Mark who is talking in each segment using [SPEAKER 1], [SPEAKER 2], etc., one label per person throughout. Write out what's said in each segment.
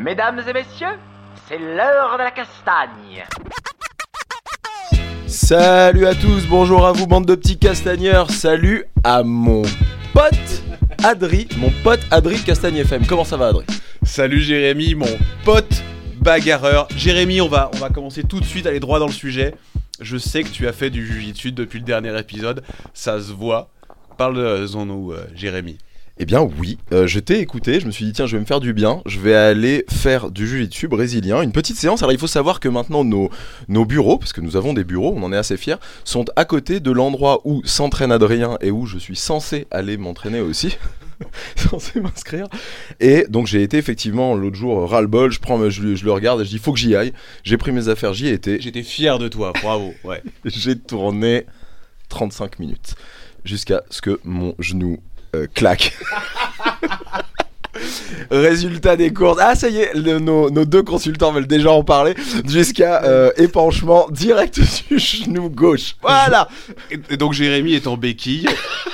[SPEAKER 1] Mesdames et messieurs, c'est l'heure de la castagne.
[SPEAKER 2] Salut à tous, bonjour à vous bande de petits castagneurs, salut à mon pote Adri, mon pote Adri de Castagne FM. Comment ça va Adri
[SPEAKER 3] Salut Jérémy, mon pote bagarreur. Jérémy, on va, on va commencer tout de suite, aller droit dans le sujet. Je sais que tu as fait du jujitsu depuis le dernier épisode, ça se voit. Parle-en-nous, euh, Jérémy.
[SPEAKER 2] Eh bien oui, euh, je t'ai écouté, je me suis dit tiens je vais me faire du bien, je vais aller faire du jiu-jitsu brésilien, une petite séance. Alors il faut savoir que maintenant nos, nos bureaux, parce que nous avons des bureaux, on en est assez fiers, sont à côté de l'endroit où s'entraîne Adrien et où je suis censé aller m'entraîner aussi. censé m'inscrire. Et donc j'ai été effectivement l'autre jour euh, ras-le-bol, je, prends, je, je le regarde et je dis faut que j'y aille. J'ai pris mes affaires, j'y ai été,
[SPEAKER 3] J'étais fier de toi, bravo. Ouais.
[SPEAKER 2] j'ai tourné 35 minutes jusqu'à ce que mon genou euh, claque. Résultat des courses. Ah, ça y est, le- nos, nos deux consultants veulent déjà en parler. Jusqu'à euh, épanchement direct du genou gauche. Voilà!
[SPEAKER 3] Et- et donc Jérémy est en béquille,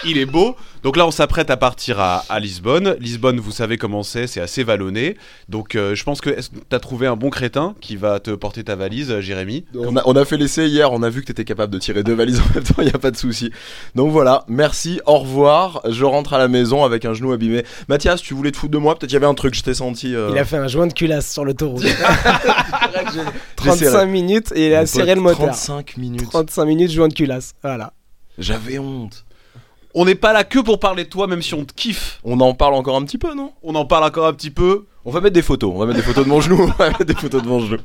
[SPEAKER 3] il est beau. Donc là, on s'apprête à partir à, à Lisbonne. Lisbonne, vous savez comment c'est, c'est assez vallonné. Donc euh, je pense que est-ce que t'as trouvé un bon crétin qui va te porter ta valise, euh, Jérémy.
[SPEAKER 2] On a, on a fait l'essai hier, on a vu que t'étais capable de tirer deux valises en même temps, y a pas de souci. Donc voilà, merci, au revoir. Je rentre à la maison avec un genou abîmé. Mathias, tu voulais te foutre de moi? Peut-être y avait un truc, je t'ai senti. euh,
[SPEAKER 4] Il a fait un joint de culasse sur l'autoroute.
[SPEAKER 2] très serré.
[SPEAKER 4] 35 minutes et il a
[SPEAKER 2] Mon
[SPEAKER 4] serré
[SPEAKER 2] pote,
[SPEAKER 4] le moteur.
[SPEAKER 2] 35 minutes.
[SPEAKER 4] 35 minutes joint de culasse. Voilà.
[SPEAKER 2] J'avais honte.
[SPEAKER 3] On n'est pas là que pour parler de toi, même si on te kiffe.
[SPEAKER 2] On en parle encore un petit peu, non?
[SPEAKER 3] On en parle encore un petit peu.
[SPEAKER 2] On va mettre des photos, on va mettre des photos de mon genou, on va mettre des photos de mon genou.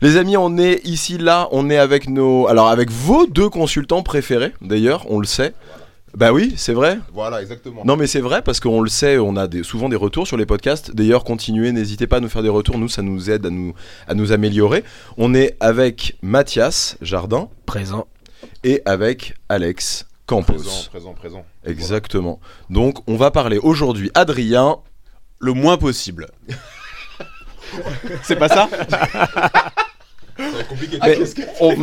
[SPEAKER 2] Les amis, on est ici là, on est avec nos alors avec vos deux consultants préférés d'ailleurs, on le sait. Bah oui, c'est vrai.
[SPEAKER 5] Voilà, exactement.
[SPEAKER 2] Non mais c'est vrai parce qu'on le sait, on a des- souvent des retours sur les podcasts. D'ailleurs, continuez, n'hésitez pas à nous faire des retours, nous ça nous aide à nous à nous améliorer. On est avec Mathias Jardin
[SPEAKER 4] Présent.
[SPEAKER 2] et avec Alex Campos.
[SPEAKER 5] Présent, présent, présent.
[SPEAKER 2] Exactement. Donc on va parler aujourd'hui Adrien
[SPEAKER 3] le moins possible. C'est pas ça
[SPEAKER 5] C'est compliqué.
[SPEAKER 2] Oh,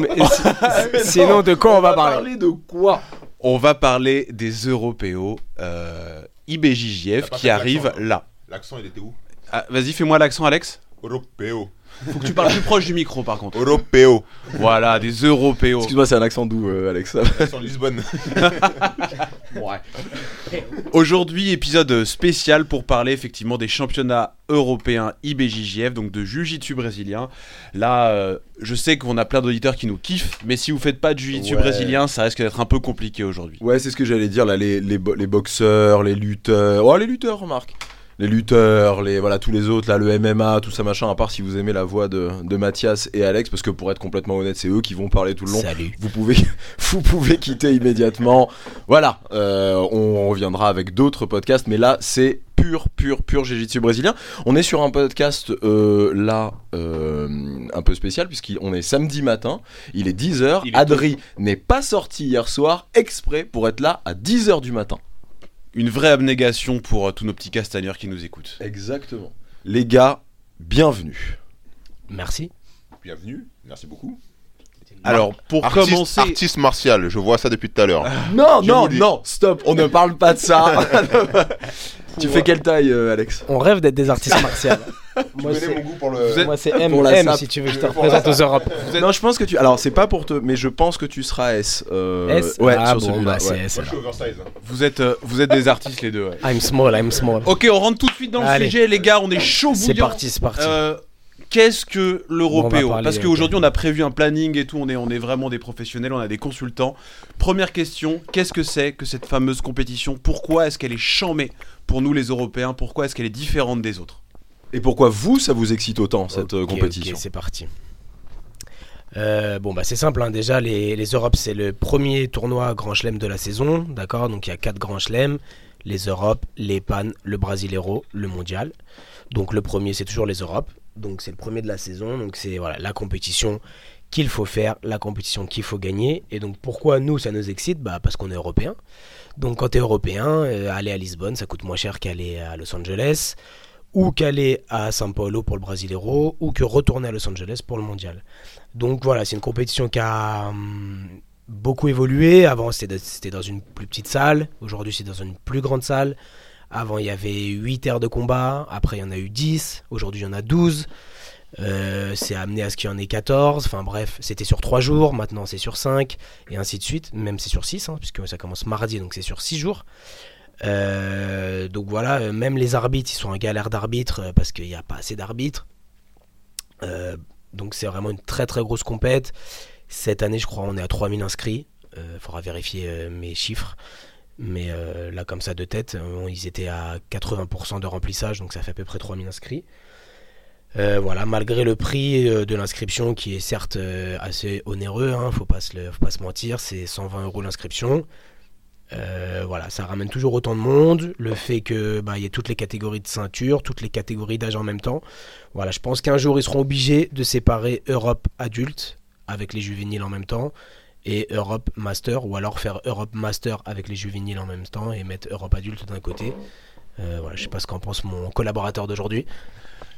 [SPEAKER 4] Sinon, de quoi Ah, on va parler
[SPEAKER 2] de quoi
[SPEAKER 3] On va parler des Européos euh, IBJJF
[SPEAKER 5] T'as pas
[SPEAKER 3] qui
[SPEAKER 5] fait
[SPEAKER 3] arrivent
[SPEAKER 5] l'accent,
[SPEAKER 3] là.
[SPEAKER 5] L'accent, il était où
[SPEAKER 3] Ah, Vas-y, fais-moi l'accent, Alex.
[SPEAKER 5] Européo.
[SPEAKER 3] Faut que tu parles plus proche du micro, par contre.
[SPEAKER 5] Européo.
[SPEAKER 3] Voilà, des Européos.
[SPEAKER 2] Excuse-moi, c'est un accent doux euh, Alex.
[SPEAKER 5] L'accent Lisbonne.
[SPEAKER 3] Aujourd'hui, épisode spécial pour parler effectivement des championnats européens IBJJF, donc de Jiu-Jitsu brésilien. Là, euh, je sais qu'on a plein d'auditeurs qui nous kiffent, mais si vous faites pas de Jiu-Jitsu
[SPEAKER 2] Ouais.
[SPEAKER 3] brésilien, ça risque d'être un peu compliqué aujourd'hui.
[SPEAKER 2] Ouais, c'est ce que j'allais dire là, les, les, bo- les boxeurs, les lutteurs. Oh, les lutteurs, remarque. Les lutteurs, les voilà tous les autres là, le MMA, tout ça machin. À part si vous aimez la voix de, de Mathias et Alex, parce que pour être complètement honnête, c'est eux qui vont parler tout le long.
[SPEAKER 4] Salut.
[SPEAKER 2] Vous pouvez, vous pouvez quitter immédiatement. Voilà, euh, on reviendra avec d'autres podcasts, mais là c'est pur, pur, pur Jiu-Jitsu brésilien. On est sur un podcast euh, là euh, un peu spécial puisqu'on est samedi matin. Il est 10h.
[SPEAKER 3] Il est
[SPEAKER 2] Adri n'est pas sorti hier soir exprès pour être là à 10h du matin.
[SPEAKER 3] Une vraie abnégation pour euh, tous nos petits castagneurs qui nous écoutent.
[SPEAKER 2] Exactement. Les gars, bienvenue.
[SPEAKER 4] Merci.
[SPEAKER 5] Bienvenue. Merci beaucoup.
[SPEAKER 3] Alors, pour
[SPEAKER 5] Artiste,
[SPEAKER 3] commencer. Ah,
[SPEAKER 5] artiste martial, je vois ça depuis tout à l'heure.
[SPEAKER 2] Non,
[SPEAKER 5] Je
[SPEAKER 2] non,
[SPEAKER 5] vous dis.
[SPEAKER 2] non, stop, on ne parle pas de ça. tu fais quelle taille, euh, Alex
[SPEAKER 4] On rêve d'être des artistes martiaux. moi,
[SPEAKER 5] Vous connaissez
[SPEAKER 4] c'est
[SPEAKER 5] mon goût pour le.
[SPEAKER 3] Vous êtes-
[SPEAKER 4] moi, c'est M,
[SPEAKER 2] Pour la
[SPEAKER 4] M
[SPEAKER 2] sape.
[SPEAKER 4] si tu veux, je te
[SPEAKER 5] Pour la
[SPEAKER 4] représente aux Europes.
[SPEAKER 2] Non, je pense que tu. Alors, c'est pas pour te. Mais je pense que tu seras S. euh,
[SPEAKER 4] S
[SPEAKER 2] Ouais,
[SPEAKER 4] Ah
[SPEAKER 2] sur
[SPEAKER 4] bon,
[SPEAKER 2] celui-là.
[SPEAKER 4] bah, c'est
[SPEAKER 2] ouais.
[SPEAKER 4] S.
[SPEAKER 5] Moi, je
[SPEAKER 4] alors.
[SPEAKER 5] suis oversize. hein.
[SPEAKER 3] Vous êtes, euh, vous êtes des artistes les deux. ouais.
[SPEAKER 4] I'm small, I'm
[SPEAKER 2] Oh,
[SPEAKER 4] small.
[SPEAKER 3] Ok, on rentre tout de suite dans le
[SPEAKER 4] Allez.
[SPEAKER 3] sujet, les gars. On est chaud
[SPEAKER 4] C'est
[SPEAKER 3] bouillant.
[SPEAKER 4] parti, c'est parti.
[SPEAKER 3] Euh, Qu'est-ce que
[SPEAKER 4] Bon, on va
[SPEAKER 3] l'européo
[SPEAKER 4] parler euh,
[SPEAKER 3] Parce
[SPEAKER 4] avec-
[SPEAKER 3] qu'aujourd'hui, on a prévu un planning et tout. On est, on est vraiment des professionnels, on a des consultants. Première question qu'est-ce que c'est que cette fameuse compétition Pourquoi est-ce qu'elle est chamée pour nous, les Européens Pourquoi est-ce qu'elle est différente des autres
[SPEAKER 2] Et pourquoi vous, ça vous excite autant, cette euh,
[SPEAKER 4] Ok,
[SPEAKER 2] compétition
[SPEAKER 4] ok, c'est parti. Euh, bon bah c'est simple hein. déjà les, les Europes c'est le premier tournoi Grand Chelem de la saison d'accord donc il y a quatre Grands Chelem les Europes les Pan le Brasileiro le Mondial donc le premier c'est toujours les Europes donc c'est le premier de la saison donc c'est voilà la compétition qu'il faut faire la compétition qu'il faut gagner et donc pourquoi nous ça nous excite bah parce qu'on est européen donc quand tu es européen euh, aller à Lisbonne ça coûte moins cher qu'aller à Los Angeles ou qu'aller à São Paulo pour le Brasileiro, ou que retourner à Los Angeles pour le Mondial. Donc voilà, c'est une compétition qui a hum, beaucoup évolué. Avant, c'était c'était dans une plus petite salle. Aujourd'hui, c'est dans une plus grande salle. Avant, il y avait 8 heures de combat. Après, il y en a eu 10. Aujourd'hui, il y en a 12. Euh, c'est amené à ce qu'il y en ait 14. Enfin bref, c'était sur 3 jours. Maintenant, c'est sur 5. Et ainsi de suite. Même c'est sur 6, puisque ça commence mardi. Donc, c'est sur 6 jours. Euh, donc voilà, euh, même les arbitres, ils sont en galère d'arbitres euh, parce qu'il n'y a pas assez d'arbitres. Euh, donc c'est vraiment une très très grosse compète. Cette année, je crois, on est à 3000 inscrits. Il faudra vérifier euh, mes chiffres. Mais euh, là, comme ça, de tête, euh, ils étaient à 80% de remplissage, donc ça fait à peu près 3000 inscrits. Euh, voilà, malgré le prix euh, de l'inscription qui est certes euh, assez onéreux, hein, faut, pas se le- faut pas se mentir, c'est 120 euros l'inscription. Euh, voilà, ça ramène toujours autant de monde. Le fait que bah, il y ait toutes les catégories de ceinture, toutes les catégories d'âge en même temps. Voilà, je pense qu'un jour ils seront obligés de séparer Europe adulte avec les juvéniles en même temps et Europe master, ou alors faire Europe master avec les juvéniles en même temps et mettre Europe adulte d'un côté. Euh, voilà, je sais pas ce qu'en pense mon collaborateur d'aujourd'hui.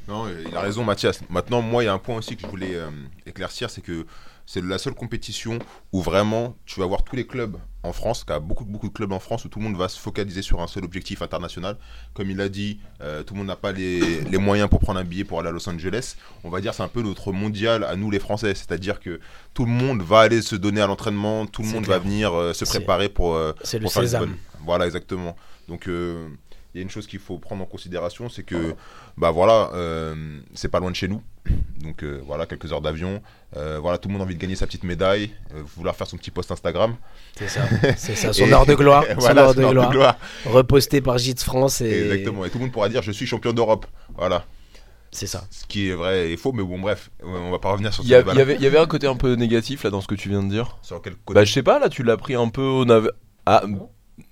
[SPEAKER 5] Non, euh, il a raison Mathias. Maintenant, moi, il y a un point aussi que je voulais euh, éclaircir, c'est que c'est la seule compétition où vraiment tu vas voir tous les clubs en France, qu'il y a beaucoup, beaucoup de clubs en France où tout le monde va se focaliser sur un seul objectif international. Comme il a dit, euh, tout le monde n'a pas les, les moyens pour prendre un billet pour aller à Los Angeles. On va dire c'est un peu notre mondial à nous les Français, c'est-à-dire que tout le monde va aller se donner à l'entraînement, tout le
[SPEAKER 4] C'est
[SPEAKER 5] monde
[SPEAKER 4] clair.
[SPEAKER 5] va venir euh, se
[SPEAKER 4] C'est-
[SPEAKER 5] préparer pour... euh,
[SPEAKER 4] C'est le
[SPEAKER 5] pour faire les
[SPEAKER 4] sésame.
[SPEAKER 5] bonnes. Voilà, exactement. Donc, euh, il y a une chose qu'il faut prendre en considération, c'est que, bah voilà, euh, c'est pas loin de chez nous. Donc, euh, voilà, quelques heures d'avion. Euh, voilà, tout le monde a envie de gagner sa petite médaille, euh, vouloir faire son petit post Instagram.
[SPEAKER 4] C'est ça, c'est ça, son
[SPEAKER 5] Et-
[SPEAKER 4] heure de gloire, son
[SPEAKER 5] voilà,
[SPEAKER 4] heure
[SPEAKER 5] c'est
[SPEAKER 4] de
[SPEAKER 5] l'heure
[SPEAKER 4] gloire, reposté par Gîte France et
[SPEAKER 5] Exactement. Et tout le monde pourra dire, je suis champion d'Europe. Voilà.
[SPEAKER 4] c'est ça.
[SPEAKER 5] Ce qui est vrai et faux, mais bon, bref, on va pas revenir sur
[SPEAKER 6] Il
[SPEAKER 5] ce
[SPEAKER 6] y, a-
[SPEAKER 5] débat-là.
[SPEAKER 6] il y avait, il y avait un côté un peu négatif là dans ce que tu viens de dire.
[SPEAKER 5] Sur quel côté
[SPEAKER 6] Bah je sais pas, là tu l'as pris un peu au nav- Ah,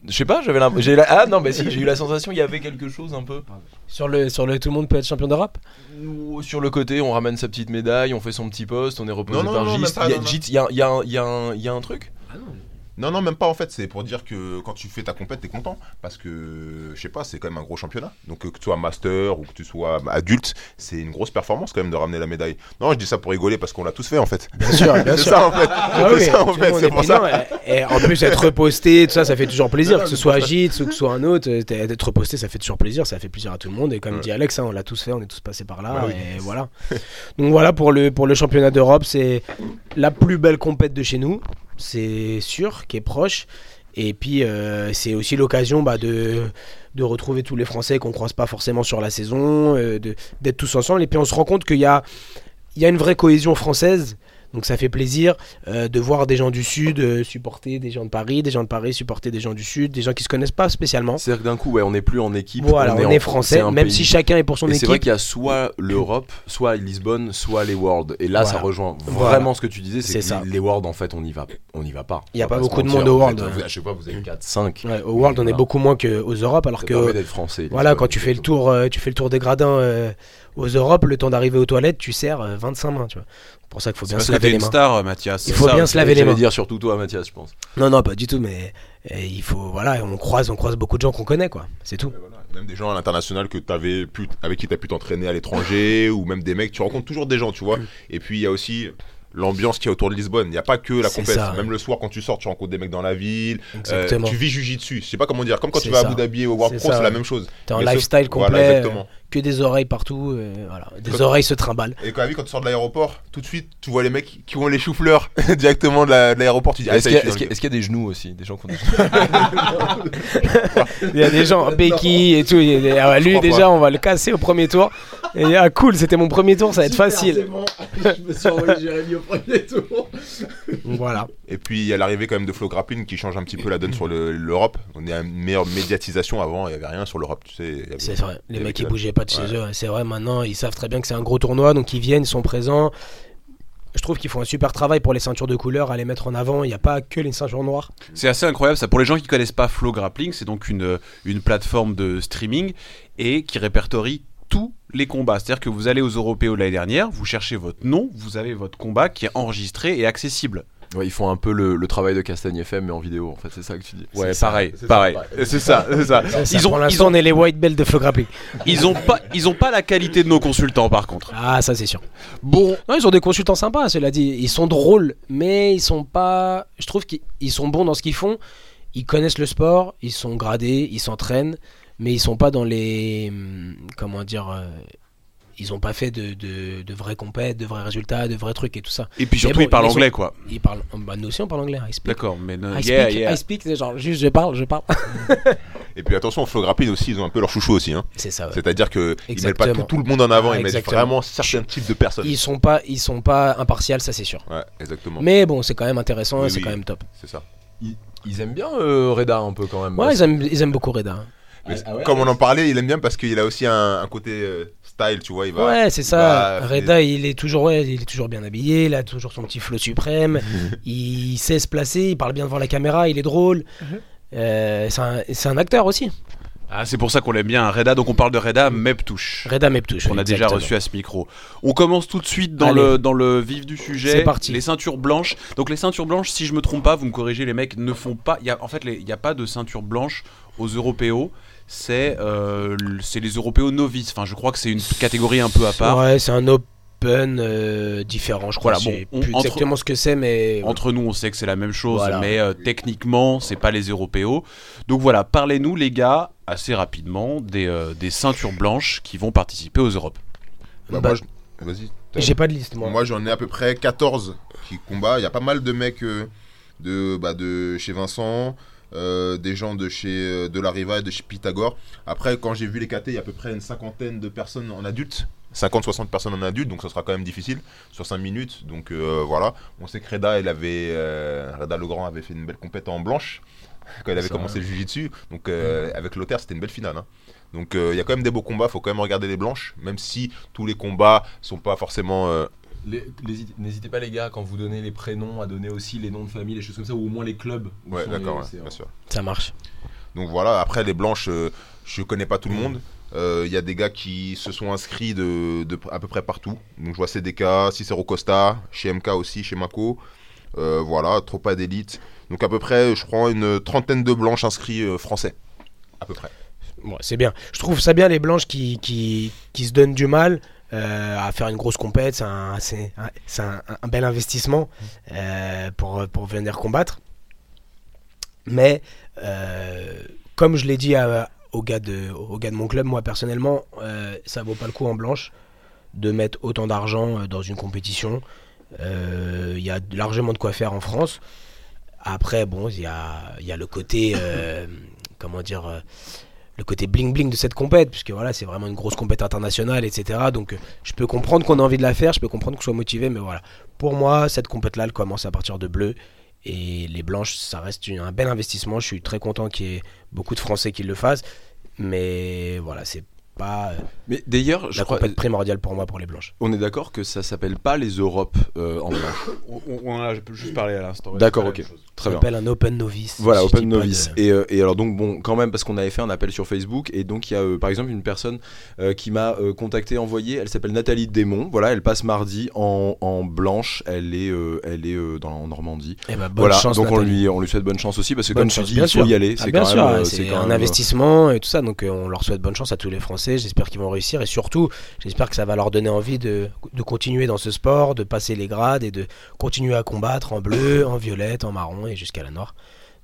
[SPEAKER 6] je sais pas, j'avais l'impression. j'ai la- Ah non, mais si, j'ai eu la sensation il y avait quelque chose un peu.
[SPEAKER 4] Sur le, sur le tout le monde peut être champion d'Europe
[SPEAKER 6] Ou Sur le côté, on ramène sa petite médaille, on fait son petit poste, on est reposé
[SPEAKER 5] Non, non,
[SPEAKER 6] par
[SPEAKER 5] non, même
[SPEAKER 6] Gist.
[SPEAKER 5] pas,
[SPEAKER 6] Il y a-
[SPEAKER 5] non, non.
[SPEAKER 6] Gist, il y a, il y a un- il y a un- il y a un truc
[SPEAKER 5] Non, non, même pas en fait. C'est pour dire que quand tu fais ta compète, t'es content. Parce que, je sais pas, c'est quand même un gros championnat. Donc, euh, que tu sois master ou que tu sois adulte, c'est une grosse performance quand même de ramener la médaille. Non, je dis ça pour rigoler parce qu'on l'a tous fait en fait.
[SPEAKER 4] Bien sûr, bien
[SPEAKER 5] C'est
[SPEAKER 4] sûr.
[SPEAKER 5] ça en fait.
[SPEAKER 4] Ah
[SPEAKER 5] c'est
[SPEAKER 4] oui,
[SPEAKER 5] ça
[SPEAKER 4] tout
[SPEAKER 5] en
[SPEAKER 4] le
[SPEAKER 5] fait.
[SPEAKER 4] monde
[SPEAKER 5] C'est
[SPEAKER 4] est-
[SPEAKER 5] pour
[SPEAKER 4] mais
[SPEAKER 5] ça.
[SPEAKER 4] non, et, et en plus, être reposté, tout ça, ça fait toujours plaisir.
[SPEAKER 5] Non,
[SPEAKER 4] que ce
[SPEAKER 5] mais
[SPEAKER 4] soit
[SPEAKER 5] c'est
[SPEAKER 4] Gitz ou que ce soit un autre, être- être reposté, ça fait toujours plaisir. Ça fait plaisir à tout le monde. Et comme
[SPEAKER 5] Ouais.
[SPEAKER 4] dit Alex, hein, on l'a tous fait, on est tous passés par là.
[SPEAKER 5] Mm. Bah oui.
[SPEAKER 4] Et voilà. Donc voilà, pour le, pour le championnat d'Europe, c'est la plus belle compète de chez nous. C'est sûr, qui est proche. Et puis, euh, c'est aussi l'occasion bah, de, de retrouver tous les Français qu'on croise pas forcément sur la saison, euh, de- d'être tous ensemble. Et puis, on se rend compte qu'il y a, il y a une vraie cohésion française. Donc, ça fait plaisir euh, de voir des gens du Sud euh, supporter des gens de Paris, des gens de Paris supporter des gens du Sud, des gens qui se connaissent pas spécialement.
[SPEAKER 6] C'est-à-dire que d'un coup, ouais, on n'est plus en équipe.
[SPEAKER 4] Voilà, on est,
[SPEAKER 6] en- c'est
[SPEAKER 4] français,
[SPEAKER 6] un
[SPEAKER 4] même
[SPEAKER 6] pays.
[SPEAKER 4] si chacun est pour son
[SPEAKER 6] Et c'est vrai
[SPEAKER 4] équipe.
[SPEAKER 6] qu'il y a soit l'Europe, soit Lisbonne, soit les Worlds. Et là, ça
[SPEAKER 4] Voilà.
[SPEAKER 6] rejoint
[SPEAKER 4] Voilà.
[SPEAKER 6] vraiment ce que tu disais,
[SPEAKER 4] C'est
[SPEAKER 6] c'est que
[SPEAKER 4] ça.
[SPEAKER 6] les- les Worlds, en fait, on n'y va, on y va pas.
[SPEAKER 4] Il y a
[SPEAKER 6] On
[SPEAKER 4] pas
[SPEAKER 6] va se
[SPEAKER 4] beaucoup de
[SPEAKER 6] mentir,
[SPEAKER 4] monde aux
[SPEAKER 6] en fait.
[SPEAKER 4] Worlds,
[SPEAKER 6] Vous-
[SPEAKER 4] hein.
[SPEAKER 6] À chaque fois, vous avez 4, 5.
[SPEAKER 4] Ouais, au World, on est beaucoup moins qu'aux Europes, alors
[SPEAKER 6] Ça
[SPEAKER 4] que
[SPEAKER 6] permet d'être français.
[SPEAKER 4] Voilà, quand tu
[SPEAKER 6] Lisbonne.
[SPEAKER 4] fais le tour, euh, tu fais le tour des gradins euh, aux Europes, le temps d'arriver aux toilettes, tu sers euh, 25 mains, tu vois. C'est Pour ça qu'il faut bien
[SPEAKER 3] parce que
[SPEAKER 4] se laver
[SPEAKER 3] t'es
[SPEAKER 4] les
[SPEAKER 3] une
[SPEAKER 4] mains.
[SPEAKER 3] star, euh, Mathias.
[SPEAKER 4] Il
[SPEAKER 3] c'est
[SPEAKER 4] faut
[SPEAKER 3] ça. hein.
[SPEAKER 4] bien se laver les
[SPEAKER 6] J'allais
[SPEAKER 4] mains.
[SPEAKER 6] dire surtout toi, Mathias, je pense.
[SPEAKER 4] Non, non, pas du tout, mais euh, il faut, voilà, on croise, on croise beaucoup de gens qu'on connaît, quoi. C'est tout.
[SPEAKER 5] Et voilà, Même des gens à l'international que t'avais pu, avec qui tu as pu t'entraîner à l'étranger, ou même des mecs, tu rencontres toujours des gens, tu vois. Et puis il y a aussi l'ambiance qu'il y a autour de Lisbonne. Il n'y a pas que la
[SPEAKER 4] C'est
[SPEAKER 5] compète.
[SPEAKER 4] ça.
[SPEAKER 5] Même le soir, quand tu sors, tu rencontres des mecs dans la ville. Euh,
[SPEAKER 4] Exactement.
[SPEAKER 5] tu vis Jiu-Jitsu. Je sais pas comment dire. Comme quand
[SPEAKER 4] C'est
[SPEAKER 5] tu vas
[SPEAKER 4] ça.
[SPEAKER 5] à Abu Dhabi au World
[SPEAKER 4] C'est
[SPEAKER 5] Pro,
[SPEAKER 4] ça,
[SPEAKER 5] c'est la
[SPEAKER 4] ouais.
[SPEAKER 5] même chose.
[SPEAKER 4] T'as un
[SPEAKER 5] Mais ce-
[SPEAKER 4] lifestyle
[SPEAKER 5] voilà,
[SPEAKER 4] complet,
[SPEAKER 5] exactement.
[SPEAKER 4] euh, que des oreilles partout, euh, voilà. Des
[SPEAKER 5] Quand-
[SPEAKER 4] oreilles se trimballent.
[SPEAKER 5] Et quand, quand tu sors de l'aéroport, tout de suite, tu vois les mecs qui ont les choufleurs directement de la- de l'aéroport. tu dis, ah,
[SPEAKER 6] Est-ce
[SPEAKER 5] ça
[SPEAKER 6] qu'il y,
[SPEAKER 5] y est,
[SPEAKER 6] a-
[SPEAKER 5] je
[SPEAKER 6] est-ce qu'il y a-
[SPEAKER 5] suis dans le-
[SPEAKER 6] est-ce qu'il y a des genoux aussi Des gens qui ont des
[SPEAKER 4] Il y a des gens, Becky et tout. il y a des- ah ouais, lui,
[SPEAKER 5] crois pas.
[SPEAKER 4] déjà, on va le casser au premier tour. Et il dit, ah, cool, c'était mon premier tour, ça va être facile.
[SPEAKER 7] Je me suis envoyé Jérémy au premier tour.
[SPEAKER 4] Donc, Voilà.
[SPEAKER 5] Et puis il y a l'arrivée quand même de Flo Grappin qui change un petit peu la
[SPEAKER 4] Mm.
[SPEAKER 5] donne sur le- l'Europe. On est à une meilleure médiatisation. Avant, il n'y avait rien sur l'Europe, tu sais. il y avait-
[SPEAKER 4] C'est vrai, les
[SPEAKER 5] il y
[SPEAKER 4] mecs
[SPEAKER 5] avait
[SPEAKER 4] ils
[SPEAKER 5] que
[SPEAKER 4] bougeaient pas de chez
[SPEAKER 5] Ouais.
[SPEAKER 4] eux, hein. c'est vrai, maintenant ils savent très bien que c'est un gros tournoi, donc ils viennent, ils sont présents. Je trouve qu'ils font un super travail pour les ceintures de couleur, à les mettre en avant, il n'y a pas que les ceintures noires.
[SPEAKER 3] C'est assez incroyable ça. Pour les gens qui connaissent pas Flow Grappling, c'est donc une, une plateforme de streaming et qui répertorie tous les combats. C'est-à-dire que vous allez aux Européens l'année dernière, vous cherchez votre nom, vous avez votre combat qui est enregistré et accessible.
[SPEAKER 6] Ouais, ils font un peu le, le travail de Castagne FM mais en vidéo en fait, c'est ça que tu dis.
[SPEAKER 3] Ouais,
[SPEAKER 4] C'est ça.
[SPEAKER 3] pareil,
[SPEAKER 5] C'est ça,
[SPEAKER 3] pareil.
[SPEAKER 5] pareil.
[SPEAKER 3] C'est ça, c'est ça. Ils
[SPEAKER 4] pour
[SPEAKER 3] ont, ils
[SPEAKER 4] l'instant
[SPEAKER 3] ont,
[SPEAKER 4] on est les white belts de Flo Grappling.
[SPEAKER 3] ils ont pas, ils ont pas la qualité de nos consultants par contre.
[SPEAKER 4] Ah ça c'est sûr.
[SPEAKER 3] Bon,
[SPEAKER 4] Non ils ont des consultants sympas, cela dit, ils sont drôles, mais ils sont pas... Je trouve qu'ils ils sont bons dans ce qu'ils font, ils connaissent le sport, ils sont gradés, ils s'entraînent. mais ils sont pas dans les. hum, Comment dire euh, Ils ont pas fait de, de, de vraies compètes, de vrais résultats, de vrais trucs et tout ça.
[SPEAKER 3] Et puis surtout,
[SPEAKER 4] bon,
[SPEAKER 3] il parle
[SPEAKER 4] ils sont-
[SPEAKER 3] anglais, quoi.
[SPEAKER 4] Ils parlent. Bah, nous aussi, on parle anglais. hein, I speak.
[SPEAKER 3] D'accord, mais non,
[SPEAKER 4] I
[SPEAKER 3] yeah,
[SPEAKER 4] speak,
[SPEAKER 3] yeah.
[SPEAKER 4] I speak, c'est genre juste je parle, je parle.
[SPEAKER 5] Et puis attention, Flow Grappling aussi, ils ont un peu leur chouchou aussi. Hein.
[SPEAKER 4] C'est ça. ouais.
[SPEAKER 5] C'est-à-dire qu'ils mettent pas
[SPEAKER 4] Exactement.
[SPEAKER 5] tout, tout le monde en avant,
[SPEAKER 4] Ah,
[SPEAKER 5] ils mettent
[SPEAKER 4] exactement.
[SPEAKER 5] vraiment certains types de personnes.
[SPEAKER 4] Ils sont pas, ils sont pas impartials, ça c'est sûr.
[SPEAKER 5] Ouais, exactement.
[SPEAKER 4] Mais bon, c'est quand même intéressant
[SPEAKER 5] Oui,
[SPEAKER 4] et c'est
[SPEAKER 5] oui.
[SPEAKER 4] quand même top.
[SPEAKER 5] C'est ça.
[SPEAKER 2] Ils aiment bien euh, Reda un peu quand même.
[SPEAKER 3] Bah,
[SPEAKER 4] Ouais, ils aiment, ils aiment beaucoup Reda.
[SPEAKER 5] Mais
[SPEAKER 2] Ah ouais,
[SPEAKER 5] comme on en parlait, il aime bien parce qu'il a aussi un, un côté euh, style, tu vois. Il
[SPEAKER 3] Bah,
[SPEAKER 5] va,
[SPEAKER 4] ouais, c'est
[SPEAKER 5] il
[SPEAKER 4] ça.
[SPEAKER 5] va-
[SPEAKER 4] Reda, il est toujours, ouais, il est toujours bien habillé, il a toujours son petit flot suprême. il sait se placer, il parle bien devant la caméra, il est drôle. Euh, c'est un- c'est un, acteur aussi.
[SPEAKER 3] Ah, c'est pour ça qu'on l'aime bien, Reda. Donc on parle de Reda, Meptouche.
[SPEAKER 4] Reda Meptouche.
[SPEAKER 3] On a déjà
[SPEAKER 4] exactement.
[SPEAKER 3] reçu à ce micro. On commence tout de suite dans,
[SPEAKER 4] Allez.
[SPEAKER 3] le, dans le vif du sujet.
[SPEAKER 4] C'est parti.
[SPEAKER 3] Les ceintures blanches. Donc les ceintures blanches, si je me trompe pas, vous me corrigez, les mecs ne font pas. il Y a, en fait, les- il n'y a pas de ceinture blanche aux Européos. C'est euh, l- c'est les Européos novices. Enfin, je crois que c'est une catégorie un peu à part.
[SPEAKER 4] Ouais, c'est un open euh, différent, je crois.
[SPEAKER 3] Voilà,
[SPEAKER 4] Voilà,
[SPEAKER 3] bon, on-
[SPEAKER 4] plus
[SPEAKER 3] entre-
[SPEAKER 4] exactement ce que c'est, mais
[SPEAKER 3] Entre nous, on sait que c'est la même chose,
[SPEAKER 4] Voilà.
[SPEAKER 3] mais euh, techniquement, c'est pas les Européos. Donc voilà, parlez-nous, les gars, assez rapidement, des, euh, des ceintures blanches qui vont participer aux Europes.
[SPEAKER 5] Bah,
[SPEAKER 4] Bah,
[SPEAKER 5] moi, je- Vas-y.
[SPEAKER 4] j'ai pas de liste moi.
[SPEAKER 5] Moi, j'en ai à peu près 14 qui combattent. Il y a pas mal de mecs euh, de, bah, de chez Vincent, euh, des gens de chez euh, de la Riva et de chez Pythagore. Après, quand j'ai vu les KT, il y a à peu près une cinquantaine de personnes en adultes. 50-60 personnes en adultes, donc ça sera quand même difficile sur 5 minutes. Donc euh, voilà, on sait que Reda, il avait, euh, Reda Legrand avait fait une belle compète en blanche quand il avait
[SPEAKER 2] Ça,
[SPEAKER 5] commencé le Jiu-Jitsu. Donc euh, avec Lothaire, c'était une belle finale. hein. Donc euh, il y a quand même des beaux combats, faut quand même regarder les blanches, même si tous les combats sont pas forcément euh,
[SPEAKER 2] Les- les- N'hésitez pas les gars quand vous donnez les prénoms à donner aussi les noms de famille, les choses comme ça, ou au moins les clubs. où
[SPEAKER 5] Ouais,
[SPEAKER 2] sont
[SPEAKER 5] d'accord,
[SPEAKER 2] les-
[SPEAKER 5] ouais,
[SPEAKER 2] c'est-
[SPEAKER 5] bien sûr.
[SPEAKER 4] Ça marche.
[SPEAKER 5] Donc voilà, après les blanches, euh, je connais pas tout le monde. Euh, Il y a des gars qui se sont inscrits de, de à peu près partout. Donc je vois CDK, Cicero Costa, chez MK aussi, chez Mako. Euh, voilà, trop pas d'élite. Donc à peu près, je prends une trentaine de blanches inscrits euh, français. À peu près.
[SPEAKER 4] Ouais, c'est bien. Je trouve ça bien les blanches qui, qui, qui se donnent du mal euh, à faire une grosse compète. C'est un, c'est un- c'est un- un bel investissement euh, pour, pour venir combattre. Mais euh, comme je l'ai dit à- au, gars de, au gars de mon club, moi personnellement, euh, ça vaut pas le coup en blanche de mettre autant d'argent euh, dans une compétition. Euh, Il y a largement de quoi faire en France. Après, bon, il y a, il y a le côté, euh, comment dire, euh, le côté bling bling de cette compète, puisque voilà, c'est vraiment une grosse compète internationale, etc. Donc, euh, je peux comprendre qu'on a envie de la faire, je peux comprendre qu'on soit motivé, mais voilà. Pour moi, cette compète-là, elle commence à partir de bleu. Et les blanches, ça reste une- un bel investissement. Je suis très content qu'il y ait beaucoup de Français qui le fassent. Mais voilà, c'est pas euh,
[SPEAKER 6] Mais d'ailleurs, je
[SPEAKER 4] la
[SPEAKER 6] crois,
[SPEAKER 4] compète primordiale pour moi pour les blanches.
[SPEAKER 6] on est d'accord que ça s'appelle pas les Europes euh, en blanc.
[SPEAKER 3] On, on en a juste parlé à l'instant.
[SPEAKER 6] D'accord,
[SPEAKER 3] C'est la
[SPEAKER 6] ok.
[SPEAKER 3] même chose.
[SPEAKER 6] Très
[SPEAKER 4] On
[SPEAKER 6] bien.
[SPEAKER 4] appelle un open novice.
[SPEAKER 6] Voilà,
[SPEAKER 4] si je
[SPEAKER 6] Open
[SPEAKER 4] dis pas
[SPEAKER 6] Novice.
[SPEAKER 4] de-
[SPEAKER 6] Et, euh, et alors donc bon, quand même parce qu'on avait fait un appel sur Facebook et donc il y a euh, par exemple une personne euh, qui m'a euh, contacté, envoyé. Elle s'appelle Nathalie Démon. Voilà, elle passe mardi en, en blanche. Elle est euh, elle est euh, dans en Normandie.
[SPEAKER 4] Eh ben, bonne
[SPEAKER 6] voilà,
[SPEAKER 4] chance,
[SPEAKER 6] donc on
[SPEAKER 4] Nathalie.
[SPEAKER 6] lui on lui souhaite bonne chance aussi parce que
[SPEAKER 4] Bonne
[SPEAKER 6] comme
[SPEAKER 4] chance,
[SPEAKER 6] tu dis,
[SPEAKER 4] bien
[SPEAKER 6] il faut
[SPEAKER 4] sûr.
[SPEAKER 6] y aller.
[SPEAKER 4] Ah,
[SPEAKER 6] C'est
[SPEAKER 4] bien
[SPEAKER 6] quand
[SPEAKER 4] sûr,
[SPEAKER 6] même, euh,
[SPEAKER 4] c'est
[SPEAKER 6] quand
[SPEAKER 4] un
[SPEAKER 6] même, euh,
[SPEAKER 4] investissement et tout ça. Donc euh, on leur souhaite bonne chance à tous les Français. J'espère qu'ils vont réussir et surtout, j'espère que ça va leur donner envie de, de continuer dans ce sport, de passer les grades et de continuer à combattre en bleu, en violette, en marron et jusqu'à la noire.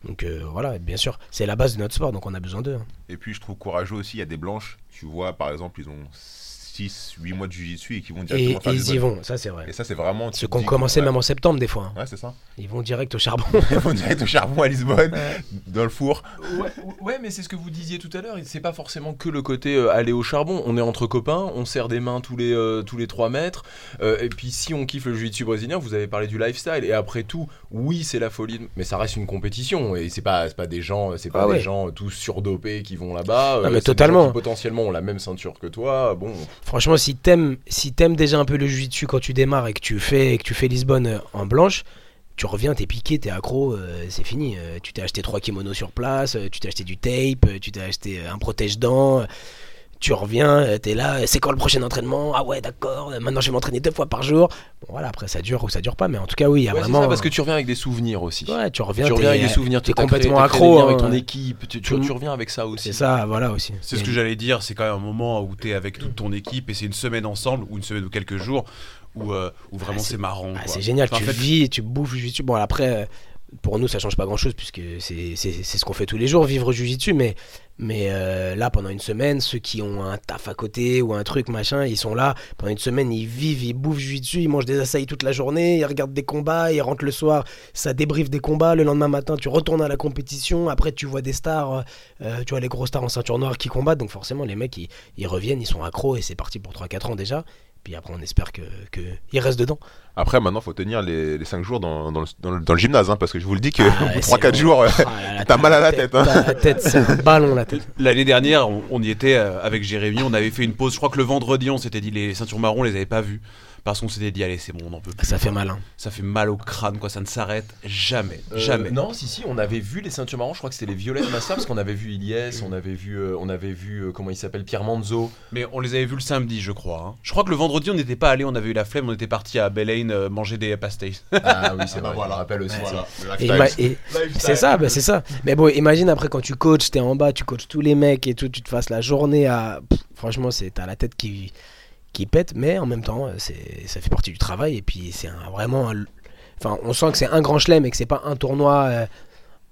[SPEAKER 4] Donc euh, voilà, et bien sûr, c'est la base de notre sport, donc on a besoin d'eux. hein.
[SPEAKER 5] Et puis je trouve courageux aussi, il y a des blanches, tu vois, par exemple, ils ont 6, 8 mois de jujitsu et qui vont
[SPEAKER 4] Et,
[SPEAKER 5] directement
[SPEAKER 4] et
[SPEAKER 5] faire du
[SPEAKER 4] ils y
[SPEAKER 5] bon.
[SPEAKER 4] vont, ça c'est vrai.
[SPEAKER 5] Et ça, c'est vraiment. tu
[SPEAKER 4] Ceux
[SPEAKER 5] te
[SPEAKER 4] qui ont
[SPEAKER 5] dis que-
[SPEAKER 4] commencé
[SPEAKER 5] ouais.
[SPEAKER 4] même en septembre des fois. hein.
[SPEAKER 5] Ouais, c'est ça.
[SPEAKER 4] Ils vont direct au charbon.
[SPEAKER 5] Ils vont direct au charbon à Lisbonne, dans le four.
[SPEAKER 2] Ouais, ouais, mais c'est ce que vous disiez tout à l'heure. C'est pas forcément que le côté euh, aller au charbon. On est entre copains, on serre des mains tous les euh, tous les trois mètres. Euh, et puis si on kiffe le jiu-jitsu brésilien, vous avez parlé du lifestyle. Et après tout, oui, c'est la folie, mais ça reste une compétition. Et c'est pas c'est pas des gens, c'est pas
[SPEAKER 4] Ah
[SPEAKER 2] des
[SPEAKER 4] ouais. Ah,
[SPEAKER 2] gens euh, tous surdopés qui vont là-bas. Euh,
[SPEAKER 4] mais
[SPEAKER 2] c'est des gens
[SPEAKER 4] totalement.
[SPEAKER 2] qui potentiellement ont la même ceinture que toi. Bon,
[SPEAKER 4] Franchement, si t'aimes, si t'aimes déjà un peu le jiu-jitsu quand tu démarres et que tu fais, et que tu fais Lisbonne euh, en blanche, tu reviens, t'es piqué, t'es accro, euh, c'est fini. Euh, tu t'es acheté trois kimonos sur place, euh, tu t'es acheté du tape, euh, tu t'es acheté euh, un protège-dents. euh, tu reviens, euh, t'es là, euh, c'est quand le prochain entraînement Ah ouais, d'accord, euh, maintenant je vais m'entraîner deux fois par jour. Bon, voilà, après ça dure ou ça dure pas, mais en tout cas, oui, il y a
[SPEAKER 2] Ouais, c'est
[SPEAKER 4] Ah, vraiment. euh.
[SPEAKER 2] ça, parce que tu reviens avec des souvenirs aussi.
[SPEAKER 4] Ouais, tu reviens,
[SPEAKER 2] tu
[SPEAKER 4] t'es- euh,
[SPEAKER 2] reviens avec des souvenirs.
[SPEAKER 4] t'es
[SPEAKER 2] t'as créé-
[SPEAKER 4] complètement
[SPEAKER 2] t'as créé des
[SPEAKER 4] accro,
[SPEAKER 2] liens
[SPEAKER 4] hein.
[SPEAKER 2] avec ton équipe. Tu, tu-
[SPEAKER 4] Tout-
[SPEAKER 2] tu reviens avec ça aussi.
[SPEAKER 4] C'est ça, voilà aussi.
[SPEAKER 3] C'est ce
[SPEAKER 4] Et-
[SPEAKER 3] que j'allais dire, c'est quand même un moment où t'es avec toute ton équipe et c'est une semaine ensemble, ou une semaine ou quelques jours, où, euh, où vraiment
[SPEAKER 4] Ah, c'est-
[SPEAKER 3] c'est marrant.
[SPEAKER 4] Ah,
[SPEAKER 3] quoi.
[SPEAKER 4] c'est génial,
[SPEAKER 3] Enfin,
[SPEAKER 4] tu
[SPEAKER 3] Bah, en fait,
[SPEAKER 4] vis, tu bouffes, tu... bon après, euh, pour nous, ça change pas grand chose puisque c'est c'est- c'est ce qu'on fait tous les jours, vivre au Jujitsu. Mais, mais euh, là, pendant une semaine, ceux qui ont un taf à côté ou un truc machin, ils sont là. Pendant une semaine, ils vivent, ils bouffent Jujitsu, ils mangent des açaïs toute la journée, ils regardent des combats, ils rentrent le soir, ça débriefe des combats. Le lendemain matin, tu retournes à la compétition. Après, tu vois des stars, euh, tu vois les gros stars en ceinture noire qui combattent. Donc, forcément, les mecs, ils, ils reviennent, ils sont accros et c'est parti pour 3-4 ans déjà. Puis après, on espère que, que ils restent dedans.
[SPEAKER 5] Après, maintenant, faut tenir les 5 jours dans, dans le, dans le- dans le gymnase, hein, parce que je vous le dis que
[SPEAKER 4] Ah,
[SPEAKER 5] au bout
[SPEAKER 4] ouais,
[SPEAKER 5] de 3-4
[SPEAKER 4] c'est
[SPEAKER 5] jours,
[SPEAKER 4] Ah là là,
[SPEAKER 5] T'as mal à la tête, hein.
[SPEAKER 4] t'as- La tête, c'est un ballon la tête.
[SPEAKER 3] L'année dernière, on, on y était euh, avec Jérémy, on avait fait une pause. Je crois que le vendredi, on s'était dit les ceintures marron, on les avait pas vues. Parce qu'on s'était dit, allez, c'est bon, on en peut plus.
[SPEAKER 4] Ça fait mal. Hein.
[SPEAKER 3] Ça fait mal au crâne, quoi. Ça ne s'arrête jamais.
[SPEAKER 2] Euh,
[SPEAKER 3] jamais.
[SPEAKER 2] Non, si, si, on avait vu les ceintures marron, je crois que c'était les Violettes Massa, parce qu'on avait vu Iliès, on avait vu, euh, on avait vu euh, comment il s'appelle, Pierre Manzo.
[SPEAKER 3] Mais on les avait vus le samedi, je crois. hein. Je crois que le vendredi, on n'était pas allé, on avait eu la flemme, on était parti à Belaine euh, manger des pastéis.
[SPEAKER 2] Ah oui,
[SPEAKER 5] Ah bah voilà.
[SPEAKER 2] rappelle aussi.
[SPEAKER 5] Voilà,
[SPEAKER 4] Et
[SPEAKER 5] le
[SPEAKER 4] ima-
[SPEAKER 5] lifestyle.
[SPEAKER 4] et- c'est ça, bah, c'est ça. Mais bon, imagine après quand tu coaches, t'es en bas, tu coaches tous les mecs et tout, tu te fasses la journée à. Pff, franchement, c'est t'as la tête qui qui pète, mais en même temps, euh, c'est ça fait partie du travail et puis c'est un- vraiment. un- Enfin, on sent que c'est un grand chelem et que c'est pas un tournoi. euh,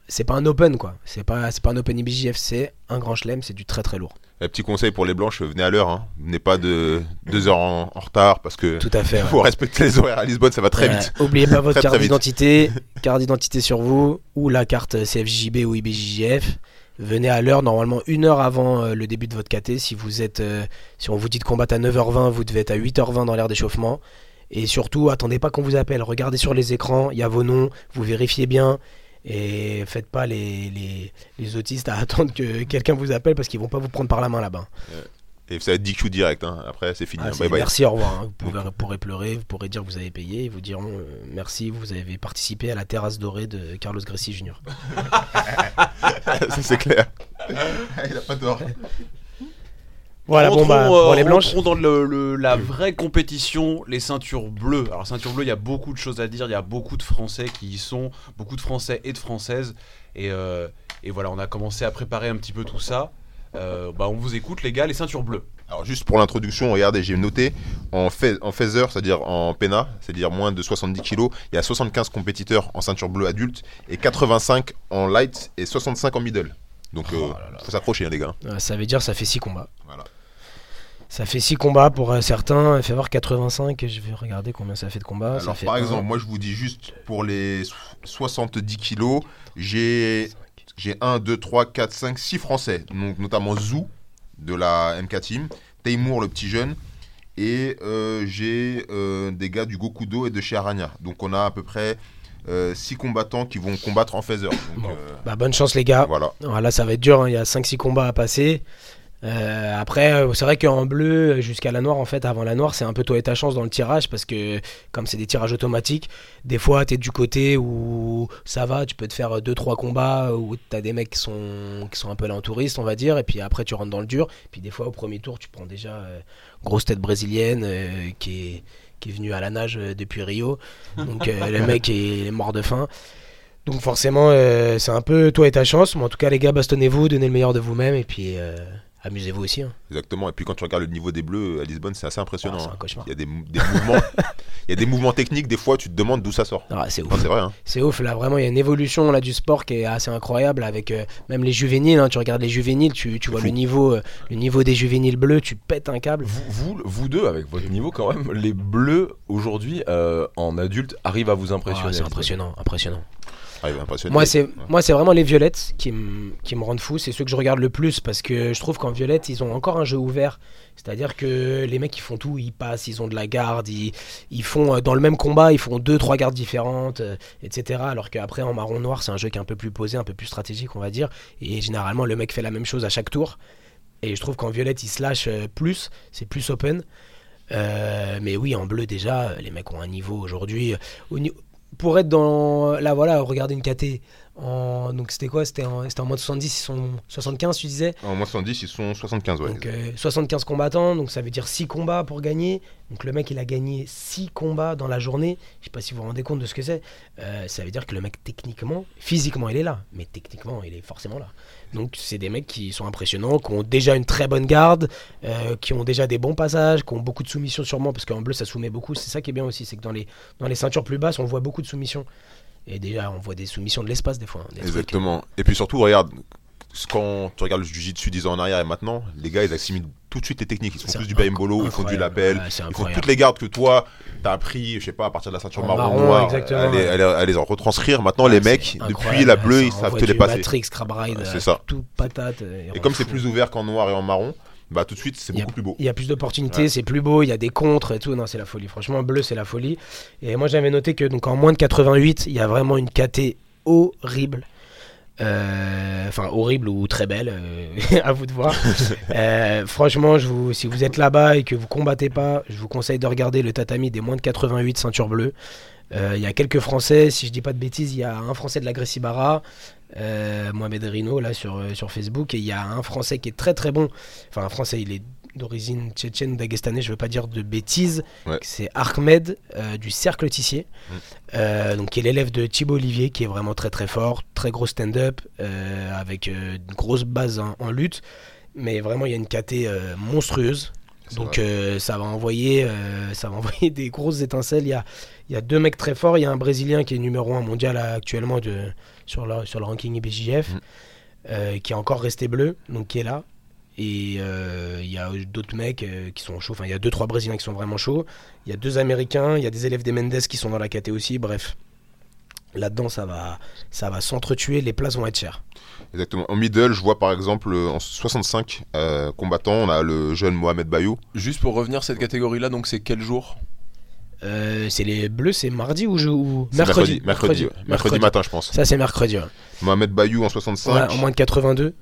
[SPEAKER 4] c'est pas un open quoi, c'est pas, c'est pas un open IBJF, c'est un grand chelem, c'est du très très lourd.
[SPEAKER 5] Et Eh, petit conseil pour les blanches, venez à l'heure. Hein. Venez pas de 2 heures en, en retard, parce que
[SPEAKER 4] Tout à fait. ouais.
[SPEAKER 5] faut respecter les horaires à Lisbonne, ça va très
[SPEAKER 4] Euh,
[SPEAKER 5] vite.
[SPEAKER 4] Oubliez pas votre
[SPEAKER 5] Très, très
[SPEAKER 4] carte
[SPEAKER 5] vite.
[SPEAKER 4] d'identité, carte d'identité sur vous, ou la carte CFJB ou IBJJF. Venez à l'heure, normalement une heure avant euh, le début de votre KT. Si vous êtes, euh, si on vous dit de combattre à 9h20, vous devez être à 8h20 dans l'air d'échauffement. Et surtout, attendez pas qu'on vous appelle. Regardez sur les écrans, il y a vos noms, vous vérifiez bien. Et faites pas les, les, les autistes à attendre que quelqu'un vous appelle parce qu'ils vont pas vous prendre par la main là-bas.
[SPEAKER 5] Et ça va être DQ direct. Hein. Après, c'est fini.
[SPEAKER 4] Ah,
[SPEAKER 5] hein.
[SPEAKER 4] c'est-
[SPEAKER 5] bye bye.
[SPEAKER 4] Merci, au revoir. hein. Vous pouvez- vous pourrez pleurer, vous pourrez dire que vous avez payé, ils vous diront euh, merci, vous avez participé à la terrasse dorée de Carlos Gracie Jr.
[SPEAKER 5] ça, c'est clair. Il a pas tort.
[SPEAKER 4] Voilà, bon
[SPEAKER 3] Rentrons,
[SPEAKER 4] bah
[SPEAKER 3] euh,
[SPEAKER 4] pour les blanches.
[SPEAKER 3] rentrons dans le- le- la vraie compétition, les ceintures bleues. Alors ceinture bleue, il y a beaucoup de choses à dire, il y a beaucoup de Français qui y sont, beaucoup de Français et de Françaises. Et, euh, et voilà, on a commencé à préparer un petit peu tout ça. Euh, bah, on vous écoute les gars, les ceintures bleues.
[SPEAKER 5] Alors, juste pour l'introduction, regardez, j'ai noté en, fai- en feather, c'est-à-dire en pena, c'est-à-dire moins de 70 kilos, il y a 75 compétiteurs en ceinture bleue adulte et 85 en light et 65 en middle. Donc, euh, faut s'accrocher, hein, les gars.
[SPEAKER 4] Euh, ça veut dire ça fait 6 combats.
[SPEAKER 5] Voilà.
[SPEAKER 4] Ça fait 6 combats pour euh, certains. Fais voir 85, je vais regarder combien ça fait de combats. ça
[SPEAKER 5] Alors,
[SPEAKER 4] fait
[SPEAKER 5] par
[SPEAKER 4] un,
[SPEAKER 5] exemple, moi, je vous dis juste pour les so- 70 kilos, j'ai 1, 2, 3, 4, 5, 6 Français, donc notamment Zou de la MK Team, Teymour le petit jeune, et euh, j'ai euh, des gars du Gokudo et de chez Aranya. Donc, on a à peu près 6 combattants qui vont combattre en Phaser. Donc,
[SPEAKER 4] Bon.
[SPEAKER 5] euh,
[SPEAKER 4] Bah, bonne chance les gars.
[SPEAKER 5] voilà.
[SPEAKER 4] Alors là, ça va être dur. hein. Il y a 5-6 combats à passer. Euh, après, euh, c'est vrai qu'en bleu, euh, jusqu'à la noire, en fait, avant la noire, c'est un peu toi et ta chance dans le tirage parce que, comme c'est des tirages automatiques, des fois, t'es du côté où ça va, tu peux te faire 2-3 combats où t'as des mecs qui sont, qui sont un peu là en touriste, on va dire, et puis après, tu rentres dans le dur. Puis des fois, au premier tour, tu prends déjà euh, grosse tête brésilienne euh, qui est qui est venue à la nage euh, depuis Rio. Donc euh, le mec est mort de faim. Donc forcément, euh, c'est un peu toi et ta chance. Mais en tout cas, les gars, bastonnez-vous, donnez le meilleur de vous-même et puis euh, amusez-vous aussi. hein.
[SPEAKER 5] Exactement. Et puis quand tu regardes le niveau des bleus euh, à Lisbonne, c'est assez impressionnant.
[SPEAKER 4] Ah, c'est un
[SPEAKER 5] hein.
[SPEAKER 4] cauchemar.
[SPEAKER 5] Il y a des, mou- des mouvements, il y a des mouvements techniques. Des fois, tu te demandes d'où ça sort.
[SPEAKER 4] Ah, c'est
[SPEAKER 5] Non,
[SPEAKER 4] ouf.
[SPEAKER 5] c'est vrai. hein.
[SPEAKER 4] C'est ouf, là, vraiment, il y a une évolution là, du sport qui est assez incroyable avec euh, même les juvéniles. hein. tu regardes les juvéniles, tu, tu vois le niveau, euh, le niveau des juvéniles bleus, tu pètes un câble.
[SPEAKER 2] Vous, vous, vous deux, avec votre niveau quand même, les bleus aujourd'hui euh, en adulte arrivent à vous impressionner.
[SPEAKER 4] Ah, c'est impressionnant, impressionnant.
[SPEAKER 5] Ah, il est impressionné.
[SPEAKER 4] Moi, c'est
[SPEAKER 5] Ouais.
[SPEAKER 4] moi, c'est vraiment les violettes qui me qui me rendent fou. C'est ceux que je regarde le plus parce que je trouve qu'en violette, ils ont encore un jeu ouvert. C'est-à-dire que les mecs, ils font tout. Ils passent, ils ont de la garde. Ils, ils font euh, dans le même combat, ils font deux, trois gardes différentes, euh, etc. Alors qu'après, en marron noir, c'est un jeu qui est un peu plus posé, un peu plus stratégique, on va dire. Et généralement, le mec fait la même chose à chaque tour. Et je trouve qu'en violette, il se lâche euh, plus. C'est plus open. Euh, mais oui, en bleu déjà, euh, les mecs ont un niveau aujourd'hui. euh, Au ni- Pour être dans. Là, voilà, regardez une KT. En... Donc, c'était quoi C'était en... c'était en moins de 70, ils sont 75, tu disais
[SPEAKER 5] En moins 110, ils sont 75, ouais.
[SPEAKER 4] Donc, euh, 75 combattants, donc ça veut dire 6 combats pour gagner. Donc, le mec, il a gagné 6 combats dans la journée. Je sais pas si vous vous rendez compte de ce que c'est. Euh, ça veut dire que le mec, techniquement, physiquement, il est là. Mais techniquement, il est forcément là. Donc, c'est des mecs qui sont impressionnants, qui ont déjà une très bonne garde, euh, qui ont déjà des bons passages, qui ont beaucoup de soumissions sûrement, parce qu'en bleu, ça soumet beaucoup. C'est ça qui est bien aussi, c'est que dans les, dans les ceintures plus basses, on voit beaucoup de soumissions. Et déjà, on voit des soumissions de l'espace des fois. hein, des trucs.
[SPEAKER 5] Exactement. Et puis surtout, regarde, ce- quand tu regardes le Jiu-Jitsu 10 ans en arrière et maintenant, les gars, ils assimilent tout de suite les techniques. Ils font
[SPEAKER 4] C'est
[SPEAKER 5] plus du
[SPEAKER 4] inc-
[SPEAKER 5] baimbolo, ils font du
[SPEAKER 4] incroyable.
[SPEAKER 5] lapel,
[SPEAKER 4] Ouais, c'est
[SPEAKER 5] ils font
[SPEAKER 4] incroyable.
[SPEAKER 5] toutes les gardes que toi, t'as appris, je sais pas, à partir de la ceinture
[SPEAKER 4] En
[SPEAKER 5] marron,
[SPEAKER 4] marron,
[SPEAKER 5] noire,
[SPEAKER 4] exactement,
[SPEAKER 5] à, les-
[SPEAKER 4] ouais.
[SPEAKER 5] à les- à les en retranscrire. Maintenant, les
[SPEAKER 4] Ouais, Ah, c'est
[SPEAKER 5] mecs, depuis
[SPEAKER 4] incroyable,
[SPEAKER 5] la
[SPEAKER 4] ouais,
[SPEAKER 5] bleue,
[SPEAKER 4] ça
[SPEAKER 5] ils savent
[SPEAKER 4] envoie
[SPEAKER 5] te les
[SPEAKER 4] du
[SPEAKER 5] passer.
[SPEAKER 4] Matrix, Crab Ride,
[SPEAKER 5] Ouais, c'est
[SPEAKER 4] euh,
[SPEAKER 5] ça.
[SPEAKER 4] Tout patate. euh,
[SPEAKER 5] Et
[SPEAKER 4] on
[SPEAKER 5] comme
[SPEAKER 4] s'en
[SPEAKER 5] c'est
[SPEAKER 4] fout.
[SPEAKER 5] plus ouvert qu'en noir et en marron, bah tout de suite, c'est beaucoup plus beau.
[SPEAKER 4] Il y a plus d'opportunités,
[SPEAKER 5] Ouais.
[SPEAKER 4] c'est plus beau, il y a des contres et tout. Non, c'est la folie. Franchement, bleu, c'est la folie. Et moi, j'avais noté que donc en moins de 88, il y a vraiment une KT horrible. Euh, Enfin, horrible ou très belle, euh, à vous de voir. Euh, franchement, je vous, si vous êtes là-bas et que vous combattez pas, je vous conseille de regarder le tatami des moins de 88 ceinture bleue. Euh, Il y a quelques Français, si je dis pas de bêtises, il y a un Français de la Grécie Barra, euh, Mohamed Rino là sur, euh, sur Facebook, et il y a un Français qui est très très bon. Enfin, un Français, il est d'origine tchétchène ou dagestanais, je veux pas dire de bêtises.
[SPEAKER 5] Ouais.
[SPEAKER 4] C'est Ahmed euh, du Cercle Tissier, euh, donc qui est l'élève de Thibaut Olivier, qui est vraiment très très fort, très gros stand-up, euh, avec euh, une grosse base en, en lutte. Mais vraiment, il y a une KT euh, monstrueuse.
[SPEAKER 5] C'est
[SPEAKER 4] Donc euh, ça va envoyer, euh, ça va envoyer des grosses étincelles. Il y a, il y a deux mecs très forts. Il y a un Brésilien qui est numéro un mondial euh, actuellement de, sur, le, sur le ranking IBJJF,
[SPEAKER 5] Mm.
[SPEAKER 4] euh, qui est encore resté bleu, donc qui est là. Et euh, il y a d'autres mecs euh, qui sont chauds. Enfin, il y a deux trois Brésiliens qui sont vraiment chauds. Il y a deux Américains. Il y a des élèves des Mendes qui sont dans la KT aussi. Bref, là-dedans, ça va, ça va s'entretuer. Les places vont être chères.
[SPEAKER 5] Exactement. En middle, je vois par exemple euh, en 65 euh, combattants, on a le jeune Mohamed Bayou.
[SPEAKER 2] Juste pour revenir cette catégorie là, donc c'est quel jour
[SPEAKER 4] Euh, c'est les bleus. C'est mardi ou, je- ou
[SPEAKER 5] C'est
[SPEAKER 4] mercredi.
[SPEAKER 5] Mercredi, mercredi, ouais. Mercredi matin, je pense.
[SPEAKER 4] Ça, c'est mercredi. ouais.
[SPEAKER 5] Mohamed Bayou en
[SPEAKER 4] Ouais,
[SPEAKER 5] 65.
[SPEAKER 4] en moins de 82.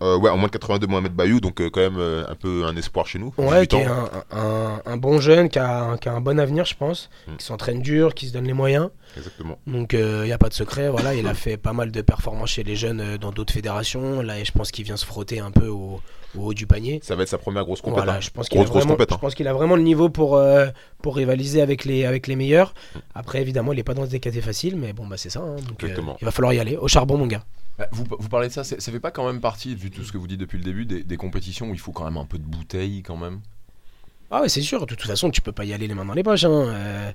[SPEAKER 5] Euh, ouais, en moins de 82, Mohamed Bayou, donc euh, quand même euh, un peu un espoir chez nous.
[SPEAKER 4] Ouais,
[SPEAKER 5] 18
[SPEAKER 4] qui
[SPEAKER 5] ans.
[SPEAKER 4] est un, un- un bon jeune, qui a, un- qui a un bon avenir, je pense,
[SPEAKER 5] Mm.
[SPEAKER 4] qui s'entraîne dur, qui se donne les moyens.
[SPEAKER 5] Exactement.
[SPEAKER 4] Donc il n'y a pas de secret, voilà,
[SPEAKER 5] Mm.
[SPEAKER 4] il a fait pas mal de performances chez les jeunes euh, dans d'autres fédérations. Là, et je pense qu'il vient se frotter un peu au, au haut du panier.
[SPEAKER 5] Ça va être sa première grosse compétition.
[SPEAKER 4] Voilà, je pense qu'il a,
[SPEAKER 5] Grosse, grosse
[SPEAKER 4] vraiment-
[SPEAKER 5] compète, hein.
[SPEAKER 4] je pense qu'il a vraiment le niveau pour, euh, pour rivaliser avec les, avec les meilleurs.
[SPEAKER 5] Mm.
[SPEAKER 4] Après, évidemment, il n'est pas dans des KT faciles, mais bon, bah, c'est ça. hein. Donc, euh,
[SPEAKER 5] Exactement.
[SPEAKER 4] il va falloir y aller. Au charbon, mon gars.
[SPEAKER 2] Bah, vous, vous parlez de ça, c'est- ça fait pas quand même partie, vu tout ce que vous dites depuis le début, des, des compétitions où il faut quand même un peu de bouteille quand même
[SPEAKER 4] Ah ouais, c'est sûr. De toute façon, tu peux pas y aller les mains dans les poches. hein. Euh,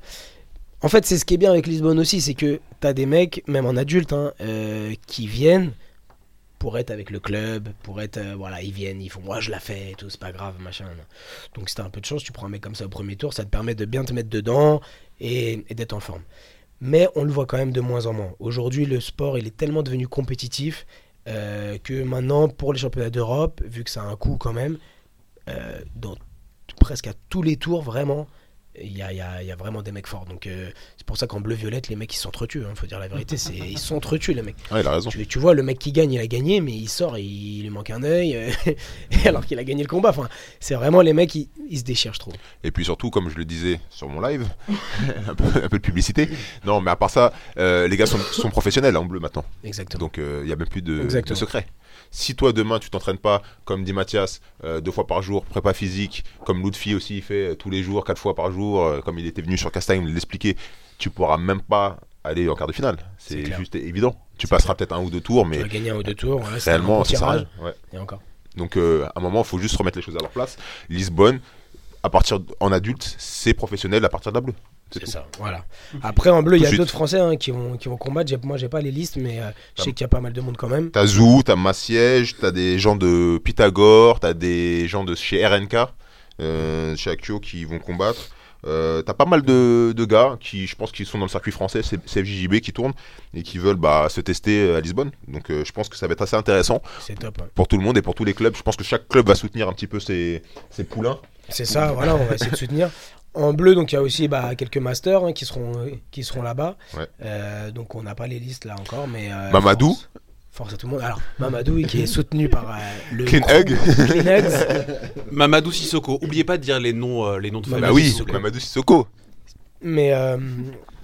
[SPEAKER 4] En fait, c'est ce qui est bien avec Lisbonne aussi, c'est que t'as des mecs, même en adulte, hein, euh, qui viennent pour être avec le club, pour être, euh, voilà, ils viennent, ils font, moi je la fais, et tout, c'est pas grave, machin. Donc si t'as un peu de chance, tu prends un mec comme ça au premier tour, ça te permet de bien te mettre dedans et, et d'être en forme. Mais on le voit quand même de moins en moins. Aujourd'hui, le sport, il est tellement devenu compétitif euh, que maintenant, pour les championnats d'Europe, vu que ça a un coût quand même, euh, dans presque à tous les tours, vraiment, il y a, il y a- il y a vraiment des mecs forts. Donc euh, c'est pour ça qu'en bleu-violette, les mecs ils s'entretuent. Il faut dire la vérité, c'est ils s'entretuent les mecs.
[SPEAKER 5] Ouais, Ah, il a raison.
[SPEAKER 4] Tu, tu vois, le mec qui gagne, il a gagné, mais il sort et il lui manque un œil, euh, alors qu'il a gagné le combat. Enfin, c'est vraiment les mecs, ils, ils se déchirent, je trouve.
[SPEAKER 5] Et puis surtout, comme je le disais sur mon live, un, peu, un peu de publicité. Non, mais à part ça, euh, les gars sont, sont professionnels hein, en bleu maintenant.
[SPEAKER 4] Exactement.
[SPEAKER 5] Donc euh, il n'y a même plus de, de
[SPEAKER 4] Exactement.
[SPEAKER 5] secret. Si toi demain tu t'entraînes pas, comme dit Mathias, euh, deux fois par jour, prépa physique, comme Lutfi aussi il fait euh, tous les jours, quatre fois par jour, euh, comme il était venu sur Castaigne l'expliquer, tu pourras même pas aller en quart de finale.
[SPEAKER 4] C'est
[SPEAKER 5] C'est
[SPEAKER 4] clair.
[SPEAKER 5] juste évident. Tu passeras peut-être un ou deux tours,
[SPEAKER 4] tu
[SPEAKER 5] mais
[SPEAKER 4] vas gagner un ou deux tours, voilà, c'est un
[SPEAKER 5] réellement
[SPEAKER 4] bon
[SPEAKER 5] ça sert à
[SPEAKER 4] tirage.
[SPEAKER 5] rien. Ouais.
[SPEAKER 4] Et encore.
[SPEAKER 5] Donc euh, à un moment, il faut juste remettre les choses à leur place. Lisbonne, à partir d- en adulte, c'est professionnel à partir de la bleue. C'est
[SPEAKER 4] C'est
[SPEAKER 5] tout.
[SPEAKER 4] ça, voilà. Après, en bleu,
[SPEAKER 5] Tout
[SPEAKER 4] il y
[SPEAKER 5] de
[SPEAKER 4] a
[SPEAKER 5] suite.
[SPEAKER 4] d'autres Français hein, qui, vont, qui vont combattre. J'ai- Moi, j'ai pas les listes, mais euh, je sais qu'il y a pas mal de monde quand même.
[SPEAKER 5] T'as Zou, t'as Massiège, t'as des gens de Pythagore, t'as des gens de chez RNK, euh, chez Akio qui vont combattre. Euh, t'as pas mal de, de gars qui, je pense, qui sont dans le circuit français, C- CFJJB, qui tournent et qui veulent bah, se tester à Lisbonne. Donc euh, je pense que ça va être assez intéressant
[SPEAKER 4] C'est top. hein.
[SPEAKER 5] pour tout le monde et pour tous les clubs. Je pense que chaque club va soutenir un petit peu ses, ses poulains.
[SPEAKER 4] C'est ça, voilà, on va essayer de soutenir. En bleu, donc il y a aussi bah, quelques masters hein, qui seront, euh, qui seront là-bas.
[SPEAKER 5] Ouais.
[SPEAKER 4] Euh, donc on n'a pas les listes là encore, mais. euh,
[SPEAKER 5] Mamadou.
[SPEAKER 4] Force, force à tout le monde. Alors, Mamadou, oui, qui est soutenu par euh, le.
[SPEAKER 5] Clean
[SPEAKER 4] crew
[SPEAKER 5] Hug.
[SPEAKER 4] Clean Hugs.
[SPEAKER 3] Mamadou Sissoko. Oubliez pas de dire les noms, euh, les noms de
[SPEAKER 4] Bah
[SPEAKER 3] famille.
[SPEAKER 5] Bah oui,
[SPEAKER 4] Sissoko.
[SPEAKER 5] Mamadou Sissoko.
[SPEAKER 4] Mais euh,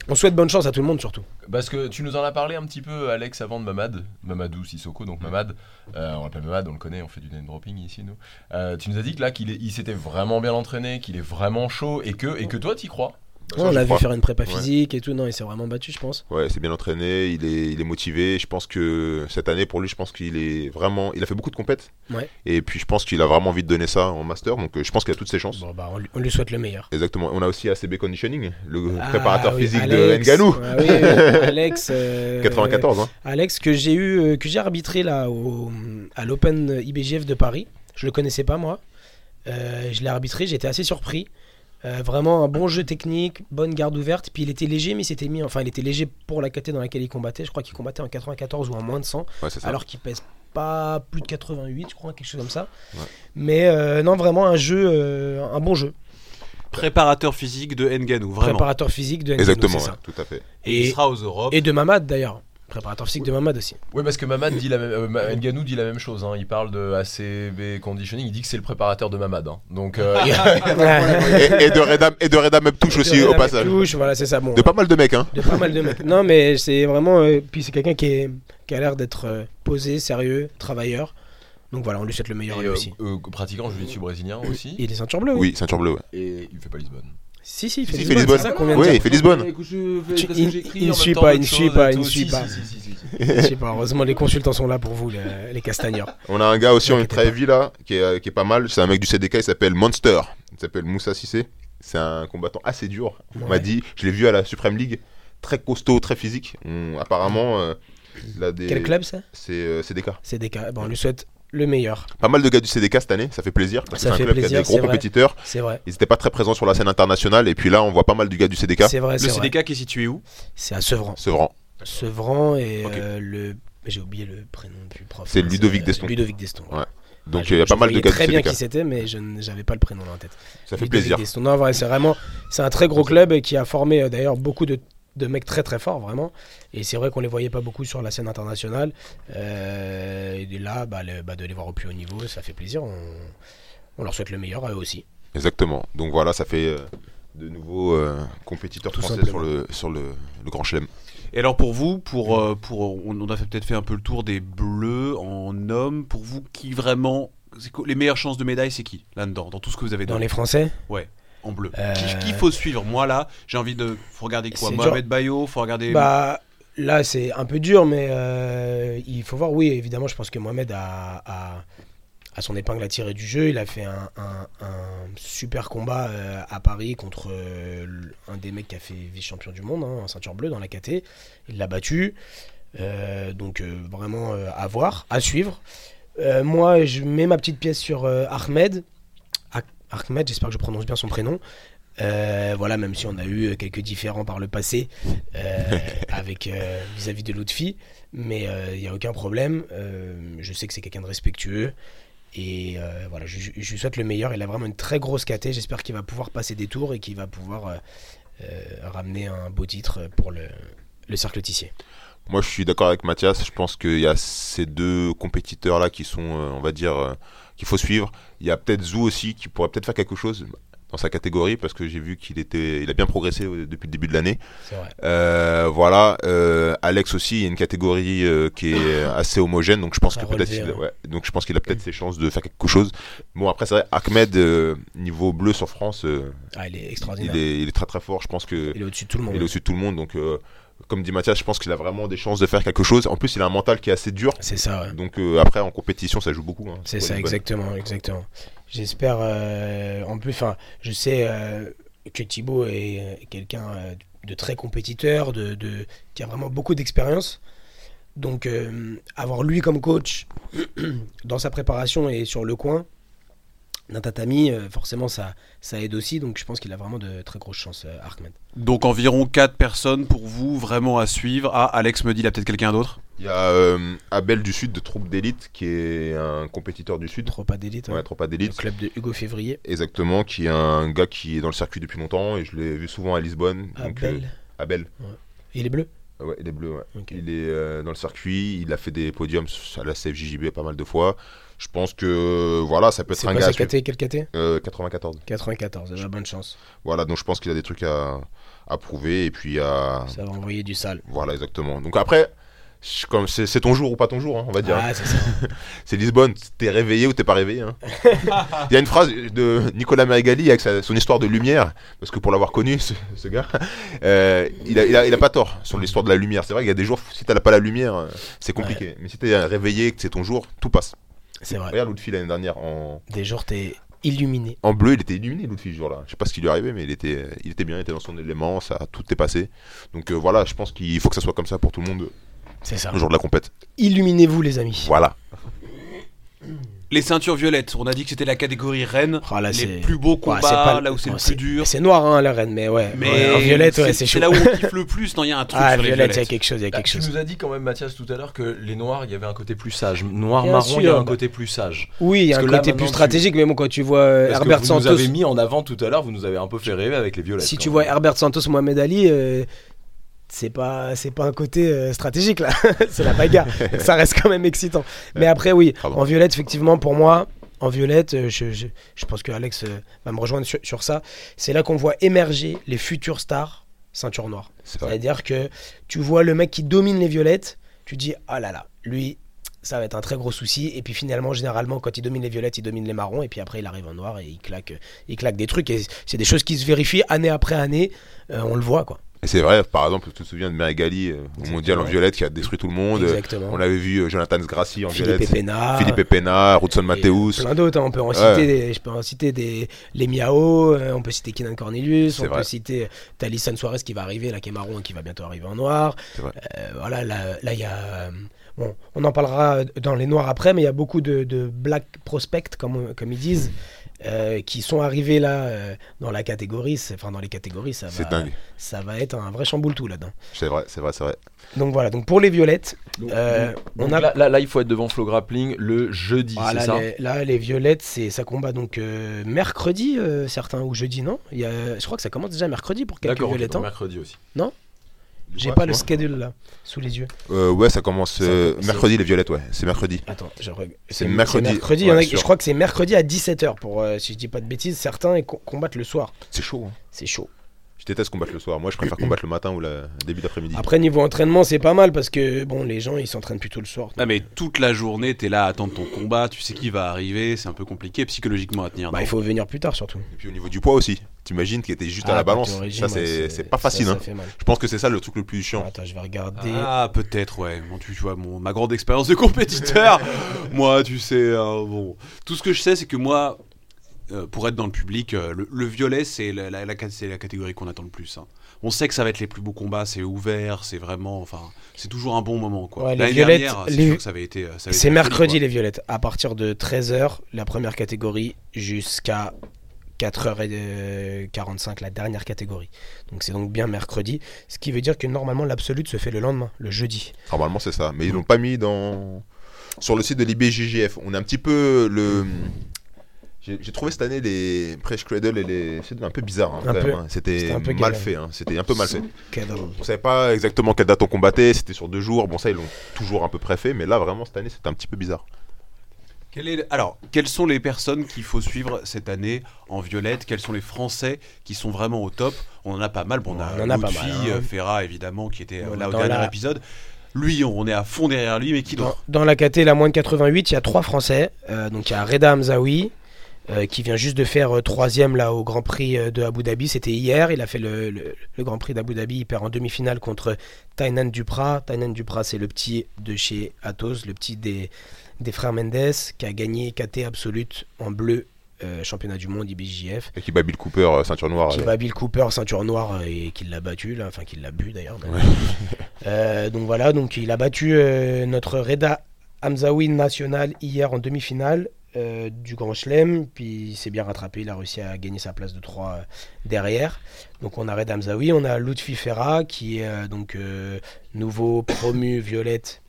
[SPEAKER 4] on souhaite bonne chance à tout le monde surtout.
[SPEAKER 2] Parce que tu nous en as parlé un petit peu, Alex, avant de Mamad, Mamadou Sissoko, donc Mamad, euh, on l'appelle Mamad, on le connaît, on fait du name dropping ici, nous. Euh, tu nous as dit que là, qu'il est- il s'était vraiment bien entraîné, qu'il est vraiment chaud, et que, et que toi, t'y crois.
[SPEAKER 5] Bah, ça,
[SPEAKER 4] on
[SPEAKER 5] je
[SPEAKER 4] l'a vu
[SPEAKER 5] crois.
[SPEAKER 4] faire une prépa
[SPEAKER 5] Ouais.
[SPEAKER 4] physique et tout. Non, il s'est vraiment battu, je pense.
[SPEAKER 5] Ouais, c'est bien entraîné, il est, il est motivé. Je pense que cette année, pour lui, je pense qu'il est vraiment. Il a fait beaucoup de compètes.
[SPEAKER 4] Ouais.
[SPEAKER 5] Et puis, je pense qu'il a vraiment envie de donner ça en master. Donc, euh, je pense qu'il a toutes ses chances.
[SPEAKER 4] Bon, bah, on lui, on lui souhaite le meilleur.
[SPEAKER 5] Exactement. On a aussi ACB Conditioning, le
[SPEAKER 4] Ah,
[SPEAKER 5] préparateur
[SPEAKER 4] oui,
[SPEAKER 5] physique
[SPEAKER 4] Alex.
[SPEAKER 5] de Nganou.
[SPEAKER 4] Ah oui, oui, Alex. euh,
[SPEAKER 5] 94, hein.
[SPEAKER 4] Alex que j'ai eu euh, que j'ai arbitré là au, à l'Open IBGF de Paris. Je le connaissais pas moi. Euh, je l'ai arbitré, j'étais assez surpris. Euh, vraiment un bon jeu technique, bonne garde ouverte. Puis il était léger, mais il s'était mis. Enfin, il était léger pour la caté dans laquelle il combattait. Je crois qu'il combattait en 94 ou en moins de 100,
[SPEAKER 5] Ouais, c'est ça.
[SPEAKER 4] alors qu'il pèse pas plus de 88, je crois, quelque chose comme ça.
[SPEAKER 5] Ouais.
[SPEAKER 4] Mais euh, non, vraiment un jeu, euh, un bon jeu.
[SPEAKER 3] Préparateur physique de Nganou, vraiment.
[SPEAKER 4] Préparateur physique de Ngannou,
[SPEAKER 5] Exactement,
[SPEAKER 4] c'est ça.
[SPEAKER 5] ouais, tout à fait.
[SPEAKER 2] Et il
[SPEAKER 4] Et,
[SPEAKER 2] sera aux Europes.
[SPEAKER 4] et de Mamad d'ailleurs. Préparateur physique de Mamad aussi.
[SPEAKER 2] Oui, parce que Mamad dit la même, euh, Ma- Nganou dit la même chose. hein. Il parle de ACB conditioning. Il dit que c'est le préparateur de Mamad. hein. Donc euh,
[SPEAKER 5] et, et de Redam, et de Redam Touche aussi, au passage.
[SPEAKER 4] Touche, voilà, c'est ça. Bon,
[SPEAKER 5] De pas mal de mecs, hein.
[SPEAKER 4] de pas mal de mecs. Non, mais c'est vraiment. euh, puis c'est quelqu'un qui, est- qui a l'air d'être euh, posé, sérieux, travailleur. Donc voilà, on lui souhaite le
[SPEAKER 2] et,
[SPEAKER 4] meilleur à lui
[SPEAKER 2] euh,
[SPEAKER 4] aussi.
[SPEAKER 2] euh, pratiquant jiu-jitsu brésilien aussi.
[SPEAKER 4] Il est ceinture bleue
[SPEAKER 5] Oui, ceinture bleue. ouais.
[SPEAKER 2] Et il fait pas Lisbonne.
[SPEAKER 4] Si, si, il fait
[SPEAKER 5] Si, il fait
[SPEAKER 4] Lisbonne.
[SPEAKER 5] Lisbonne.
[SPEAKER 4] C'est ça qu'on vient de
[SPEAKER 5] Oui,
[SPEAKER 4] dire.
[SPEAKER 5] il fait Lisbonne.
[SPEAKER 7] Écoute, je fais-
[SPEAKER 4] Tu-
[SPEAKER 7] parce que
[SPEAKER 4] il-
[SPEAKER 7] j'écris
[SPEAKER 4] il
[SPEAKER 7] en
[SPEAKER 4] ne
[SPEAKER 7] même
[SPEAKER 4] suit
[SPEAKER 7] temps
[SPEAKER 4] pas,
[SPEAKER 7] d'autres
[SPEAKER 4] il ne
[SPEAKER 7] choses
[SPEAKER 4] suit
[SPEAKER 7] et
[SPEAKER 4] pas,
[SPEAKER 7] tout.
[SPEAKER 4] il ne
[SPEAKER 7] Si,
[SPEAKER 4] suit
[SPEAKER 7] si,
[SPEAKER 4] pas.
[SPEAKER 7] si, si, si, si.
[SPEAKER 4] Je sais pas, heureusement, les consultants sont là pour vous, les, les castagnards.
[SPEAKER 5] On a un gars aussi
[SPEAKER 4] Ne
[SPEAKER 5] en
[SPEAKER 4] inquiétez
[SPEAKER 5] ultra heavy là, qui est, euh, qui est pas mal. C'est un mec du CDK, il s'appelle Monster. Il s'appelle Moussa Sissé. C'est un combattant assez dur. On m'a
[SPEAKER 4] Ouais.
[SPEAKER 5] dit, je l'ai vu à la Supreme League. Très costaud, très physique. On- apparemment, euh, il a des.
[SPEAKER 4] Quel club ça
[SPEAKER 5] C'est euh, CDK.
[SPEAKER 4] C'est des cas. Bon, on lui souhaite le meilleur.
[SPEAKER 5] Pas mal de gars du CDK cette année, ça fait plaisir. Parce
[SPEAKER 4] Ça
[SPEAKER 5] que
[SPEAKER 4] fait
[SPEAKER 5] c'est un club qui
[SPEAKER 4] plaisir,
[SPEAKER 5] a des gros
[SPEAKER 4] c'est vrai.
[SPEAKER 5] compétiteurs.
[SPEAKER 4] C'est vrai.
[SPEAKER 5] Ils n'étaient pas très présents sur la scène internationale. Et puis là, on voit pas mal du gars du CDK.
[SPEAKER 4] C'est vrai,
[SPEAKER 3] Le
[SPEAKER 4] c'est vrai.
[SPEAKER 3] CDK qui est situé où
[SPEAKER 4] C'est à Sevran.
[SPEAKER 5] Sevran.
[SPEAKER 4] Sevran et
[SPEAKER 5] Ok.
[SPEAKER 4] euh, le. J'ai oublié le prénom du prof.
[SPEAKER 5] C'est
[SPEAKER 4] hein,
[SPEAKER 5] Ludovic
[SPEAKER 4] euh,
[SPEAKER 5] Deston.
[SPEAKER 4] Ludovic Deston. voilà.
[SPEAKER 5] Donc
[SPEAKER 4] je-
[SPEAKER 5] il y a
[SPEAKER 4] Ah, je
[SPEAKER 5] pas mal de
[SPEAKER 4] voyais
[SPEAKER 5] gars du
[SPEAKER 4] très bien
[SPEAKER 5] CDK.
[SPEAKER 4] qui c'était, mais je n- j'avais pas le prénom dans la tête.
[SPEAKER 5] Ça fait
[SPEAKER 4] Ludovic
[SPEAKER 5] plaisir.
[SPEAKER 4] Deston. Non, vrai, c'est vraiment c'est un très gros club qui a formé euh, d'ailleurs beaucoup de, de mecs très très forts vraiment. Et c'est vrai qu'on les voyait pas beaucoup sur la scène internationale. Euh, et là, bah, le- bah, de les voir au plus haut niveau, ça fait plaisir. On, on leur souhaite le meilleur à eux aussi.
[SPEAKER 5] Exactement. Donc voilà, ça fait euh, de nouveaux euh, compétiteurs
[SPEAKER 4] Tout
[SPEAKER 5] français sur
[SPEAKER 4] simplement.
[SPEAKER 5] le, sur le, le Grand Chelem.
[SPEAKER 3] Et alors pour vous, pour, euh, pour on, on a fait- peut-être fait un peu le tour des bleus en hommes. Pour vous, qui vraiment c'est quoi- les meilleures chances de médaille, c'est qui là-dedans, dans tout ce que vous avez
[SPEAKER 4] Dans
[SPEAKER 3] dans
[SPEAKER 4] les Français,
[SPEAKER 3] en bleu
[SPEAKER 4] Euh,
[SPEAKER 3] qui, qui faut suivre Moi là, j'ai envie de faut regarder quoi
[SPEAKER 4] C'est
[SPEAKER 3] Mohamed Bayo, faut regarder.
[SPEAKER 4] bah là c'est un peu dur, mais euh, il faut voir. Oui, évidemment, je pense que Mohamed a, a- a son épingle à tirer du jeu. Il a fait un, un- un super combat euh, à Paris contre euh, l- un des mecs qui a fait vice-champion du monde, hein, en ceinture bleue dans la KT. Il l'a battu. Euh, donc euh, vraiment euh, à voir, à suivre. Euh, moi, je mets ma petite pièce sur euh, Ahmed. Ah- Ahmed, j'espère que je prononce bien son prénom. Euh, voilà, même si on a eu euh, quelques différends par le passé euh, avec euh, vis-à-vis de l'autre fille, mais il n'y a aucun problème. Euh, je sais que c'est quelqu'un de respectueux et euh, voilà, je, je- je lui souhaite le meilleur. Il a vraiment une très grosse KT. J'espère qu'il va pouvoir passer des tours et qu'il va pouvoir euh, euh, ramener un beau titre pour le, le cercle tissier.
[SPEAKER 5] Moi, je suis d'accord avec Mathias. Je pense qu'il y a ces deux compétiteurs-là qui sont, euh, on va dire, euh, qu'il faut suivre. Il y a peut-être Zou aussi qui pourrait peut-être faire quelque chose dans sa catégorie parce que j'ai vu qu'il était, il a bien progressé euh, depuis le début de l'année.
[SPEAKER 4] C'est vrai.
[SPEAKER 5] Euh, voilà, euh, Alex aussi, il y a une catégorie euh, qui est assez homogène, donc je pense
[SPEAKER 4] À
[SPEAKER 5] que peut-être,
[SPEAKER 4] relever,
[SPEAKER 5] il- ouais, donc je pense qu'il a peut-être ses chances de faire quelque chose. Bon, après c'est vrai, Ahmed euh, niveau bleu sur France, euh,
[SPEAKER 4] Ah, il est extraordinaire.
[SPEAKER 5] il
[SPEAKER 4] Il est,
[SPEAKER 5] est, il est très très fort. Je pense que
[SPEAKER 4] au-dessus de tout le
[SPEAKER 5] il est
[SPEAKER 4] monde.
[SPEAKER 5] au-dessus de tout le monde, donc euh, comme dit Mathias, je pense qu'il a vraiment des chances de faire quelque chose. En plus, il a un mental qui est assez dur,
[SPEAKER 4] C'est ça, ouais.
[SPEAKER 5] donc euh, après en compétition ça joue beaucoup. hein.
[SPEAKER 4] C'est
[SPEAKER 5] Pour
[SPEAKER 4] ça,
[SPEAKER 5] les bonnes.
[SPEAKER 4] exactement, exactement. J'espère, euh, en plus, enfin, je sais euh, que Thibaut est euh, quelqu'un euh, de très compétiteur, de, de- qui a vraiment beaucoup d'expérience. Donc, euh, avoir lui comme coach dans sa préparation et sur le coin d'un tatami, euh, forcément, ça, ça aide aussi. Donc, je pense qu'il a vraiment de très grosses chances, euh, Arkman.
[SPEAKER 3] Donc environ 4 personnes pour vous vraiment à suivre. Ah, Alex me dit, il y a peut-être quelqu'un d'autre.
[SPEAKER 5] Il y a euh, Abel du Sud de Troupe d'élite qui est un compétiteur du Sud,
[SPEAKER 4] Trop pas d'élite. hein.
[SPEAKER 5] ouais, Tropa
[SPEAKER 4] Le
[SPEAKER 5] d'élite.
[SPEAKER 4] club de Hugo Février,
[SPEAKER 5] Exactement, qui est un gars qui est dans le circuit depuis longtemps et je l'ai vu souvent à Lisbonne.
[SPEAKER 4] à
[SPEAKER 5] donc,
[SPEAKER 4] Belle.
[SPEAKER 5] euh, Abel.
[SPEAKER 4] Il est bleu
[SPEAKER 5] Ah Ouais, il est bleu, ouais.
[SPEAKER 4] Ok.
[SPEAKER 5] Il est euh, dans le circuit, il a fait des podiums à la CFJJB pas mal de fois. Je pense que voilà, ça peut être
[SPEAKER 4] C'est
[SPEAKER 5] un
[SPEAKER 4] pas
[SPEAKER 5] gars. à
[SPEAKER 4] sa
[SPEAKER 5] suivre.
[SPEAKER 4] KT, quel KT
[SPEAKER 5] Euh, 94.
[SPEAKER 4] 94, eh ben, bonne chance.
[SPEAKER 5] Voilà, donc je pense qu'il a des trucs à, à prouver et puis à. Ah.
[SPEAKER 4] Ça va envoyer du sale.
[SPEAKER 5] Voilà, exactement. Donc après, je- comme c'est c'est ton jour ou pas ton jour, hein, on va dire.
[SPEAKER 4] Ah, c'est ça.
[SPEAKER 5] C'est Lisbonne, t'es réveillé ou t'es pas réveillé. hein. Il y a une phrase de Nicolas Marigali avec sa- son histoire de lumière, parce que pour l'avoir connu, ce, ce gars, euh, il, a, il a- il a pas tort sur l'histoire de la lumière. C'est vrai qu'il y a des jours, si t'as pas la lumière, euh, c'est compliqué. Mais si t'es réveillé, que c'est ton jour, tout passe.
[SPEAKER 4] C'est vrai.
[SPEAKER 5] Regarde Lutfi l'année dernière, en,
[SPEAKER 4] Des jours, t'es illuminé.
[SPEAKER 5] en bleu, il était illuminé Lutfi ce jour-là. Je sais pas ce qui lui arrivait, mais il était, il était bien, il était dans son élément, ça, tout est passé. Donc euh, voilà, je pense qu'il faut que ça soit comme ça pour tout le monde
[SPEAKER 4] C'est ça.
[SPEAKER 5] le jour de la compète.
[SPEAKER 4] Illuminez-vous, les amis.
[SPEAKER 5] Voilà.
[SPEAKER 3] Les ceintures violettes, on a dit que c'était la catégorie reine.
[SPEAKER 4] Ah, là, c'est-
[SPEAKER 3] les plus beaux
[SPEAKER 4] Ouais,
[SPEAKER 3] combats,
[SPEAKER 4] c'est pas-
[SPEAKER 3] là où c'est
[SPEAKER 4] ouais,
[SPEAKER 3] le plus dur.
[SPEAKER 4] C'est noir, hein, la reine, mais ouais.
[SPEAKER 3] Mais
[SPEAKER 4] ouais, en violette, ouais, c'est
[SPEAKER 3] c'est
[SPEAKER 4] chaud.
[SPEAKER 3] là où on kiffe le plus. Non, il y a un truc
[SPEAKER 4] Ah,
[SPEAKER 3] sur les
[SPEAKER 4] violette, il y a
[SPEAKER 3] violettes.
[SPEAKER 4] quelque chose, il y a
[SPEAKER 2] Bah,
[SPEAKER 4] quelque
[SPEAKER 2] tu
[SPEAKER 4] chose.
[SPEAKER 2] nous as dit quand même, Mathias, tout à l'heure, que les noirs, il y avait un côté plus sage. Noir,
[SPEAKER 4] Bien
[SPEAKER 2] marron, il y a
[SPEAKER 4] sûr.
[SPEAKER 2] un côté plus sage.
[SPEAKER 4] Oui, il y a
[SPEAKER 2] Parce
[SPEAKER 4] un
[SPEAKER 2] que là,
[SPEAKER 4] côté
[SPEAKER 2] maintenant,
[SPEAKER 4] plus
[SPEAKER 2] tu-
[SPEAKER 4] stratégique, mais bon, quand tu vois euh,
[SPEAKER 2] Parce que
[SPEAKER 4] Herbert
[SPEAKER 2] vous
[SPEAKER 4] Santos.
[SPEAKER 2] nous avez mis en avant tout à l'heure, vous nous avez un peu fait rêver avec les violettes.
[SPEAKER 4] Si
[SPEAKER 2] quand
[SPEAKER 4] tu
[SPEAKER 2] même.
[SPEAKER 4] vois Herbert Santos, Mohamed Ali, euh, c'est pas c'est pas un côté euh, stratégique là, c'est la bagarre. ça reste quand même excitant. Mais après oui,
[SPEAKER 5] Pardon.
[SPEAKER 4] en violette effectivement pour moi, en violette, euh, je, je- je pense que Alex euh, va me rejoindre sur, sur ça. C'est là qu'on voit émerger les futures stars ceinture noire.
[SPEAKER 5] C'est vrai.
[SPEAKER 4] C'est-à-dire que tu vois le mec qui domine les violettes, tu dis ah là là, lui ça va être un très gros souci et puis finalement généralement quand il domine les violettes, il domine les marrons et puis après il arrive en noir et il claque euh, il claque des trucs et c'est des choses qui se vérifient année après année, Euh, on le voit quoi.
[SPEAKER 5] Et c'est vrai, par exemple, tu te souviens de Marigali euh, au mondial en
[SPEAKER 4] ouais.
[SPEAKER 5] violette qui a détruit tout le monde. Euh,
[SPEAKER 4] Exactement.
[SPEAKER 5] On avait vu euh, Jonathan Sgrassi en
[SPEAKER 4] Philippe
[SPEAKER 5] violette.
[SPEAKER 4] Epena,
[SPEAKER 5] Philippe Epena, Rodson Mateus.
[SPEAKER 4] Plein d'autres, hein. on peut en citer, des- je peux en citer des, les Miao, euh, on peut citer Kenan Cornelius,
[SPEAKER 5] C'est
[SPEAKER 4] on
[SPEAKER 5] vrai.
[SPEAKER 4] peut citer Talisson Suarez qui va arriver, là qui est marron et qui va bientôt arriver en noir.
[SPEAKER 5] C'est vrai.
[SPEAKER 4] Euh, voilà, là là, il y a. euh, Bon, on en parlera euh, dans les noirs après, mais il y a beaucoup de, de black prospects, comme, comme ils disent, euh, qui sont arrivés là euh, dans la catégorie, c'est- enfin dans les catégories, ça
[SPEAKER 5] C'est
[SPEAKER 4] va,
[SPEAKER 5] dingue.
[SPEAKER 4] ça va être un vrai chamboule tout là-dedans.
[SPEAKER 5] C'est vrai, c'est vrai, c'est vrai.
[SPEAKER 4] Donc voilà, donc pour les violettes, euh,
[SPEAKER 2] Donc
[SPEAKER 4] on a.
[SPEAKER 2] là, là, là, il faut être devant Flo Grappling le jeudi,
[SPEAKER 4] Voilà,
[SPEAKER 2] c'est ça
[SPEAKER 4] les- Ah, là, les violettes, c'est ça combat donc euh, mercredi, euh, certains, ou jeudi, non Il y a- Je crois que ça commence déjà mercredi pour quelques
[SPEAKER 2] D'accord, ok,
[SPEAKER 4] violettes.
[SPEAKER 2] donc
[SPEAKER 4] hein.
[SPEAKER 2] mercredi aussi.
[SPEAKER 4] J'ai
[SPEAKER 5] Ouais,
[SPEAKER 4] pas
[SPEAKER 5] tu
[SPEAKER 4] le
[SPEAKER 5] vois.
[SPEAKER 4] schedule là, sous les yeux.
[SPEAKER 5] Euh, ouais, ça commence euh,
[SPEAKER 4] c'est-
[SPEAKER 5] mercredi, les violettes, ouais. C'est mercredi.
[SPEAKER 4] Attends, je reg-
[SPEAKER 5] C'est mercredi, hein,
[SPEAKER 4] mercredi, il y en a-
[SPEAKER 5] ouais, sûr.
[SPEAKER 4] je crois que c'est mercredi à 17h, pour, euh, si je dis pas de bêtises, certains et co- combattent le soir.
[SPEAKER 5] C'est chaud. hein.
[SPEAKER 4] C'est chaud.
[SPEAKER 5] Je déteste combattre le soir. Moi, je
[SPEAKER 4] Mm-hmm.
[SPEAKER 5] préfère combattre le matin ou le début d'après-midi.
[SPEAKER 4] Après, niveau entraînement, c'est pas mal parce que bon, les gens ils s'entraînent plutôt le soir.
[SPEAKER 3] Ah, mais toute la journée, t'es là à attendre ton combat, tu sais qui va arriver, c'est un peu compliqué psychologiquement à tenir.
[SPEAKER 4] Bah, il faut venir plus tard surtout.
[SPEAKER 5] Et puis au niveau du poids aussi. T'imagines qu'il était juste à
[SPEAKER 4] Ah,
[SPEAKER 5] la
[SPEAKER 4] quand
[SPEAKER 5] balance.
[SPEAKER 4] t'es au régime,
[SPEAKER 5] ça,
[SPEAKER 4] ouais,
[SPEAKER 5] c'est c'est pas
[SPEAKER 4] ça,
[SPEAKER 5] facile.
[SPEAKER 4] ça
[SPEAKER 5] hein.
[SPEAKER 4] fait mal.
[SPEAKER 5] Je pense que c'est ça le truc le plus chiant.
[SPEAKER 4] Attends, je vais regarder.
[SPEAKER 3] Ah, peut-être, ouais. Bon, tu, tu vois, mon, ma grande expérience de compétiteur. moi, tu sais, hein, bon. Tout ce que je sais, c'est que moi, euh, pour être dans le public, euh, le, le violet, c'est la, la- la cat- c'est la catégorie qu'on attend le plus. hein. On sait que ça va être les plus beaux combats, c'est ouvert, c'est vraiment. Enfin, c'est toujours un bon moment, quoi.
[SPEAKER 4] Ouais, les
[SPEAKER 3] L'année
[SPEAKER 4] violettes,
[SPEAKER 3] dernière, c'est
[SPEAKER 4] les-
[SPEAKER 3] sûr que ça avait été. euh, ça avait
[SPEAKER 4] C'est
[SPEAKER 3] été
[SPEAKER 4] mercredi
[SPEAKER 3] solide,
[SPEAKER 4] les violettes, à partir de 13h, la première catégorie, jusqu'à 4h45, euh, la dernière catégorie. Donc c'est donc bien mercredi, ce qui veut dire que normalement l'absolute se fait le lendemain, le jeudi.
[SPEAKER 5] Normalement, c'est ça. Mais ils l'ont pas mis dans. Sur le site de l'IBJJF, on a un petit peu le. J'ai j'ai trouvé cette année les Presh Cradle et les. C'était un peu bizarre hein,
[SPEAKER 4] Un
[SPEAKER 5] quand
[SPEAKER 4] peu.
[SPEAKER 5] même. hein. C'était
[SPEAKER 4] C'était un peu
[SPEAKER 5] mal
[SPEAKER 4] galère.
[SPEAKER 5] fait. hein. C'était un peu mal fait.
[SPEAKER 4] Cadre.
[SPEAKER 5] On savait pas exactement quelle date on combattait. C'était sur deux jours. Bon, ça, ils l'ont toujours un peu préfet. Mais là, vraiment, cette année, c'était un petit peu bizarre.
[SPEAKER 3] quoi. Quel est le- Alors, quelles sont les personnes qu'il faut suivre cette année en violette Quels sont les Français qui sont vraiment au top On en a pas mal. Bon, on a,
[SPEAKER 4] On en a pas
[SPEAKER 3] Lutfi,
[SPEAKER 4] mal, hein.
[SPEAKER 3] euh, Ferra, évidemment, qui était euh,
[SPEAKER 4] Bon,
[SPEAKER 3] là au
[SPEAKER 4] dans
[SPEAKER 3] dernier
[SPEAKER 4] la-
[SPEAKER 3] épisode. Lui, on est à fond derrière lui, mais qui
[SPEAKER 4] Dans,
[SPEAKER 3] d'autre
[SPEAKER 4] dans la KT, la moins de 88, il y a trois Français. Euh, donc il y a Reda Hamzaoui, euh, qui vient juste de faire euh, troisième là au Grand Prix euh, de Abu Dhabi. C'était hier. Il a fait le, le- le Grand Prix d'Abu Dhabi. Il perd en demi-finale contre Tainan Duprat. Tainan Duprat, c'est le petit de chez Atos, le petit des, des frères Mendes, qui a gagné KT Absolute en bleu, euh, championnat du monde IBJJF.
[SPEAKER 5] Et qui Babil Cooper, euh, ceinture noire.
[SPEAKER 4] Qui
[SPEAKER 5] euh,
[SPEAKER 4] bat Bill Cooper, ceinture noire, euh, et qui l'a battu, là, enfin qui l'a bu d'ailleurs. même. Euh, donc voilà, donc il a battu euh, notre Reda Hamzaoui national hier en demi-finale euh, du Grand Chelem, puis il s'est bien rattrapé, il a réussi à gagner sa place de 3 derrière. Donc on a Reda Hamzaoui, on a Lutfi Ferra qui est euh, donc euh, nouveau promu violette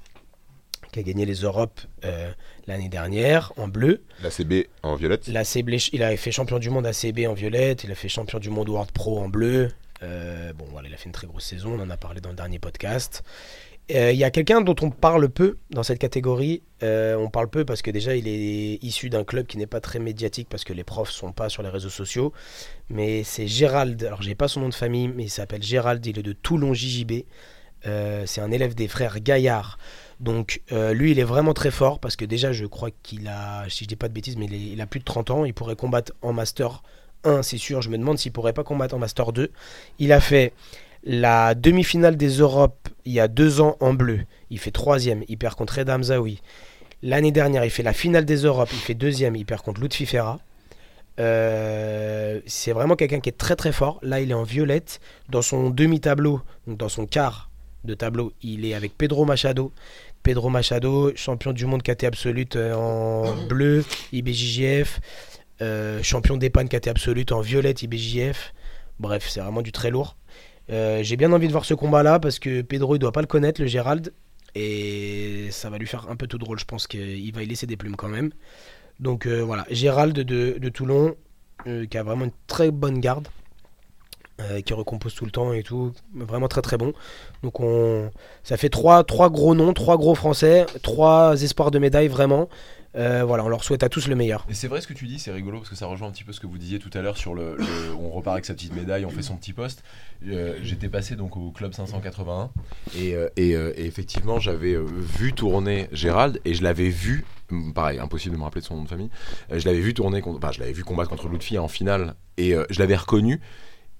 [SPEAKER 4] qui a gagné les Europes euh, l'année dernière en bleu.
[SPEAKER 5] La CB en violette.
[SPEAKER 4] Là, c'est Blech- il a fait champion du monde ACB en violette, il a fait champion du monde World Pro en bleu. Euh, bon, voilà, il a fait une très grosse saison, on en a parlé dans le dernier podcast. Euh, Il y a quelqu'un dont on parle peu dans cette catégorie. Euh, on parle peu parce que déjà, il est issu d'un club qui n'est pas très médiatique parce que les profs sont pas sur les réseaux sociaux. Mais c'est Gérald, alors j'ai pas son nom de famille, mais il s'appelle Gérald, il est de Toulon JJB. Euh, c'est un élève des frères Gaillard. Donc euh, lui, il est vraiment très fort parce que déjà, je crois qu'il a, si je dis pas de bêtises, mais il, est- il a plus de 30 ans. Il pourrait combattre en Master 1, c'est sûr. Je me demande s'il pourrait pas combattre en Master 2. Il a fait la demi-finale des Europes il y a deux ans en bleu. Il fait troisième. Il perd contre Edam Zawi. L'année dernière, il fait la finale des Europes. Il fait deuxième. Il perd contre Lutfi Ferra. Euh, c'est vraiment quelqu'un qui est très très fort. Là, il est en violette. Dans son demi-tableau, donc dans son quart de tableau, il est avec Pedro Machado. Pedro Machado, champion du monde KT absolute euh, en bleu, IBJJF. Euh, champion d'Epan KT absolute en violette, IBJJF. Bref, c'est vraiment du très lourd. Euh, J'ai bien envie de voir ce combat-là parce que Pedro, il doit pas le connaître, le Gérald. Et ça va lui faire un peu tout drôle. Je pense qu'il va y laisser des plumes quand même. Donc euh, voilà, Gérald de, de Toulon, euh, qui a vraiment une très bonne garde, euh, qui recompose tout le temps et tout, vraiment très très bon. Donc on, ça fait trois, trois gros noms, trois gros Français, trois espoirs de médaille vraiment. Euh, voilà, on leur souhaite à tous le meilleur.
[SPEAKER 2] Et c'est vrai ce que tu dis, c'est rigolo parce que ça rejoint un petit peu ce que vous disiez tout à l'heure sur le, le- on repart avec sa petite médaille, on fait son petit poste. Euh, J'étais passé donc au club 581 et, euh, et, euh, et effectivement j'avais euh, vu tourner Gérald et je l'avais vu, hum, pareil, impossible de me rappeler de son nom de famille. Euh, je l'avais vu tourner, contre- enfin je l'avais vu combattre contre Lutfi en finale et euh, je l'avais reconnu.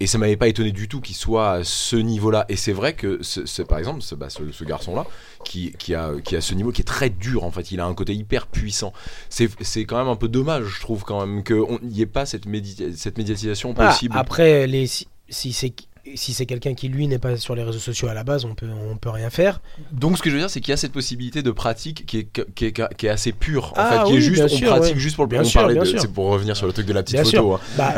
[SPEAKER 2] Et ça m'avait pas étonné du tout qu'il soit à ce niveau-là. Et c'est vrai que, ce, ce- par exemple, ce, bah, ce- ce garçon-là, qui, qui, a, qui a ce niveau qui est très dur, en fait, il a un côté hyper puissant c'est c'est quand même un peu dommage, je trouve, quand même, qu'il n'y ait pas cette, médi- cette médiatisation
[SPEAKER 4] Voilà,
[SPEAKER 2] possible.
[SPEAKER 4] Ah, après, les, si, si c'est si c'est quelqu'un qui lui n'est pas sur les réseaux sociaux à la base, on peut on peut rien faire.
[SPEAKER 2] Donc, ce que je veux dire, c'est qu'il y a cette possibilité de pratique qui est, qui est, qui est assez pure, en
[SPEAKER 4] Ah
[SPEAKER 2] fait, qui
[SPEAKER 4] oui,
[SPEAKER 2] est juste,
[SPEAKER 4] bien
[SPEAKER 2] on
[SPEAKER 4] sûr,
[SPEAKER 2] pratique
[SPEAKER 4] ouais.
[SPEAKER 2] juste pour le
[SPEAKER 4] Bien
[SPEAKER 2] on
[SPEAKER 4] sûr,
[SPEAKER 2] parlait
[SPEAKER 4] bien
[SPEAKER 2] de-
[SPEAKER 4] sûr.
[SPEAKER 2] C'est pour revenir sur le truc de la petite
[SPEAKER 4] Bien
[SPEAKER 2] photo. hein.
[SPEAKER 4] Bah,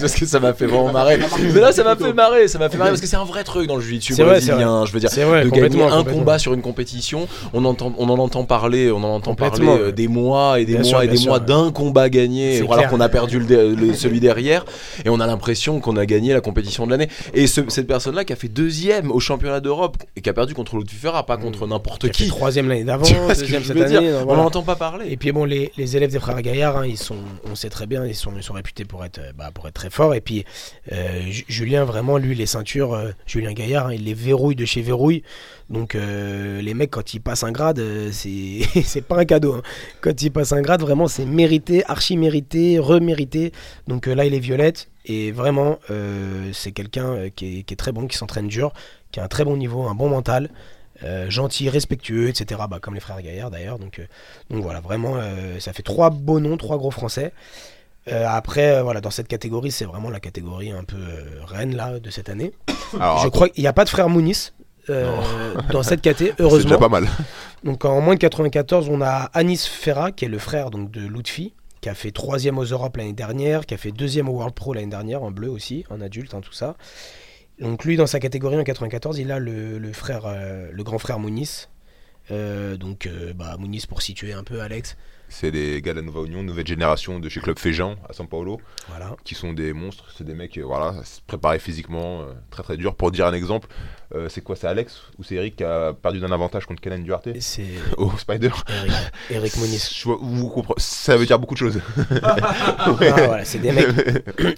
[SPEAKER 2] parce que ça m'a fait vraiment marrer. Mais là, ça m'a fait marrer, ça m'a fait marrer parce que c'est un vrai truc dans le jiu-jitsu
[SPEAKER 4] C'est vrai, c'est
[SPEAKER 2] brésilien. Je veux dire,
[SPEAKER 4] c'est vrai,
[SPEAKER 2] de gagner
[SPEAKER 4] complètement,
[SPEAKER 2] un
[SPEAKER 4] complètement.
[SPEAKER 2] combat sur une compétition, on entend, on en entend parler, on en entend parler
[SPEAKER 4] Complètement.
[SPEAKER 2] euh, des mois et des
[SPEAKER 4] Bien
[SPEAKER 2] mois
[SPEAKER 4] sûr,
[SPEAKER 2] et
[SPEAKER 4] bien
[SPEAKER 2] des
[SPEAKER 4] sûr,
[SPEAKER 2] mois
[SPEAKER 4] ouais.
[SPEAKER 2] d'un combat gagné,
[SPEAKER 4] C'est
[SPEAKER 2] alors
[SPEAKER 4] clair.
[SPEAKER 2] qu'on a perdu le dé- le- celui derrière, et on a l'impression qu'on a gagné la compétition de l'année. Et ce- cette personne-là qui a fait deuxième au championnat d'Europe et qui a perdu contre l'autre Ferra, pas contre n'importe
[SPEAKER 4] Mmh. Qui a fait
[SPEAKER 2] qui.
[SPEAKER 4] troisième l'année d'avant,
[SPEAKER 2] Tu vois ce que
[SPEAKER 4] deuxième
[SPEAKER 2] je
[SPEAKER 4] cette
[SPEAKER 2] veux
[SPEAKER 4] année.
[SPEAKER 2] dire
[SPEAKER 4] donc
[SPEAKER 2] On
[SPEAKER 4] voilà.
[SPEAKER 2] n'entend pas parler.
[SPEAKER 4] Et puis bon, les, les élèves des frères Gaillard, hein, ils sont, on sait très bien, ils sont, ils sont réputés pour être, euh, bah, pour être très forts. Et puis euh, Ju- Julien, vraiment, lui, les ceintures, euh, Julien Gaillard, hein, il les verrouille de chez verrouille. Donc euh, les mecs, quand ils passent un grade, euh, c'est c'est pas un cadeau. hein. Quand ils passent un grade, vraiment, c'est mérité, archi mérité, remérité. Donc euh, là, il est violette. Et vraiment, euh, c'est quelqu'un euh, qui est, qui est très bon, qui s'entraîne dur, qui a un très bon niveau, un bon mental, euh, gentil, respectueux, etc. Bah, comme les frères Gaillard d'ailleurs. Donc euh, donc voilà, vraiment, euh, ça fait trois beaux noms, trois gros français. Euh, après, euh, voilà, dans cette catégorie, c'est vraiment la catégorie un peu euh, reine là de cette année.
[SPEAKER 5] Alors,
[SPEAKER 4] Je crois qu'il n'y a pas de frère Mounis euh, dans cette caté,
[SPEAKER 5] c'est déjà
[SPEAKER 4] heureusement.
[SPEAKER 5] pas mal.
[SPEAKER 4] Donc en moins de 94, on a Anis Ferra, qui est le frère donc, de Lutfi, qui a fait troisième aux Europes l'année dernière, qui a fait deuxième au World Pro l'année dernière, en bleu aussi, en adulte, hein, tout ça. Donc lui, dans sa catégorie en 94, il a le, le frère, euh, le grand frère Mounis. Euh, donc euh, bah, Mounis, pour situer un peu Alex,
[SPEAKER 5] C'est les gars de la Nova Union, nouvelle génération de chez Club Féjean à São Paulo,
[SPEAKER 4] voilà.
[SPEAKER 5] qui sont des monstres. C'est des mecs, euh, voilà, se préparés physiquement, euh, très très dur. Pour dire un exemple, euh, c'est quoi C'est Alex ou c'est Eric qui a perdu d'un avantage contre Kellen Duarte
[SPEAKER 4] C'est
[SPEAKER 5] au Spider
[SPEAKER 4] Eric, Eric Oh, Moniz.
[SPEAKER 5] Je vois- vous comprenez- Ça veut dire beaucoup de choses.
[SPEAKER 4] Ah, voilà, c'est des mecs.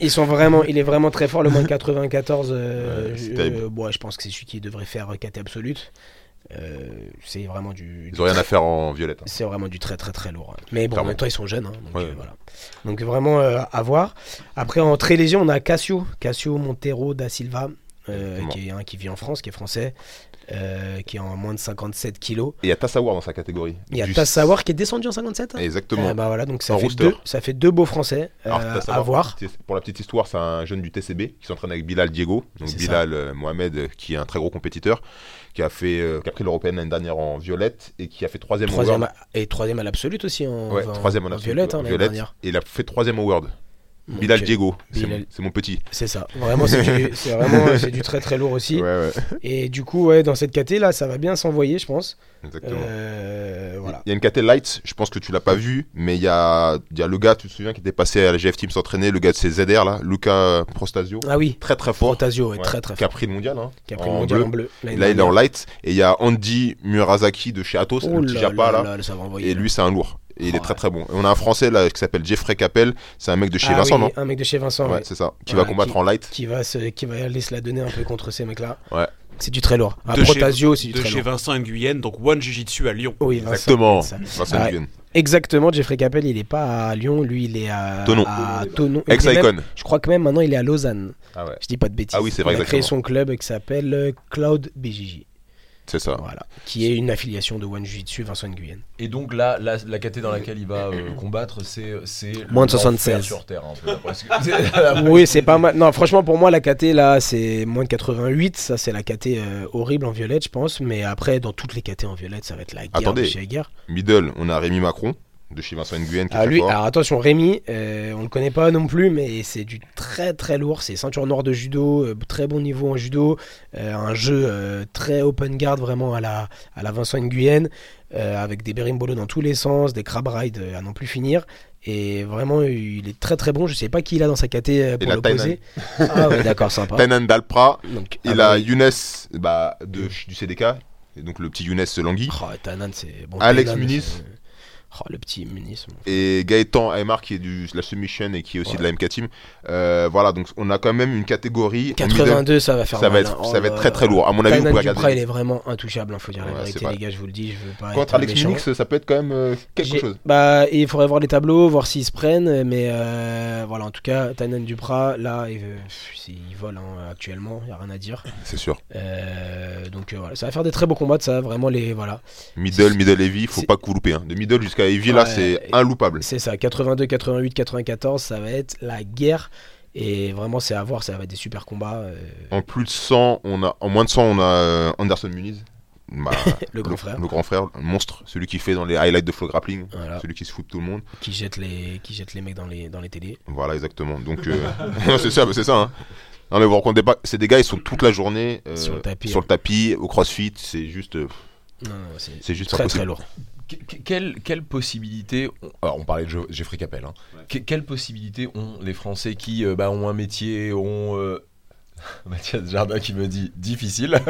[SPEAKER 4] Ils sont vraiment, il est vraiment très fort. Le moins de 94, euh,
[SPEAKER 5] Ouais, c'est
[SPEAKER 4] je-
[SPEAKER 5] terrible.
[SPEAKER 4] euh, bon, je pense que c'est celui qui devrait faire euh, KT absolute. Euh, c'est vraiment du.
[SPEAKER 5] Ils ont rien à faire en violette. hein.
[SPEAKER 4] C'est vraiment du très très très lourd. hein. Mais bon, en
[SPEAKER 5] Clairement.
[SPEAKER 4] même temps, ils sont jeunes. hein, donc,
[SPEAKER 5] Ouais,
[SPEAKER 4] euh,
[SPEAKER 5] ouais.
[SPEAKER 4] voilà. donc vraiment euh, à voir. Après, en très léger, on a Cassio. Cassio Montero da Silva, euh,
[SPEAKER 5] Exactement.
[SPEAKER 4] qui, est, un qui vit en France, qui est français, euh, qui est en moins de 57 kilos.
[SPEAKER 5] Et il y a Tassawar dans sa catégorie.
[SPEAKER 4] Il y a
[SPEAKER 5] Du-
[SPEAKER 4] Tassawar qui est descendu en 57
[SPEAKER 5] Exactement.
[SPEAKER 4] Eh ben voilà, donc ça
[SPEAKER 5] Un
[SPEAKER 4] fait,
[SPEAKER 5] roster. Ah,
[SPEAKER 4] deux, ça fait deux beaux Français euh,
[SPEAKER 5] Alors, t'as
[SPEAKER 4] à
[SPEAKER 5] savoir,
[SPEAKER 4] voir.
[SPEAKER 5] c'est- Pour la petite histoire, c'est un jeune du TCB qui s'entraîne avec Bilal Diego. Donc
[SPEAKER 4] C'est
[SPEAKER 5] Bilal euh, Mohamed, euh, qui est un très gros compétiteur, qui a fait euh, qui a pris l'européenne l'année dernière en violette et qui a fait troisième,
[SPEAKER 4] Troisième
[SPEAKER 5] au
[SPEAKER 4] à- et troisième à l'absolute aussi en,
[SPEAKER 5] World. Ouais,
[SPEAKER 4] en-
[SPEAKER 5] troisième en
[SPEAKER 4] en
[SPEAKER 5] absolu,
[SPEAKER 4] violette hein,
[SPEAKER 5] en
[SPEAKER 4] l'année
[SPEAKER 5] violette.
[SPEAKER 4] dernière.
[SPEAKER 5] Et il a fait troisième au World.
[SPEAKER 4] Donc,
[SPEAKER 5] Bilal
[SPEAKER 4] euh,
[SPEAKER 5] Diego, c'est
[SPEAKER 4] Bilal-
[SPEAKER 5] mon- c'est mon petit.
[SPEAKER 4] C'est ça. Vraiment, c'est du, c'est vraiment c'est du très très lourd aussi.
[SPEAKER 5] ouais.
[SPEAKER 4] Et du coup, ouais, dans cette caté là, ça va bien s'envoyer, je pense.
[SPEAKER 5] Exactement.
[SPEAKER 4] Euh, voilà.
[SPEAKER 5] Il y a une KT Lights, je pense que tu l'as pas vu, mais il y a, il y a le gars, tu te souviens, qui était passé à la GF Team s'entraîner, le gars de ces ZR là, Luca Prostasio,
[SPEAKER 4] Ah oui,
[SPEAKER 5] très très fort,
[SPEAKER 4] Protasio est
[SPEAKER 5] Ouais,
[SPEAKER 4] très très
[SPEAKER 5] qui a
[SPEAKER 4] fort.
[SPEAKER 5] pris le mondial. Hein,
[SPEAKER 4] Qui a pris le
[SPEAKER 5] en
[SPEAKER 4] mondial
[SPEAKER 5] bleu.
[SPEAKER 4] en bleu.
[SPEAKER 5] Et
[SPEAKER 4] l'année
[SPEAKER 5] Là, il est en
[SPEAKER 4] dernière.
[SPEAKER 5] light. Et il y a Andy Murasaki de chez Atos,
[SPEAKER 4] Oh
[SPEAKER 5] le petit
[SPEAKER 4] là
[SPEAKER 5] Japa, là.
[SPEAKER 4] ça va envoyer.
[SPEAKER 5] Et lui, c'est un lourd. Et il
[SPEAKER 4] Ouais.
[SPEAKER 5] est très très bon. Et on a un français là qui s'appelle Jeffrey Capel. C'est un mec de chez
[SPEAKER 4] Ah
[SPEAKER 5] Vincent,
[SPEAKER 4] oui,
[SPEAKER 5] non
[SPEAKER 4] Un mec de chez Vincent,
[SPEAKER 5] Ouais,
[SPEAKER 4] ouais.
[SPEAKER 5] c'est ça. Qui
[SPEAKER 4] Voilà,
[SPEAKER 5] va combattre
[SPEAKER 4] qui-
[SPEAKER 5] en light.
[SPEAKER 4] qui va se, qui va aller se la donner un peu contre ces mecs là.
[SPEAKER 5] Ouais.
[SPEAKER 4] C'est du très lourd. À
[SPEAKER 3] De chez-
[SPEAKER 4] Protasio, c'est du
[SPEAKER 3] De
[SPEAKER 4] très
[SPEAKER 3] chez
[SPEAKER 4] lourd.
[SPEAKER 3] Vincent Nguyen, donc One Jiu-Jitsu à Lyon.
[SPEAKER 4] Oui, Vincent,
[SPEAKER 5] Exactement.
[SPEAKER 4] c'est Ah, ça.
[SPEAKER 5] Vincent
[SPEAKER 4] Ah,
[SPEAKER 5] Nguyen.
[SPEAKER 4] Exactement, Jeffrey Capel, il est pas à Lyon, lui, il est à
[SPEAKER 5] Thonon.
[SPEAKER 4] à Thonon. Il est même-
[SPEAKER 5] Ex-Icon.
[SPEAKER 4] Je crois que même maintenant, il est à Lausanne.
[SPEAKER 5] Ah ouais.
[SPEAKER 4] Je dis pas de bêtises.
[SPEAKER 5] Ah oui, c'est vrai,
[SPEAKER 4] Il a créé
[SPEAKER 5] exactement.
[SPEAKER 4] son club qui s'appelle euh, Cloud BJJ.
[SPEAKER 5] C'est ça.
[SPEAKER 4] Voilà. Qui est une affiliation de One Jiu-Jitsu Vincent Nguyen.
[SPEAKER 2] Et donc là, la, la caté dans laquelle il va euh, combattre, c'est c'est
[SPEAKER 4] Moins de
[SPEAKER 2] l'enfer
[SPEAKER 4] 76.
[SPEAKER 2] sur terre un peu. parce que- c'est-
[SPEAKER 4] Ah oui, c'est pas mal. Non, franchement, pour moi, la KT, là, c'est moins de 88. Ça, c'est la KT euh, horrible en violette, je pense. Mais après, dans toutes les KT en violette, ça va être la guerre.
[SPEAKER 5] Attendez.
[SPEAKER 4] de chez la guerre.
[SPEAKER 5] Middle, on a Rémi Macron, de chez Vincent Nguyen, qui est
[SPEAKER 4] Ah,
[SPEAKER 5] très
[SPEAKER 4] lui,
[SPEAKER 5] fort.
[SPEAKER 4] alors attention, Rémi, euh, on le connaît pas non plus, mais c'est du très très lourd. C'est ceinture noire de judo, euh, très bon niveau en judo, euh, un jeu euh, très open guard vraiment à la, à la Vincent Nguyen, euh, avec des berimbolo dans tous les sens, des crab rides euh, à n'en plus finir. Et vraiment, il est très très bon. Je sais pas qui il a dans sa KT euh, pour
[SPEAKER 5] la
[SPEAKER 4] l'opposer. Ah ouais, d'accord, sympa.
[SPEAKER 5] Tainan Dalpra,
[SPEAKER 4] Donc,
[SPEAKER 5] il
[SPEAKER 4] ah
[SPEAKER 5] a
[SPEAKER 4] oui. Mm.
[SPEAKER 5] Younes bah, de, du CDK, et donc le petit Younes Langui,
[SPEAKER 4] Oh, Tanan, c'est bon.
[SPEAKER 5] Alex
[SPEAKER 4] Tanan,
[SPEAKER 5] Muniz.
[SPEAKER 4] c'est- Oh, le petit Muniz.
[SPEAKER 5] et Gaëtan Aymar, qui est du, de la Submission et qui est aussi
[SPEAKER 4] Ouais.
[SPEAKER 5] de la MK Team. Euh, voilà, donc on a quand même une catégorie. en middle.
[SPEAKER 4] 82, ça va faire
[SPEAKER 5] ça va
[SPEAKER 4] mal,
[SPEAKER 5] être,
[SPEAKER 4] hein.
[SPEAKER 5] ça va
[SPEAKER 4] Oh
[SPEAKER 5] être
[SPEAKER 4] là
[SPEAKER 5] très
[SPEAKER 4] là.
[SPEAKER 5] très lourd. À mon avis, Bah, on peut
[SPEAKER 4] Tainan Duprat, il
[SPEAKER 5] regarder.
[SPEAKER 4] est vraiment intouchable, hein, faut dire la
[SPEAKER 5] Ouais, c'est
[SPEAKER 4] vérité,
[SPEAKER 5] pas-
[SPEAKER 4] les gars, je vous le dis, je veux pas
[SPEAKER 5] Contre
[SPEAKER 4] être
[SPEAKER 5] Alex
[SPEAKER 4] méchant.
[SPEAKER 5] Munix, ça peut être quand même euh, quelque
[SPEAKER 4] J'ai-
[SPEAKER 5] chose.
[SPEAKER 4] Bah, et il faudrait voir les tableaux, voir s'ils se prennent, mais euh, voilà, en tout cas, Tainan Duprat, là, il, veut- pff, il vole hein, actuellement, il a rien à dire.
[SPEAKER 5] C'est sûr.
[SPEAKER 4] Euh, donc euh, voilà, ça va faire des très beaux combats, de ça, vraiment les, voilà,
[SPEAKER 5] Middle, middle heavy, faut
[SPEAKER 4] C'est-
[SPEAKER 5] pas que vous loupez. hein. De middle jusqu'à heavy, là,
[SPEAKER 4] Ouais.
[SPEAKER 5] c'est inloupable.
[SPEAKER 4] c'est ça, 82, 88, 94, ça va être la guerre, et vraiment, c'est à voir, ça va être des super combats, euh,
[SPEAKER 5] En plus de 100, on a, en moins de 100, on a euh, Anderson Muniz. Bah,
[SPEAKER 4] le grand frère,
[SPEAKER 5] Le grand frère, le monstre, celui qui fait dans les highlights de Flow Grappling,
[SPEAKER 4] voilà,
[SPEAKER 5] celui qui se fout de tout le monde.
[SPEAKER 4] qui jette les, qui jette les mecs dans les, dans les télés.
[SPEAKER 5] Voilà, exactement. Donc, euh, c'est ça, c'est ça. hein. Non, mais vous racontez pas. C'est des gars, ils sont toute la journée euh,
[SPEAKER 4] Sur le tapis, hein.
[SPEAKER 5] sur le tapis, au crossfit. C'est juste, euh,
[SPEAKER 4] Non, non, c'est
[SPEAKER 5] c'est juste
[SPEAKER 4] très
[SPEAKER 5] impossible.
[SPEAKER 4] très lourd.
[SPEAKER 2] Que- que- Quelle, quelle possibilité on- Alors on parlait de Jo- Geoffrey Capel. Hein. Que- quelle possibilité ont les Français qui euh, bah, ont un métier, ont euh, Mathias Jardin qui me dit difficile.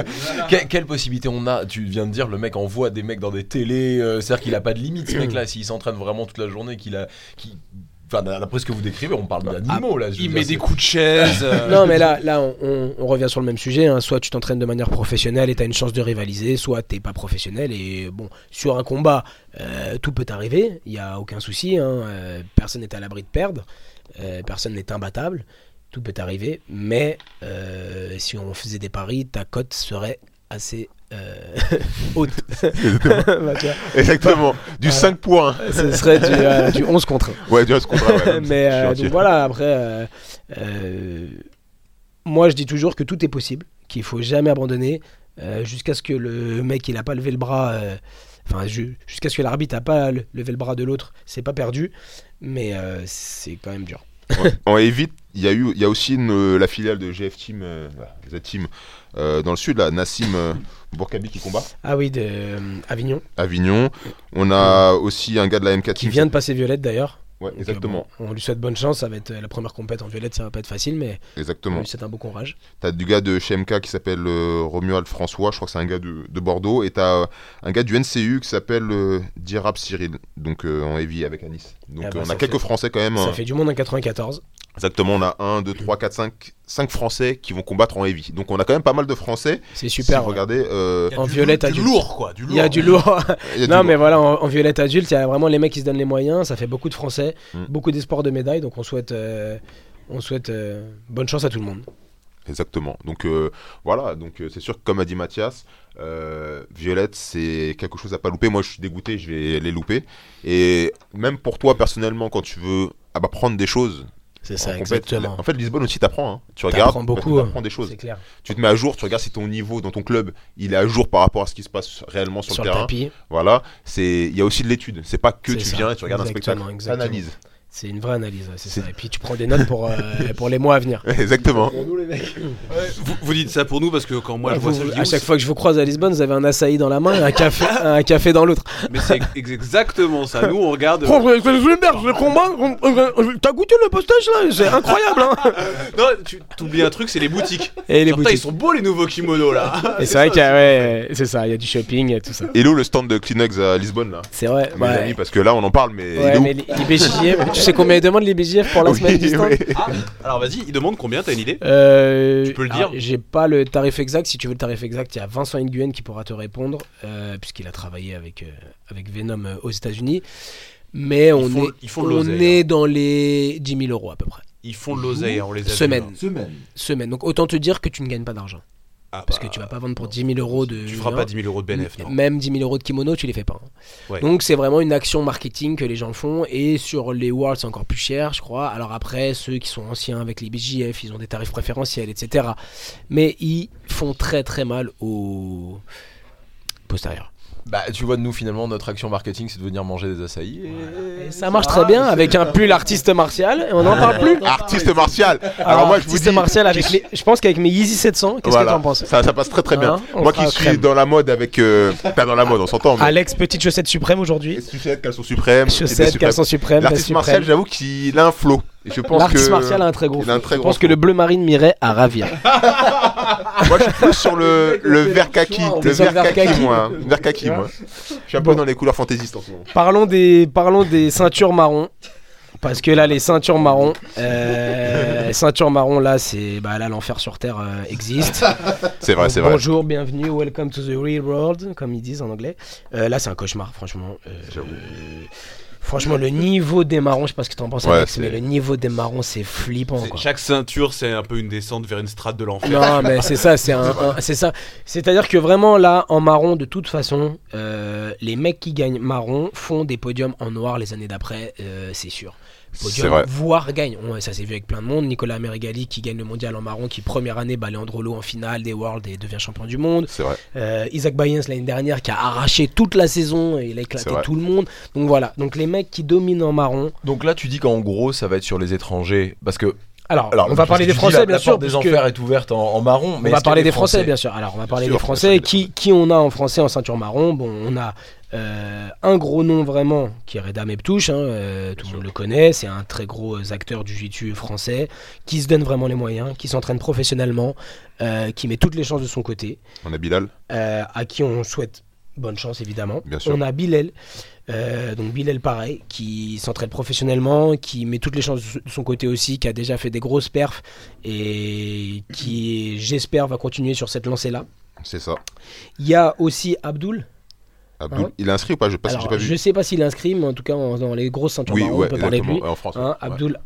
[SPEAKER 2] Que- quelle possibilité on a Tu viens de dire le mec envoie des mecs dans des télés, euh, c'est-à-dire qu'il a pas de limite ce mec-là. S'il s'entraîne vraiment toute la journée, qu'il a, qui, enfin d'après ce que vous décrivez, on parle d'animaux là. je veux
[SPEAKER 3] Il
[SPEAKER 2] dire,
[SPEAKER 3] met
[SPEAKER 2] c'est-
[SPEAKER 3] des coups de chaise. euh,
[SPEAKER 4] Non, mais là, là on, on- on revient sur le même sujet. hein. Soit tu t'entraînes de manière professionnelle et t'as une chance de rivaliser, soit t'es pas professionnel. Et bon, sur un combat, euh, tout peut arriver. Il n'y a aucun souci. hein. Euh, personne n'est à l'abri de perdre. Euh, personne n'est imbattable. Tout peut arriver. Mais euh, si on faisait des paris, ta cote serait assez euh, haute. Bah, tu vois,
[SPEAKER 5] Exactement. Du hein. 5 points.
[SPEAKER 4] Ce serait du, euh, du 11 contre 1.
[SPEAKER 5] Ouais, du 11 contre un, ouais.
[SPEAKER 4] mais euh,
[SPEAKER 5] Gentil.
[SPEAKER 4] donc voilà, après, euh, euh, moi je dis toujours que tout est possible, qu'il faut jamais abandonner euh, jusqu'à ce que le mec il a pas levé le bras, euh, enfin ju- jusqu'à ce que l'arbitre a pas le- levé le bras de l'autre, c'est pas perdu, mais euh, c'est quand même dur.
[SPEAKER 5] Ouais. En heavy, il y a eu, il y a aussi une- euh, la filiale de GF Team, euh, Z Team, euh, dans le sud là, Nassim euh, Bourkabi qui combat.
[SPEAKER 4] Ah oui, de euh, Avignon,
[SPEAKER 5] Avignon. On a aussi un gars de la MK Team.
[SPEAKER 4] qui vient de passer Violette d'ailleurs.
[SPEAKER 5] Ouais,
[SPEAKER 4] Donc, euh,
[SPEAKER 5] exactement,
[SPEAKER 4] bon, on lui souhaite bonne chance, ça va être euh, la première compète en Violette, ça va pas être facile, mais on
[SPEAKER 5] exactement.
[SPEAKER 4] lui souhaite un beau courage.
[SPEAKER 5] T'as du gars de chez MK qui s'appelle euh, Romuald François, je crois que c'est un gars de, de Bordeaux, et t'as euh, un gars du NCU qui s'appelle euh, Dirab Cyril, donc euh, en heavy avec Anis. Donc
[SPEAKER 4] Ah bah,
[SPEAKER 5] euh, on
[SPEAKER 4] ça
[SPEAKER 5] a quelques
[SPEAKER 4] fait-
[SPEAKER 5] Français quand même. hein.
[SPEAKER 4] Ça fait du monde en 94.
[SPEAKER 5] Exactement, on a 1, 2, 3, 4, 5, 5 Français qui vont combattre en heavy. Donc on a quand même pas mal de Français.
[SPEAKER 4] C'est
[SPEAKER 5] Si
[SPEAKER 4] super.
[SPEAKER 5] vous regardez, euh,
[SPEAKER 3] il y a
[SPEAKER 4] en
[SPEAKER 3] du
[SPEAKER 4] violette
[SPEAKER 3] lourd-
[SPEAKER 4] adulte.
[SPEAKER 3] Du lourd, quoi. Du lourd.
[SPEAKER 4] Il y a du lourd.
[SPEAKER 5] il y a du
[SPEAKER 4] Non,
[SPEAKER 5] lourd.
[SPEAKER 4] mais voilà, en, en violette adulte, il y a vraiment les mecs qui se donnent les moyens. Ça fait beaucoup de Français,
[SPEAKER 5] Mm.
[SPEAKER 4] beaucoup d'espoir de médailles. Donc on souhaite, euh, on souhaite euh, bonne chance à tout le monde.
[SPEAKER 5] Exactement. Donc euh, voilà, donc euh, c'est sûr que comme a dit Mathias, euh, Violette, c'est quelque chose à pas louper. Moi, je suis dégoûté, je vais les louper. Et même pour toi, personnellement, quand tu veux apprendre des choses,
[SPEAKER 4] C'est
[SPEAKER 5] en, compète, en fait, Lisbonne aussi t'apprend. hein. Tu
[SPEAKER 4] T'apprends
[SPEAKER 5] regardes,
[SPEAKER 4] beaucoup,
[SPEAKER 5] tu apprends des choses.
[SPEAKER 4] C'est clair.
[SPEAKER 5] Tu te mets à jour, tu regardes si ton niveau dans ton club, il est à jour par rapport à ce qui se passe réellement sur,
[SPEAKER 4] Sur,
[SPEAKER 5] le
[SPEAKER 4] le
[SPEAKER 5] terrain.
[SPEAKER 4] tapis,
[SPEAKER 5] Voilà, c'est il y a aussi de l'étude. C'est pas que
[SPEAKER 4] C'est
[SPEAKER 5] tu
[SPEAKER 4] ça.
[SPEAKER 5] viens et tu regardes
[SPEAKER 4] Exactement,
[SPEAKER 5] un spectacle,
[SPEAKER 4] exactement.
[SPEAKER 5] t'analyses.
[SPEAKER 4] c'est une vraie analyse. ouais, C'est
[SPEAKER 5] C'est-
[SPEAKER 4] ça. Et puis tu prends des notes pour, euh, pour les mois à venir.
[SPEAKER 5] Exactement.
[SPEAKER 7] Pour nous, les mecs.
[SPEAKER 3] Vous, vous dites ça pour nous parce que quand moi je
[SPEAKER 4] Vous-
[SPEAKER 3] vois ça, je dis,
[SPEAKER 4] à
[SPEAKER 3] ouh,
[SPEAKER 4] chaque fois que je vous croise à Lisbonne, vous avez un açaï dans la main et un café, un café dans l'autre.
[SPEAKER 3] Mais c'est ex- exactement ça. Nous, on regarde. euh,
[SPEAKER 4] Oh, c'est c'est super, c'est le combat. T'as goûté le postage là C'est incroyable. hein.
[SPEAKER 3] Non, tu t'oublies un truc, c'est les boutiques.
[SPEAKER 4] et les
[SPEAKER 3] Genre, putain, ils
[SPEAKER 4] boutiques.
[SPEAKER 3] sont beaux les nouveaux kimonos là.
[SPEAKER 4] Et c'est vrai qu'il y a, ouais, c'est ça. Il y a du shopping, il y a tout ça.
[SPEAKER 5] Hello, le stand de Kleenex à Lisbonne là.
[SPEAKER 4] C'est vrai.
[SPEAKER 5] Mes
[SPEAKER 4] ouais.
[SPEAKER 5] amis, parce que là on en parle, mais il est
[SPEAKER 4] Ouais,
[SPEAKER 5] où
[SPEAKER 4] mais les, les BJJ, tu sais combien ils demandent les BJF pour la semaine distante
[SPEAKER 3] Alors vas-y, il demande combien, t'as une idée
[SPEAKER 4] Euh,
[SPEAKER 3] Tu peux le
[SPEAKER 4] alors,
[SPEAKER 3] dire.
[SPEAKER 4] J'ai pas le tarif exact. Si tu veux le tarif exact, il y a Vincent Nguyen qui pourra te répondre, euh, puisqu'il a travaillé avec, euh, avec Venom euh, aux États-Unis. Mais on
[SPEAKER 3] font-
[SPEAKER 4] est,
[SPEAKER 3] ils font de
[SPEAKER 4] on
[SPEAKER 3] l'oseille,
[SPEAKER 4] est dans les 10 000 euros à peu près,
[SPEAKER 3] Ils font de l'oseille, hein, on les a vus,
[SPEAKER 4] Semaine.
[SPEAKER 3] hein.
[SPEAKER 7] Semaine.
[SPEAKER 4] semaine. Donc autant te dire que tu ne gagnes pas d'argent.
[SPEAKER 3] Ah,
[SPEAKER 4] Parce
[SPEAKER 3] bah,
[SPEAKER 4] que tu vas pas vendre pour 10 000 euros de.
[SPEAKER 3] Tu feras pas 10 000 euros de bénéf, non
[SPEAKER 4] Même 10 000 euros de kimono, tu les fais pas. hein.
[SPEAKER 3] Ouais.
[SPEAKER 4] Donc c'est vraiment une action marketing que les gens font. Et sur les Worlds, c'est encore plus cher, je crois. Alors après, ceux qui sont anciens avec les BJF, ils ont des tarifs préférentiels, etc. Mais ils font très très mal au postérieur.
[SPEAKER 2] Bah, tu vois, nous, finalement, notre action marketing, c'est de venir manger des açaïs. et-
[SPEAKER 4] Et ça marche très bien avec un pull artiste martial. Et on n'en parle plus.
[SPEAKER 5] Artiste martial. Alors moi je vous
[SPEAKER 4] artiste
[SPEAKER 5] dis.
[SPEAKER 4] martial avec les- Je pense qu'avec mes Yeezy 700, qu'est-ce
[SPEAKER 5] voilà,
[SPEAKER 4] que t'en penses
[SPEAKER 5] ça, ça passe très très bien.
[SPEAKER 4] Hein On
[SPEAKER 5] moi
[SPEAKER 4] fera
[SPEAKER 5] qui suis
[SPEAKER 4] crème.
[SPEAKER 5] dans la mode avec. euh, T'as dans la mode, on s'entend. Mais...
[SPEAKER 4] Alex, petite chaussette suprême aujourd'hui.
[SPEAKER 5] Chaussettes, caleçon Eh suprême.
[SPEAKER 4] Chaussettes, caleçon suprême, veste
[SPEAKER 5] L'artiste martial,
[SPEAKER 4] suprême.
[SPEAKER 5] j'avoue qu'il a un flow. Et je pense
[SPEAKER 4] L'artiste
[SPEAKER 5] que-
[SPEAKER 4] martial a un très gros.
[SPEAKER 5] il a un
[SPEAKER 4] flow.
[SPEAKER 5] très
[SPEAKER 4] Je
[SPEAKER 5] gros
[SPEAKER 4] pense que
[SPEAKER 5] flow.
[SPEAKER 4] le bleu marine m'irait à ravir.
[SPEAKER 5] Moi, je suis plus sur le, le vert kaki.
[SPEAKER 7] On
[SPEAKER 5] Le
[SPEAKER 4] est sur le
[SPEAKER 5] vert
[SPEAKER 4] vert
[SPEAKER 5] kaki,
[SPEAKER 4] kaki.
[SPEAKER 5] moi. hein. Vert kaki, moi. Je suis un peu
[SPEAKER 4] Bon.
[SPEAKER 5] dans les couleurs fantaisistes en ce moment.
[SPEAKER 4] Parlons des, parlons des ceintures marron. Parce que là, les ceintures marron, euh, ceintures marron, là, c'est bah, là l'enfer sur terre euh, existe.
[SPEAKER 5] C'est vrai,
[SPEAKER 4] Donc,
[SPEAKER 5] c'est vrai.
[SPEAKER 4] Bonjour, bienvenue, welcome to the real world, comme ils disent en anglais. Euh, là, c'est un cauchemar, franchement. Euh, euh, franchement, le niveau des marrons, je sais pas ce que t'en penses,
[SPEAKER 5] Ouais,
[SPEAKER 4] Alex,
[SPEAKER 5] c'est-
[SPEAKER 4] mais le niveau des marrons, c'est flippant.
[SPEAKER 3] C'est-
[SPEAKER 4] Quoi.
[SPEAKER 3] Chaque ceinture, c'est un peu une descente vers une strate de l'enfer.
[SPEAKER 4] Non, mais c'est ça, c'est un, un- c'est ça. C'est-à-dire que vraiment là, en marron, de toute façon, euh, les mecs qui gagnent marron font des podiums en noir les années d'après, euh, c'est sûr.
[SPEAKER 5] C'est vrai.
[SPEAKER 4] Podium, voire gagne. On- ça s'est vu avec plein de monde. Nicolas Merigali qui gagne le mondial en marron, qui première année bat Leandrolo en finale des Worlds et devient champion du monde.
[SPEAKER 5] C'est vrai.
[SPEAKER 4] Euh, Isaac Bayens l'année dernière qui a arraché toute la saison et il a éclaté
[SPEAKER 5] C'est vrai.
[SPEAKER 4] tout le monde. Donc voilà. Donc les mecs qui dominent en marron.
[SPEAKER 2] Donc là, tu dis qu'en gros, ça va être sur les étrangers. Parce que.
[SPEAKER 4] Alors,
[SPEAKER 2] Alors,
[SPEAKER 4] on va
[SPEAKER 2] parce
[SPEAKER 4] parler
[SPEAKER 2] que
[SPEAKER 4] des
[SPEAKER 2] tu dis,
[SPEAKER 4] Français,
[SPEAKER 2] la-
[SPEAKER 4] bien
[SPEAKER 2] la
[SPEAKER 4] sûr.
[SPEAKER 2] porte des
[SPEAKER 4] puisque-
[SPEAKER 2] enfers est ouverte en, en marron. Mais est-ce qu'il
[SPEAKER 4] on va
[SPEAKER 2] y a
[SPEAKER 4] parler des Français, bien sûr. Alors, on va parler
[SPEAKER 5] sûr,
[SPEAKER 4] des
[SPEAKER 5] bien
[SPEAKER 4] Français.
[SPEAKER 5] sûr, bien
[SPEAKER 4] Qui, qui on a en Français en ceinture marron Bon, on a euh, un gros nom vraiment qui est Reda Meptouche. hein, euh, tout le monde le connaît. C'est un très gros euh, acteur du jiu français qui se donne vraiment les moyens, qui s'entraîne professionnellement, euh, qui met toutes les chances de son côté,
[SPEAKER 5] On a Bilal.
[SPEAKER 4] euh, à qui on souhaite bonne chance évidemment.
[SPEAKER 5] Bien sûr.
[SPEAKER 4] On a Bilal. euh, donc Bilal pareil, qui s'entraîne professionnellement, qui met toutes les chances de son côté aussi, qui a déjà fait des grosses perfs et qui j'espère va continuer sur cette lancée là.
[SPEAKER 5] C'est ça.
[SPEAKER 4] Il y a aussi Abdul.
[SPEAKER 5] Abdul,
[SPEAKER 4] Hein
[SPEAKER 5] il est inscrit ou pas Je passe, j'ai
[SPEAKER 4] Alors,
[SPEAKER 5] pas
[SPEAKER 4] je
[SPEAKER 5] vu.
[SPEAKER 4] sais pas s'il est inscrit, mais en tout cas, en- dans les grosses ceintures
[SPEAKER 5] Oui,
[SPEAKER 4] marron,
[SPEAKER 5] ouais,
[SPEAKER 4] on peut parler de
[SPEAKER 5] exactement.
[SPEAKER 4] lui.
[SPEAKER 5] ouais, En France.
[SPEAKER 4] Hein,
[SPEAKER 5] ouais.
[SPEAKER 4] Abdul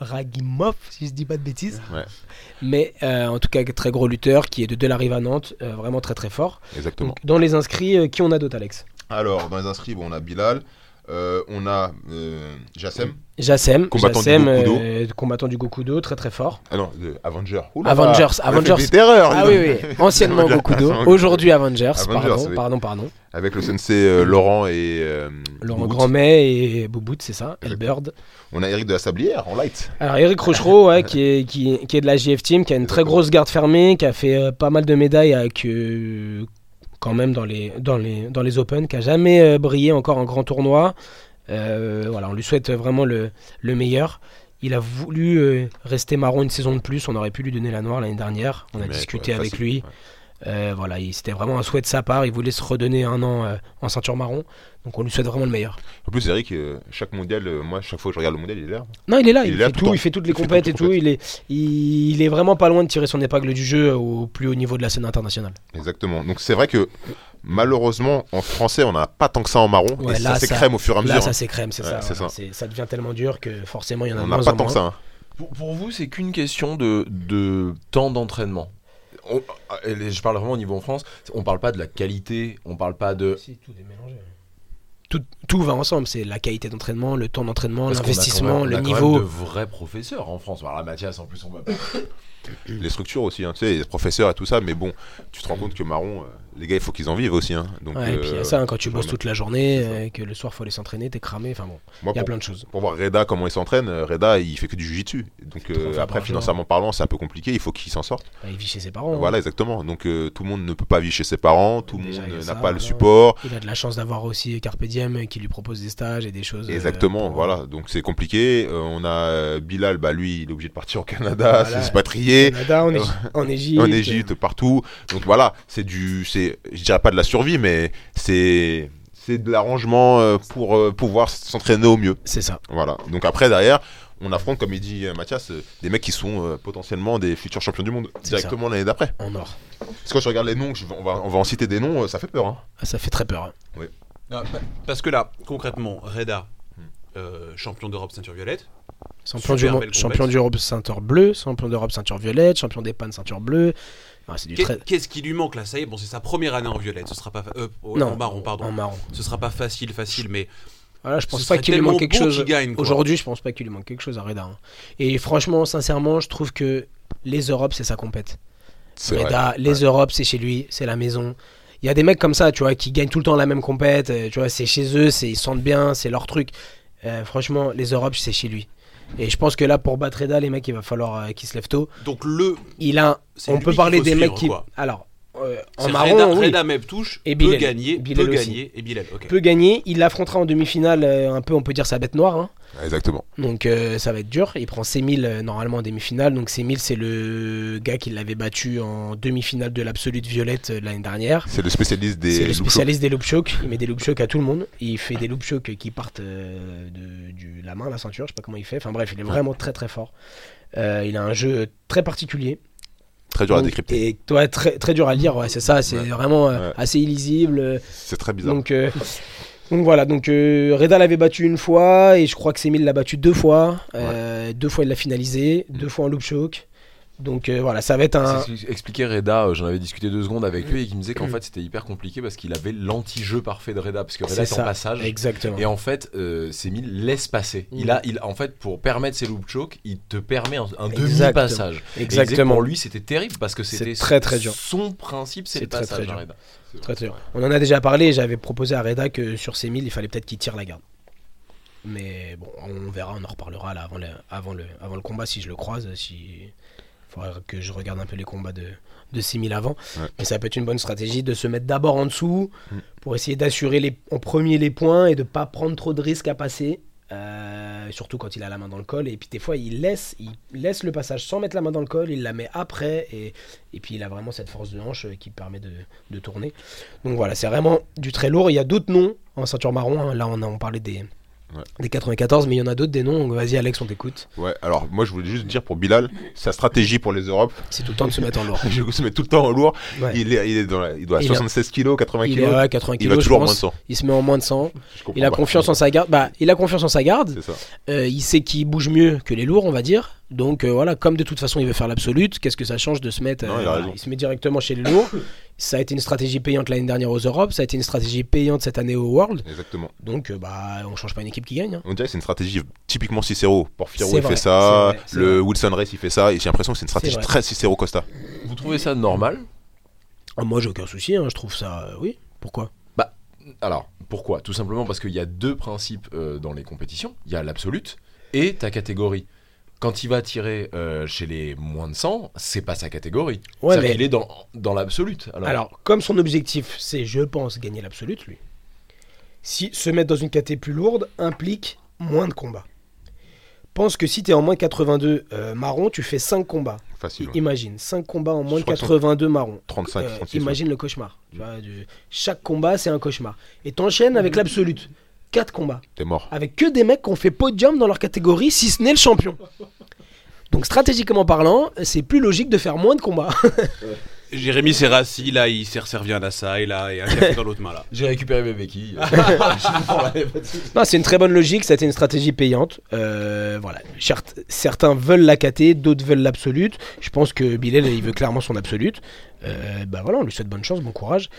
[SPEAKER 4] Abouragimov, si je dis pas de bêtises.
[SPEAKER 5] Ouais.
[SPEAKER 4] Mais euh, en tout cas, très gros lutteur qui est de Delarive à Nantes, euh, vraiment très très fort.
[SPEAKER 5] Exactement.
[SPEAKER 4] Donc, dans les inscrits, euh, qui on a d'autres, Alex
[SPEAKER 5] Alors, dans les inscrits, bon, on a Bilal. euh, on a euh, Jassem.
[SPEAKER 4] Jassem,
[SPEAKER 5] Combattant du
[SPEAKER 4] Jassem,
[SPEAKER 5] Gokudo.
[SPEAKER 4] euh, combattant du Gokudo, très très fort.
[SPEAKER 5] Ah non, de Avenger.
[SPEAKER 4] Avengers, Avengers.
[SPEAKER 5] Avengers. Des terreurs,
[SPEAKER 4] Ah
[SPEAKER 5] dis
[SPEAKER 4] oui,
[SPEAKER 5] donc.
[SPEAKER 4] oui, anciennement
[SPEAKER 5] Avengers,
[SPEAKER 4] Gokudo,
[SPEAKER 5] Avengers.
[SPEAKER 4] aujourd'hui Avengers,
[SPEAKER 5] Avengers,
[SPEAKER 4] pardon,
[SPEAKER 5] oui.
[SPEAKER 4] pardon, pardon.
[SPEAKER 5] Avec le sensei euh, Laurent et. euh,
[SPEAKER 4] Laurent
[SPEAKER 5] Boubout.
[SPEAKER 4] Grandmet et Boubout, c'est ça, Elbird.
[SPEAKER 5] On a Eric de la Sablière en light.
[SPEAKER 4] Alors Eric Rochereau, ouais, qui, est, qui, est- qui est de la GF Team, qui a une très
[SPEAKER 5] Exactement.
[SPEAKER 4] grosse garde fermée, qui a fait euh, pas mal de médailles avec, euh, quand même dans les, dans, les, dans les Open, qui a jamais euh, brillé encore en grand tournoi. Euh, voilà, on lui souhaite vraiment le, le meilleur. Il a voulu euh, rester marron une saison de plus, on aurait pu lui donner la noire l'année dernière, on a
[SPEAKER 5] Mais,
[SPEAKER 4] discuté
[SPEAKER 5] ouais,
[SPEAKER 4] avec
[SPEAKER 5] facile,
[SPEAKER 4] lui.
[SPEAKER 5] ouais.
[SPEAKER 4] Euh, voilà, il- c'était vraiment un souhait de sa part, il voulait se redonner un an euh, en ceinture marron, donc on lui souhaite vraiment le meilleur.
[SPEAKER 5] En plus, Eric, euh, chaque mondial, euh, moi, chaque fois que je regarde le mondial, il est là.
[SPEAKER 4] Non, il est là, il,
[SPEAKER 5] Il est là
[SPEAKER 4] fait
[SPEAKER 5] tout
[SPEAKER 4] tout,
[SPEAKER 5] le temps.
[SPEAKER 4] il fait toutes les
[SPEAKER 5] Il fait
[SPEAKER 4] compètes et
[SPEAKER 5] toutes les
[SPEAKER 4] tout. Il est, il, il est vraiment pas loin de tirer son épingle du jeu au plus haut niveau de la scène internationale.
[SPEAKER 5] Exactement. Donc, c'est vrai que malheureusement, en français, on n'a pas tant que ça en marron.
[SPEAKER 4] Ouais,
[SPEAKER 5] et
[SPEAKER 4] là,
[SPEAKER 5] ça
[SPEAKER 4] ça-
[SPEAKER 5] s'écrème au fur et à mesure.
[SPEAKER 4] Là,
[SPEAKER 5] hein.
[SPEAKER 4] ça s'écrème, c'est
[SPEAKER 5] Ouais,
[SPEAKER 4] ça.
[SPEAKER 5] c'est
[SPEAKER 4] voilà.
[SPEAKER 5] ça.
[SPEAKER 4] C'est- Ça devient tellement dur que forcément, il y en a
[SPEAKER 5] on
[SPEAKER 4] de
[SPEAKER 5] n'a
[SPEAKER 4] moins
[SPEAKER 5] pas
[SPEAKER 4] en
[SPEAKER 5] tant
[SPEAKER 4] moins.
[SPEAKER 5] que ça. hein.
[SPEAKER 2] Pour, pour vous, c'est qu'une question de, de temps d'entraînement. On- ah, et les- je parle vraiment au niveau en France. On parle pas de la qualité, on parle pas de.
[SPEAKER 4] Tout, tout va ensemble, c'est la qualité d'entraînement, le temps d'entraînement,
[SPEAKER 2] parce qu'on a
[SPEAKER 4] l'investissement,
[SPEAKER 2] quand même- on
[SPEAKER 4] le
[SPEAKER 2] a quand
[SPEAKER 4] niveau.
[SPEAKER 2] même de vrais professeurs en France. Alors, la Mathias, en plus, on va pas.
[SPEAKER 5] Les structures aussi, hein, tu sais, les professeurs et tout ça. Mais bon, tu te rends compte que marron, euh, les gars, il faut qu'ils en vivent aussi. hein. Donc,
[SPEAKER 4] Ouais, et puis il y
[SPEAKER 5] euh,
[SPEAKER 4] a ça, hein, quand tu
[SPEAKER 5] je
[SPEAKER 4] bosses
[SPEAKER 5] remets-
[SPEAKER 4] toute la journée, euh, que le soir faut aller s'entraîner, t'es cramé, enfin bon,
[SPEAKER 5] moi,
[SPEAKER 4] il y a
[SPEAKER 5] pour,
[SPEAKER 4] plein de choses.
[SPEAKER 5] pour voir Reda comment il s'entraîne, euh, Reda il fait que du jujitsu. Donc euh,
[SPEAKER 4] Trois fois
[SPEAKER 5] après
[SPEAKER 4] par jour.
[SPEAKER 5] financièrement parlant c'est un peu compliqué, il faut qu'il s'en sorte.
[SPEAKER 4] Bah, il vit chez ses parents. hein.
[SPEAKER 5] Voilà exactement. Donc euh, tout le monde ne peut pas vivre chez ses parents, tout le
[SPEAKER 4] Déjà, il y a
[SPEAKER 5] monde
[SPEAKER 4] ça,
[SPEAKER 5] n'a pas le
[SPEAKER 4] voilà.
[SPEAKER 5] support.
[SPEAKER 4] Il a de la chance d'avoir aussi Carpe Diem euh, qui lui propose des stages et des choses. euh,
[SPEAKER 5] Exactement,
[SPEAKER 4] pour-
[SPEAKER 5] voilà. Donc c'est compliqué. Euh, on a euh, Bilal, bah lui il est obligé de partir au Canada,
[SPEAKER 4] Voilà.
[SPEAKER 5] s'expatrier.
[SPEAKER 4] Canada, en Égy- en Égypte.
[SPEAKER 5] En Égypte, partout. Donc voilà, c'est du, c'est, je dirais pas de la survie, mais c'est, c'est de l'arrangement euh, pour euh, pouvoir s'entraîner au mieux.
[SPEAKER 4] C'est ça.
[SPEAKER 5] Voilà. Donc après, derrière, on affronte, comme il dit euh, Mathias, euh, des mecs qui sont euh, potentiellement des futurs champions du monde
[SPEAKER 4] C'est
[SPEAKER 5] directement l'année d'après.
[SPEAKER 4] En or.
[SPEAKER 5] Parce que quand je regarde les noms, je vais- on, va, on va en citer des noms, euh, ça fait peur. hein.
[SPEAKER 4] Ah, ça fait très peur. hein.
[SPEAKER 3] Non, pa- parce que là, concrètement, Reda,
[SPEAKER 5] Hmm.
[SPEAKER 3] euh, champion d'Europe ceinture violette, Super
[SPEAKER 4] Champion du monde-
[SPEAKER 3] belle compète.
[SPEAKER 4] champion d'Europe ceinture bleue, champion d'Europe ceinture violette, champion des pannes ceinture bleue. Ah, c'est du
[SPEAKER 3] Qu'est-
[SPEAKER 4] très.
[SPEAKER 3] qu'est-ce qui lui manque là Ça y est, bon, c'est sa première année en violette, ce sera pas fa- euh,
[SPEAKER 4] Non.
[SPEAKER 3] en marron, pardon.
[SPEAKER 4] En marron.
[SPEAKER 3] Ce sera pas facile, facile, mais
[SPEAKER 4] Voilà, je
[SPEAKER 3] ce
[SPEAKER 4] pense
[SPEAKER 3] serait
[SPEAKER 4] pas qu'il lui
[SPEAKER 3] tellement
[SPEAKER 4] manque quelque
[SPEAKER 3] beau
[SPEAKER 4] chose.
[SPEAKER 3] qu'il gagne. quoi.
[SPEAKER 4] Aujourd'hui, je pense pas qu'il lui manque quelque chose à Reda. hein. Et franchement, sincèrement, je trouve que les Europes, c'est sa compète.
[SPEAKER 5] C'est vrai.
[SPEAKER 4] Reda, les Europes, c'est chez lui, c'est la maison. Il y a des mecs comme ça, tu vois, qui gagnent tout le temps la même compète, euh, tu vois, c'est chez eux, c'est, ils se sentent bien, c'est leur truc. Euh, franchement, les Europes, c'est chez lui. Et je pense que là, pour battre Reda, les mecs, il va falloir euh, qu'ils se lèvent tôt.
[SPEAKER 3] Donc le,
[SPEAKER 4] Il a,
[SPEAKER 3] c'est
[SPEAKER 4] on
[SPEAKER 3] lui
[SPEAKER 4] peut
[SPEAKER 3] qu'il
[SPEAKER 4] parler
[SPEAKER 3] faut
[SPEAKER 4] des
[SPEAKER 3] suivre,
[SPEAKER 4] mecs qui,
[SPEAKER 3] quoi.
[SPEAKER 4] alors, euh, en
[SPEAKER 3] C'est
[SPEAKER 4] marron,
[SPEAKER 3] Reda,
[SPEAKER 4] oui,
[SPEAKER 3] Reda Meptouche
[SPEAKER 4] Et
[SPEAKER 3] peut
[SPEAKER 4] Bilal.
[SPEAKER 3] gagner,
[SPEAKER 4] Bilal
[SPEAKER 3] peut
[SPEAKER 4] aussi.
[SPEAKER 3] gagner, et Bilal, ok.
[SPEAKER 4] peut gagner. Il l'affrontera en demi-finale, euh, un peu, on peut dire sa bête noire. hein.
[SPEAKER 5] Ouais, Exactement.
[SPEAKER 4] Donc euh, ça va être dur. Il prend Sémil euh, normalement en demi-finale. Donc Sémil, c'est le gars qui l'avait battu en demi-finale de l'absolute violette euh, de l'année dernière.
[SPEAKER 5] C'est le spécialiste des
[SPEAKER 4] C'est le
[SPEAKER 5] loups chauds.
[SPEAKER 4] spécialiste des loop shocks. Il met des loop shocks à tout le monde. Il fait des loop shocks qui partent euh, de du- la main, la ceinture. Je sais pas comment il fait. Enfin bref, il est vraiment très très fort. Euh, il a un jeu très particulier.
[SPEAKER 5] Très dur à
[SPEAKER 4] Donc,
[SPEAKER 5] décrypter.
[SPEAKER 4] Et toi, très, très dur à lire. Ouais, c'est ça. C'est
[SPEAKER 5] Ouais.
[SPEAKER 4] vraiment euh,
[SPEAKER 5] Ouais.
[SPEAKER 4] assez illisible. euh,
[SPEAKER 5] C'est très bizarre.
[SPEAKER 4] donc, euh, donc voilà, donc euh, Reda l'avait battu une fois et je crois que Semil l'a battu deux fois. Euh, Deux fois il l'a finalisé, deux fois en loop choke. Donc euh, voilà, ça va être un.
[SPEAKER 2] Mm. C'est ce qu'expliquait Reda, euh, j'en avais discuté deux secondes avec lui et qui me disait
[SPEAKER 4] Mm.
[SPEAKER 2] qu'en fait c'était hyper compliqué parce qu'il avait l'anti-jeu parfait de Reda parce que Reda
[SPEAKER 4] C'est
[SPEAKER 2] est, en
[SPEAKER 4] ça.
[SPEAKER 2] passage.
[SPEAKER 4] Exactement.
[SPEAKER 2] Et en fait, euh, Sémil laisse passer. Il
[SPEAKER 4] Mm.
[SPEAKER 2] a, il, en fait, pour permettre ses loop choke, il te permet un, un
[SPEAKER 4] Exactement.
[SPEAKER 2] demi-passage. Et il disait que
[SPEAKER 4] Exactement.
[SPEAKER 2] Pour lui, c'était terrible parce que c'était
[SPEAKER 4] C'est très, très dur.
[SPEAKER 2] Son principe, c'est
[SPEAKER 4] C'est
[SPEAKER 2] le
[SPEAKER 4] très, très
[SPEAKER 2] passage.
[SPEAKER 4] dur.
[SPEAKER 2] à Reda.
[SPEAKER 4] Très, très dur. On en a déjà parlé et j'avais proposé à Reda que sur Semil il fallait peut-être qu'il tire la garde. Mais bon, on verra, on en reparlera là avant le, avant le, avant le combat si je le croise. Si... faudra que je regarde un peu les combats de, de 6000 avant.
[SPEAKER 5] Ouais.
[SPEAKER 4] Mais ça peut être une bonne stratégie de se mettre d'abord en dessous pour essayer d'assurer les- en premier les points et de pas prendre trop de risques à passer. Euh, surtout quand il a la main dans le col. Et puis des fois, il laisse, il laisse le passage sans mettre la main dans le col, il la met après. Et, et puis il a vraiment cette force de hanche euh, qui permet de, de tourner. Donc voilà, c'est vraiment du très lourd. Il y a d'autres noms en ceinture marron. hein. Là, on, a, on parlait des,
[SPEAKER 5] Ouais.
[SPEAKER 4] des 94, mais il y en a d'autres des noms. Donc vas-y, Alex, on t'écoute.
[SPEAKER 5] Ouais, alors moi je voulais juste dire pour Bilal, sa stratégie pour les Europes,
[SPEAKER 4] C'est tout le temps de se mettre en lourd.
[SPEAKER 5] je se met tout le temps en lourd.
[SPEAKER 4] Ouais.
[SPEAKER 5] Il, est, il, est dans la- il doit à
[SPEAKER 4] Il a-
[SPEAKER 5] 76 kg, 80 kg.
[SPEAKER 4] Il est à 80
[SPEAKER 5] il va
[SPEAKER 4] kilos, je
[SPEAKER 5] toujours en moins de
[SPEAKER 4] pense.
[SPEAKER 5] 100.
[SPEAKER 4] Il se met en moins de 100.
[SPEAKER 5] Je comprends
[SPEAKER 4] Il a
[SPEAKER 5] pas.
[SPEAKER 4] confiance en sa garde. Bah, il a confiance en sa garde.
[SPEAKER 5] C'est ça.
[SPEAKER 4] Euh, il sait qu'il bouge mieux que les lourds, on va dire. Donc euh, voilà, comme de toute façon il veut faire l'absolute, qu'est-ce que ça change de se mettre
[SPEAKER 5] Non, il a
[SPEAKER 4] voilà,
[SPEAKER 5] raison.
[SPEAKER 4] se met directement chez les lourds. ça a été une stratégie payante l'année dernière aux Europes, ça a été une stratégie payante cette année au World.
[SPEAKER 5] Exactement.
[SPEAKER 4] Donc euh, bah on change pas une équipe qui gagne. hein.
[SPEAKER 5] On dirait que c'est une stratégie typiquement Cicero. Porfirio
[SPEAKER 4] C'est
[SPEAKER 5] il
[SPEAKER 4] vrai,
[SPEAKER 5] fait ça,
[SPEAKER 4] c'est vrai, c'est
[SPEAKER 5] le Wilson Race il fait ça, et j'ai l'impression que c'est une stratégie
[SPEAKER 4] vrai.
[SPEAKER 5] très Cicero Costa.
[SPEAKER 2] Vous trouvez ça normal
[SPEAKER 4] Ah, moi j'ai aucun souci, hein, je trouve ça euh, oui. Pourquoi
[SPEAKER 2] Alors, pourquoi Tout simplement parce qu'il y a deux principes euh, dans les compétitions. Il y a l'absolute et ta catégorie. Quand il va tirer euh, chez les moins de 100, c'est pas sa catégorie.
[SPEAKER 4] Ouais,
[SPEAKER 2] C'est-à-dire
[SPEAKER 4] mais-
[SPEAKER 2] qu'il est dans, dans l'absolute. Alors,
[SPEAKER 4] Alors comme son objectif c'est je pense gagner l'absolute lui. Si se mettre dans une caté plus lourde implique moins de combats. Pense que si t'es en moins 82 euh, marron, tu fais 5 combats.
[SPEAKER 5] Facile. ouais.
[SPEAKER 4] Imagine, 5 combats en moins de
[SPEAKER 5] crois que son-
[SPEAKER 4] 82 marrons.
[SPEAKER 5] 35,
[SPEAKER 4] Euh,
[SPEAKER 5] 36. ouais. Mm.
[SPEAKER 4] imagine le cauchemar. Tu vois, du- Chaque combat, c'est un cauchemar. Et t'enchaînes avec l'absolute. 4 combats.
[SPEAKER 5] T'es mort.
[SPEAKER 4] Avec que des mecs qui ont fait podium dans leur catégorie, si ce n'est le champion. Donc stratégiquement parlant, c'est plus logique de faire moins de combats.
[SPEAKER 3] Jérémy Serrassi, là, il s'est resservi un assa, et là, et un café dans l'autre main, là.
[SPEAKER 2] j'ai récupéré mes béquilles.
[SPEAKER 4] non, c'est une très bonne logique, c'était une stratégie payante. Euh, voilà. Certes- Certains veulent la KT, d'autres veulent l'absolute. Je pense que Bilal, il veut clairement son absolute. Euh, bah voilà, on lui souhaite bonne chance, bon courage.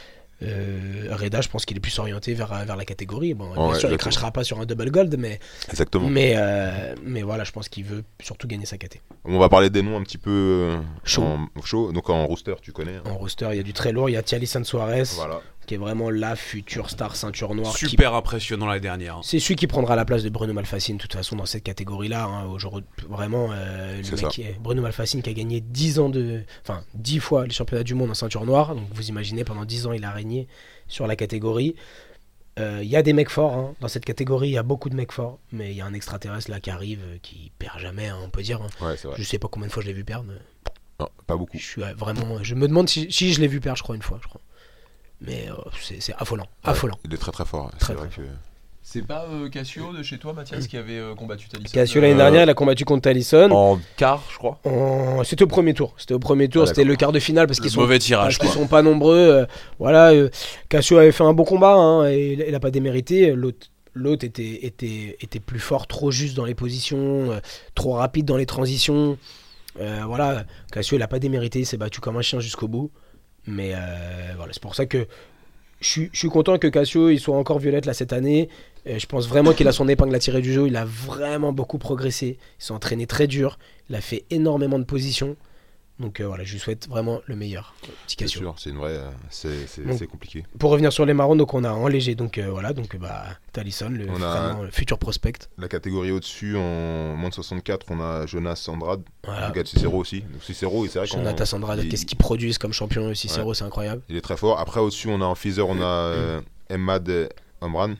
[SPEAKER 4] Euh, Reda, je pense qu'il est plus orienté vers, vers la catégorie. Bon, bien
[SPEAKER 5] ouais,
[SPEAKER 4] sûr, il
[SPEAKER 5] exactement.
[SPEAKER 4] crachera pas sur un double gold, mais
[SPEAKER 5] Exactement.
[SPEAKER 4] Mais, euh, mais voilà, je pense qu'il veut surtout gagner sa KT.
[SPEAKER 5] On va parler des noms un petit peu euh,
[SPEAKER 4] Chaud.
[SPEAKER 5] en- chaud. Donc en rooster, tu connais. hein.
[SPEAKER 4] En roster, il y a du très lourd. Il y a Thierry San Suarez,
[SPEAKER 5] Voilà.
[SPEAKER 4] qui est vraiment la future star ceinture noire. qui-
[SPEAKER 3] Super impressionnant la dernière. hein.
[SPEAKER 4] C'est celui qui prendra la place de Bruno Malfacine, de toute façon, dans cette catégorie-là. hein. Aujourd'hui, vraiment, euh, le
[SPEAKER 5] C'est
[SPEAKER 4] mec
[SPEAKER 5] ça.
[SPEAKER 4] qui est- Bruno Malfacine qui a gagné 10 ans de. Enfin, 10 fois les championnats du monde en ceinture noire. Donc, vous imaginez, pendant 10 ans, il a régné sur la catégorie. Euh, Il y a des mecs forts. hein. Dans cette catégorie, il y a beaucoup de mecs forts. Mais il y a un extraterrestre là qui arrive, euh, qui perd jamais, hein, on peut dire. hein.
[SPEAKER 5] Ouais, c'est vrai.
[SPEAKER 4] Je sais pas combien de fois je l'ai vu perdre. mais-
[SPEAKER 5] Non, pas beaucoup.
[SPEAKER 4] Je suis euh, vraiment. Je me demande si, si je l'ai vu perdre, je crois, une fois. Je crois. Mais euh, c'est c'est affolant, affolant.
[SPEAKER 5] Il est très très fort. hein.
[SPEAKER 4] Très,
[SPEAKER 5] C'est vrai que.
[SPEAKER 2] C'est pas euh, Cassio de chez toi, Mathias, qui avait euh, combattu Talisman
[SPEAKER 4] Cassio
[SPEAKER 2] euh,
[SPEAKER 4] l'année dernière, il a combattu contre Talison.
[SPEAKER 2] En quart, je crois.
[SPEAKER 4] En- C'était au premier tour. C'était au premier tour.
[SPEAKER 5] Ah,
[SPEAKER 4] c'était le quart de finale parce
[SPEAKER 2] Le
[SPEAKER 4] qu'ils sont
[SPEAKER 2] mauvais
[SPEAKER 4] parce
[SPEAKER 2] tirage,
[SPEAKER 4] qu'ils
[SPEAKER 2] quoi.
[SPEAKER 4] sont pas nombreux. euh, voilà, euh, Cassio avait fait un bon combat hein, et il, il a pas démérité. L'autre l'autre était était était plus fort, trop juste dans les positions, euh, trop rapide dans les transitions. Euh, voilà, Cassio il a pas démérité. Il s'est battu comme un chien jusqu'au bout. Mais euh, voilà, c'est pour ça que je suis- je suis content que Cassio il soit encore violette là cette année. Euh, je pense vraiment qu'il a son épingle à tirer du jeu. Il a vraiment beaucoup progressé. Il s'est entraîné très dur. Il a fait énormément de positions. Donc euh, voilà, je lui souhaite vraiment le meilleur. Petit
[SPEAKER 5] C'est
[SPEAKER 4] Cassio.
[SPEAKER 5] sûr, c'est une vraie. euh, C'est c'est-
[SPEAKER 4] Donc,
[SPEAKER 5] c'est compliqué.
[SPEAKER 4] Pour revenir sur les marrons, donc on a en léger. Donc euh, voilà, donc euh, bah Talisson, le,
[SPEAKER 5] On a un-
[SPEAKER 4] vraiment, le futur prospect.
[SPEAKER 5] La catégorie au-dessus, en moins de 64, on a Jonas Andrade.
[SPEAKER 4] Voilà.
[SPEAKER 5] Le gars de Cicero aussi. Donc Cicero, c'est vrai qu'on-
[SPEAKER 4] Jonathan Sandrade,
[SPEAKER 5] il-
[SPEAKER 4] qu'est-ce qu'ils produisent comme champion aussi, Cicero, c'est incroyable.
[SPEAKER 5] Il est très fort. Après, au-dessus, on a en Feather,
[SPEAKER 4] Mm.
[SPEAKER 5] on a euh, Emad Omran,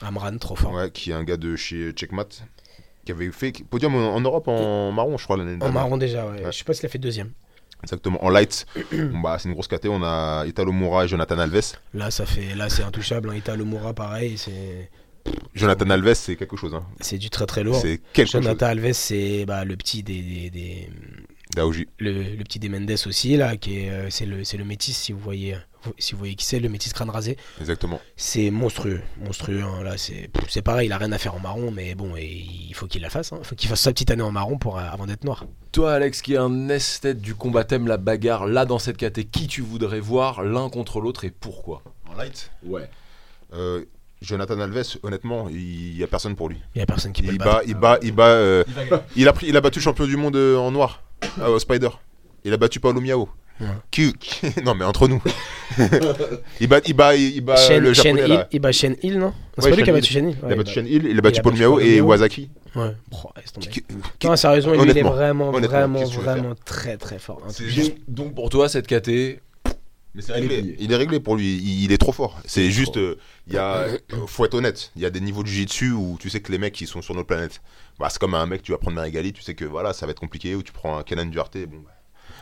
[SPEAKER 4] Amran, trop fort.
[SPEAKER 5] ouais, qui est un gars de chez Checkmate, qui avait fait podium en, en Europe en marron, je crois, l'année
[SPEAKER 4] En
[SPEAKER 5] dernière.
[SPEAKER 4] marron déjà, ouais.
[SPEAKER 5] Ouais.
[SPEAKER 4] je sais pas s'il a fait deuxième.
[SPEAKER 5] Exactement. En light, bon, bah, c'est une grosse caté. On a Italo Moura et Jonathan Alves.
[SPEAKER 4] Là, ça fait, là c'est intouchable. Hein. Italo Moura, pareil, c'est
[SPEAKER 5] Jonathan Alves, c'est quelque chose. hein.
[SPEAKER 4] c'est du très très lourd.
[SPEAKER 5] C'est quelque chose.
[SPEAKER 4] Jonathan Alves, c'est bah, le petit des, des- des-
[SPEAKER 5] Daoji.
[SPEAKER 4] le, le petit des Mendes aussi là, qui est, euh, c'est le c'est le métis si vous voyez si vous voyez qui c'est, le métis crâne rasé.
[SPEAKER 5] Exactement.
[SPEAKER 4] C'est monstrueux, monstrueux. hein, Là, c'est pff, c'est pareil, il a rien à faire en marron, mais bon, et il faut qu'il la fasse. hein. Il faut qu'il fasse sa petite année en marron pour euh, avant d'être noir.
[SPEAKER 2] Toi, Alex, qui est un esthète du combat, t'aimes la bagarre, là, dans cette caté, qui tu voudrais voir l'un contre l'autre et pourquoi
[SPEAKER 5] En light
[SPEAKER 7] Ouais.
[SPEAKER 5] euh, Jonathan Alves, honnêtement, il n'y a personne pour lui.
[SPEAKER 4] Il y a personne qui peut
[SPEAKER 5] Il
[SPEAKER 4] le
[SPEAKER 5] bat,
[SPEAKER 4] battre.
[SPEAKER 5] il bat, il bat. euh, il, a pris, il a battu le champion du monde euh, en noir, euh, au Spider. Il a battu Paolo Miao.
[SPEAKER 4] Ouais.
[SPEAKER 5] Qui- qui- non mais entre nous. il bat, il bat, il bat
[SPEAKER 4] Shen-
[SPEAKER 5] euh, le
[SPEAKER 4] Shen
[SPEAKER 5] japonais
[SPEAKER 4] Hill,
[SPEAKER 5] là.
[SPEAKER 4] il bat Shen Hill, non, Non, C'est
[SPEAKER 5] Ouais,
[SPEAKER 4] pas lui qui a
[SPEAKER 5] Shen
[SPEAKER 4] battu Shen Hill.
[SPEAKER 5] Il
[SPEAKER 4] Ouais,
[SPEAKER 5] a battu
[SPEAKER 4] bat-
[SPEAKER 5] Shen Hill, il a battu
[SPEAKER 4] a
[SPEAKER 5] Paul
[SPEAKER 4] battu
[SPEAKER 5] Miao
[SPEAKER 4] Paolo
[SPEAKER 5] et
[SPEAKER 4] Miao.
[SPEAKER 5] Wazaki.
[SPEAKER 4] ouais. Bro, laisse tomber.
[SPEAKER 5] Qui- qui-
[SPEAKER 4] Non, sérieusement, lui, il est
[SPEAKER 5] honnêtement,
[SPEAKER 4] vraiment,
[SPEAKER 5] honnêtement,
[SPEAKER 4] vraiment,
[SPEAKER 5] qu'est-ce que tu veux
[SPEAKER 4] vraiment très, très fort. hein.
[SPEAKER 2] Donc, donc pour toi, cette caté,
[SPEAKER 5] il, est, il est réglé pour lui, il, il est trop fort. C'est juste, euh, il y a, euh, faut être honnête, il y a des niveaux de jiu-jitsu où tu sais que les mecs qui sont sur notre planète, bah, c'est comme un mec, tu vas prendre Marigali, tu sais que voilà, ça va être compliqué, ou tu prends un Kenan Duarte, bon.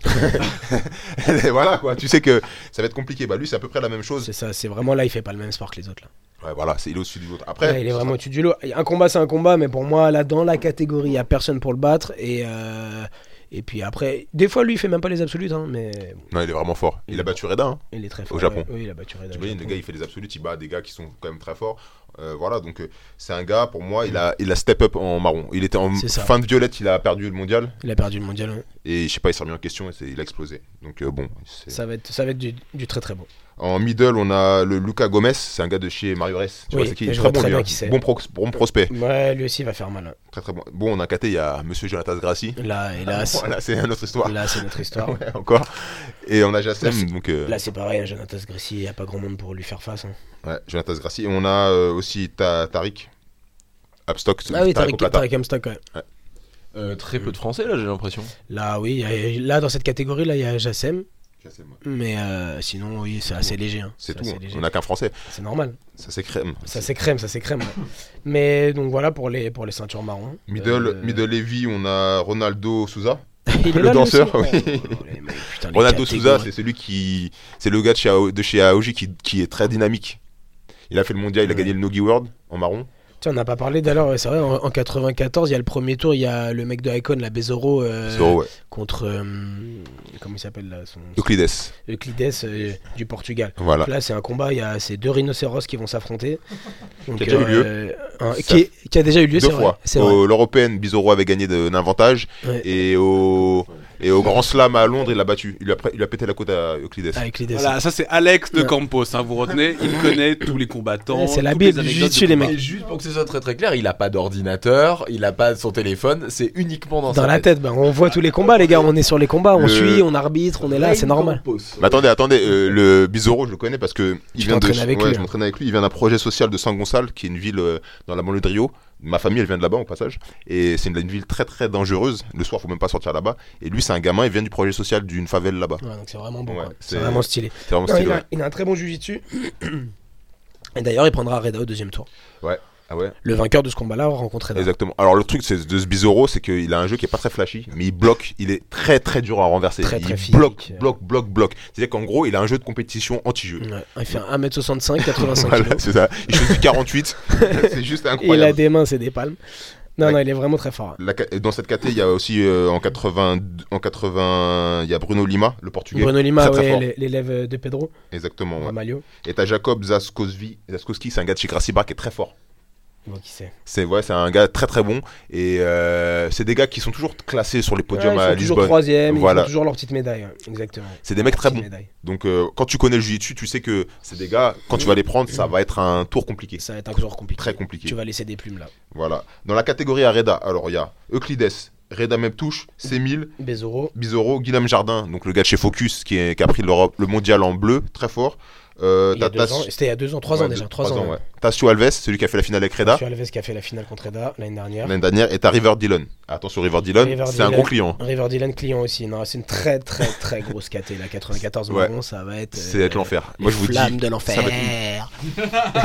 [SPEAKER 5] bah. Et voilà quoi, tu sais que ça va être compliqué. Bah lui, c'est à peu près la même chose.
[SPEAKER 4] C'est ça, c'est vraiment là, il fait pas le même sport que les autres. Là.
[SPEAKER 5] Ouais, voilà, c'est, il est au-dessus du autre. Après,
[SPEAKER 4] Ouais, il est
[SPEAKER 5] ce
[SPEAKER 4] vraiment au-dessus du lot. Un combat, c'est un combat, mais pour moi, là, dans la catégorie, il n'y a personne pour le battre. Et, euh, et puis après, des fois, lui, il fait même pas les absolutes, hein, mais bon,
[SPEAKER 5] sera- Non, il est vraiment fort. Il a battu Reda. Hein.
[SPEAKER 4] il est très fort.
[SPEAKER 5] Japon.
[SPEAKER 4] ouais. Oui, il a battu Reda. au
[SPEAKER 5] T'imagines, le
[SPEAKER 4] Japon.
[SPEAKER 5] gars, il fait des absolus, il bat des gars qui sont quand même très forts. Euh, voilà, donc euh, c'est un gars, pour moi, il a, il a step up en marron. Il était en
[SPEAKER 4] C'est ça.
[SPEAKER 5] fin de violette, il a perdu le mondial.
[SPEAKER 4] Il a perdu le mondial. hein. ouais.
[SPEAKER 5] Et je sais pas, il s'est remis en question et c'est- il a explosé. Donc euh, bon. c'est-
[SPEAKER 4] Ça va être, ça va être du, du très très beau.
[SPEAKER 5] En middle, on a le Luca Gomez, c'est un gars de chez Mario Ress. Tu
[SPEAKER 4] Oui,
[SPEAKER 5] vois, c'est qui
[SPEAKER 4] je
[SPEAKER 5] Très
[SPEAKER 4] vois
[SPEAKER 5] bon,
[SPEAKER 4] très
[SPEAKER 5] lui,
[SPEAKER 4] bien
[SPEAKER 5] hein.
[SPEAKER 4] qui c'est.
[SPEAKER 5] Bon, prox- bon prospect.
[SPEAKER 4] Ouais, lui aussi, il va faire mal. hein.
[SPEAKER 5] Très très bon. Bon, on a caté, il y a monsieur Jonathan Grassi.
[SPEAKER 4] Là, hélas,
[SPEAKER 5] Voilà, c'est une autre histoire.
[SPEAKER 4] là, c'est notre histoire.
[SPEAKER 5] Ouais, encore. Et on a Jassem,
[SPEAKER 4] Là,
[SPEAKER 5] donc. euh,
[SPEAKER 4] Là, c'est pareil, hein, Jonathan Gressy, il n'y a pas grand monde pour lui faire face. hein.
[SPEAKER 5] ouais, Jonathan Grassi. Et on a euh, aussi Ta- Tariq. Abstock.
[SPEAKER 4] Ah oui, Tariq,
[SPEAKER 5] Plata.
[SPEAKER 4] Tariq Amstock, ouais.
[SPEAKER 2] euh, très peu de Français, là, j'ai l'impression.
[SPEAKER 4] Là, oui, il y a- là, dans cette catégorie, là, il y a Jassem.
[SPEAKER 5] Jassem, ouais.
[SPEAKER 4] Mais euh, sinon, oui, c'est assez léger. hein.
[SPEAKER 5] C'est tout.
[SPEAKER 4] assez
[SPEAKER 5] hein.
[SPEAKER 4] léger.
[SPEAKER 5] On a qu'un français.
[SPEAKER 4] C'est normal.
[SPEAKER 5] Ça c'est crème.
[SPEAKER 4] Ça s'écrème, ça s'écrème. ouais. Mais donc voilà pour les, pour les ceintures marron.
[SPEAKER 5] Middle,
[SPEAKER 4] Euh,
[SPEAKER 5] middle Levy, on a Ronaldo Souza.
[SPEAKER 4] il est
[SPEAKER 5] le
[SPEAKER 4] là, lui
[SPEAKER 5] danseur,
[SPEAKER 4] aussi
[SPEAKER 5] oui.
[SPEAKER 4] Oh, oh, les mecs, putain, les
[SPEAKER 5] Ronaldo
[SPEAKER 4] catégories.
[SPEAKER 5] Souza, c'est celui qui. C'est le gars de chez, Ao- de chez Aoji qui, qui est très dynamique. Il a fait le mondial, il a
[SPEAKER 4] Ouais.
[SPEAKER 5] gagné le Nogi World en marron.
[SPEAKER 4] Tiens, on n'a pas parlé d'ailleurs, ouais, c'est vrai, en, en 94, il y a le premier tour, il y a le mec de Icon, la Bezoro, euh,
[SPEAKER 5] Zoro, ouais.
[SPEAKER 4] contre. euh, comment il s'appelle là son,
[SPEAKER 5] Euclides.
[SPEAKER 4] Euclides euh, du Portugal.
[SPEAKER 5] Voilà.
[SPEAKER 4] Donc Là, c'est un combat, il y a ces deux rhinocéros qui vont s'affronter. Donc,
[SPEAKER 5] Qui a déjà eu
[SPEAKER 4] euh, un- qui, est- qui a déjà eu lieu,
[SPEAKER 5] Deux
[SPEAKER 4] c'est vrai.
[SPEAKER 5] fois.
[SPEAKER 4] C'est vrai.
[SPEAKER 5] Au- L'Européenne, Bizarro avait gagné de- d'un avantage.
[SPEAKER 4] Ouais.
[SPEAKER 5] Et au. Et au Grand Slam à Londres, il l'a battu. Il lui a, pré- il lui a pété la côte à Euclides.
[SPEAKER 4] Avec les dessins.
[SPEAKER 3] Voilà, ça c'est Alex de
[SPEAKER 4] Ouais.
[SPEAKER 3] Campos, hein, vous retenez, il connaît tous les combattants.
[SPEAKER 4] Ouais, c'est la
[SPEAKER 3] toutes les
[SPEAKER 4] Bible du
[SPEAKER 3] anecdotes
[SPEAKER 4] jiu-jitsu,
[SPEAKER 3] de
[SPEAKER 4] les
[SPEAKER 3] combat.
[SPEAKER 4] mecs.
[SPEAKER 2] Et juste pour que ce soit très très clair, il a pas d'ordinateur, il a pas son téléphone, c'est uniquement dans,
[SPEAKER 4] Dans
[SPEAKER 2] sa
[SPEAKER 4] la tête, ben, on voit tous les combats, les gars. On est sur les combats, on
[SPEAKER 5] Le-
[SPEAKER 4] suit, on arbitre, on est là, c'est normal.
[SPEAKER 5] Mais attendez, attendez, euh, le Bizarro, je le connais parce que il
[SPEAKER 4] Tu
[SPEAKER 5] vient de.
[SPEAKER 4] t'entraînes avec
[SPEAKER 5] ouais,
[SPEAKER 4] lui,
[SPEAKER 5] je
[SPEAKER 4] hein.
[SPEAKER 5] m'entraîne avec lui. Il vient d'un projet social de San Gonçal, qui est une ville euh, dans la banlieue de Rio. Ma famille, elle vient de là-bas, au passage. Et c'est une, une ville très, très dangereuse. Le soir, faut même pas sortir là-bas. Et lui, c'est un gamin, il vient du projet social d'une favelle là-bas.
[SPEAKER 4] Ouais, donc c'est vraiment bon.
[SPEAKER 5] Ouais,
[SPEAKER 4] quoi. c'est
[SPEAKER 5] c'est-
[SPEAKER 4] vraiment stylé.
[SPEAKER 5] C'est vraiment
[SPEAKER 4] Non,
[SPEAKER 5] stylé.
[SPEAKER 4] il,
[SPEAKER 5] ouais.
[SPEAKER 4] a, il a un très bon jujitsu. Et d'ailleurs, il prendra Reda au deuxième tour.
[SPEAKER 5] Ouais. Ah ouais
[SPEAKER 4] Le vainqueur de ce combat-là rencontrait Dana.
[SPEAKER 5] Exactement. Alors le truc c'est de ce Bizarro, c'est qu'il a un jeu qui est pas très flashy, mais il bloque, il est très très dur à renverser.
[SPEAKER 4] Très,
[SPEAKER 5] il
[SPEAKER 4] très physique.
[SPEAKER 5] bloque, bloque, bloque, bloque. C'est-à-dire qu'en gros, il a un jeu de compétition anti-jeu.
[SPEAKER 4] Ouais, il fait 1m65, 85
[SPEAKER 5] Voilà,
[SPEAKER 4] kilos.
[SPEAKER 5] c'est ça. Il choisit 48. c'est juste
[SPEAKER 4] Il a
[SPEAKER 5] incroyable.
[SPEAKER 4] des mains, c'est des palmes. Non,
[SPEAKER 5] Ouais.
[SPEAKER 4] non, il est vraiment très fort.
[SPEAKER 5] La ca- dans cette KT, il y a aussi euh, en 80 en 80, il y a Bruno Lima, le portugais.
[SPEAKER 4] Bruno Lima,
[SPEAKER 5] très, très
[SPEAKER 4] ouais,
[SPEAKER 5] fort.
[SPEAKER 4] l'é- l'élève de Pedro,
[SPEAKER 5] Exactement. ouais.
[SPEAKER 4] Ramalho.
[SPEAKER 5] Et t'as Jacob Zaskowski, Zaskowski, c'est un gars de chez Graciba qui est très fort.
[SPEAKER 4] Bon, qui sait.
[SPEAKER 5] C'est ouais, c'est un gars très très bon et euh, c'est des gars qui sont toujours classés sur les podiums
[SPEAKER 4] Ouais,
[SPEAKER 5] à
[SPEAKER 4] ils sont toujours
[SPEAKER 5] Lisbonne.
[SPEAKER 4] troisième, ils
[SPEAKER 5] Voilà.
[SPEAKER 4] ont toujours leur petite médaille. ouais, Exactement.
[SPEAKER 5] C'est des mecs très bons.
[SPEAKER 4] Petite médaille.
[SPEAKER 5] Donc euh, quand tu connais le jiu-jitsu, tu sais que c'est des gars, quand tu vas les prendre, ça va être un tour compliqué.
[SPEAKER 4] Ça va être un tour compliqué.
[SPEAKER 5] Très compliqué.
[SPEAKER 4] Tu vas laisser des plumes là.
[SPEAKER 5] Voilà. Dans la catégorie à Reda, alors il y a Euclides, Reda Meptouche, Semil,
[SPEAKER 4] Bezoro,
[SPEAKER 5] Bizoro, Guillaume Jardin, donc le gars de chez Focus qui, est- qui a pris l'Europe, le mondial en bleu, très fort. Euh,
[SPEAKER 4] il y a
[SPEAKER 5] t'as
[SPEAKER 4] deux
[SPEAKER 5] Tas-
[SPEAKER 4] ans. C'était il y a deux ans, trois
[SPEAKER 5] ouais,
[SPEAKER 4] ans déjà.
[SPEAKER 5] deux-
[SPEAKER 4] Trois, ans.
[SPEAKER 5] ouais. Tassio Alves, celui qui a fait la finale avec Reda
[SPEAKER 4] Tu as Alves qui a fait la finale contre Eda l'année dernière.
[SPEAKER 5] l'année dernière, et t'as River Dillon. Attention River
[SPEAKER 4] River
[SPEAKER 5] Dillon, c'est un
[SPEAKER 4] Dillon. Euh,
[SPEAKER 5] gros client.
[SPEAKER 4] River Dylan client aussi. Non, c'est une très très très grosse KT. La 94
[SPEAKER 5] Ouais.
[SPEAKER 4] marron, ça va être. euh,
[SPEAKER 5] C'est être l'enfer.
[SPEAKER 4] les
[SPEAKER 5] Moi je vous
[SPEAKER 4] flammes
[SPEAKER 5] dis.
[SPEAKER 4] de
[SPEAKER 5] ça va
[SPEAKER 4] l'enfer.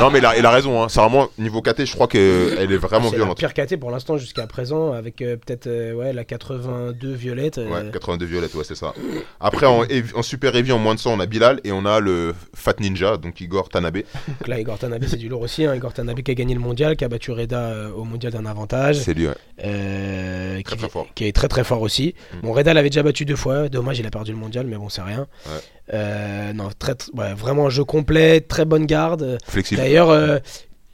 [SPEAKER 5] Non mais il a, il a raison, hein. c'est vraiment niveau KT, je crois qu'elle est vraiment
[SPEAKER 4] Ah, C'est la
[SPEAKER 5] violente.
[SPEAKER 4] pire KT pour l'instant jusqu'à présent avec euh, peut-être euh, ouais, la 82 violette. euh,
[SPEAKER 5] Ouais, 82 violettes, ouais, c'est ça. Après, en, heavy- en super heavy, en moins de 100, on a Bilal et on a le Fat Ninja, donc Igor Tanabe.
[SPEAKER 4] Donc là, Igor Tanabe, c'est du lourd aussi. hein. Igor Tanabe qui a gagné le mondial, qui a battu Reda euh, au mondial d'un avantage.
[SPEAKER 5] C'est lui, ouais.
[SPEAKER 4] euh,
[SPEAKER 5] Très,
[SPEAKER 4] qui,
[SPEAKER 5] très fort.
[SPEAKER 4] qui est très très fort aussi.
[SPEAKER 5] Mm.
[SPEAKER 4] Bon, Reda l'avait déjà battu deux fois, dommage, il a perdu le mondial, mais bon, c'est rien.
[SPEAKER 5] Ouais.
[SPEAKER 4] Euh, non, très, tr- ouais, vraiment un jeu complet, très bonne garde.
[SPEAKER 5] Flexible.
[SPEAKER 4] D'ailleurs, euh,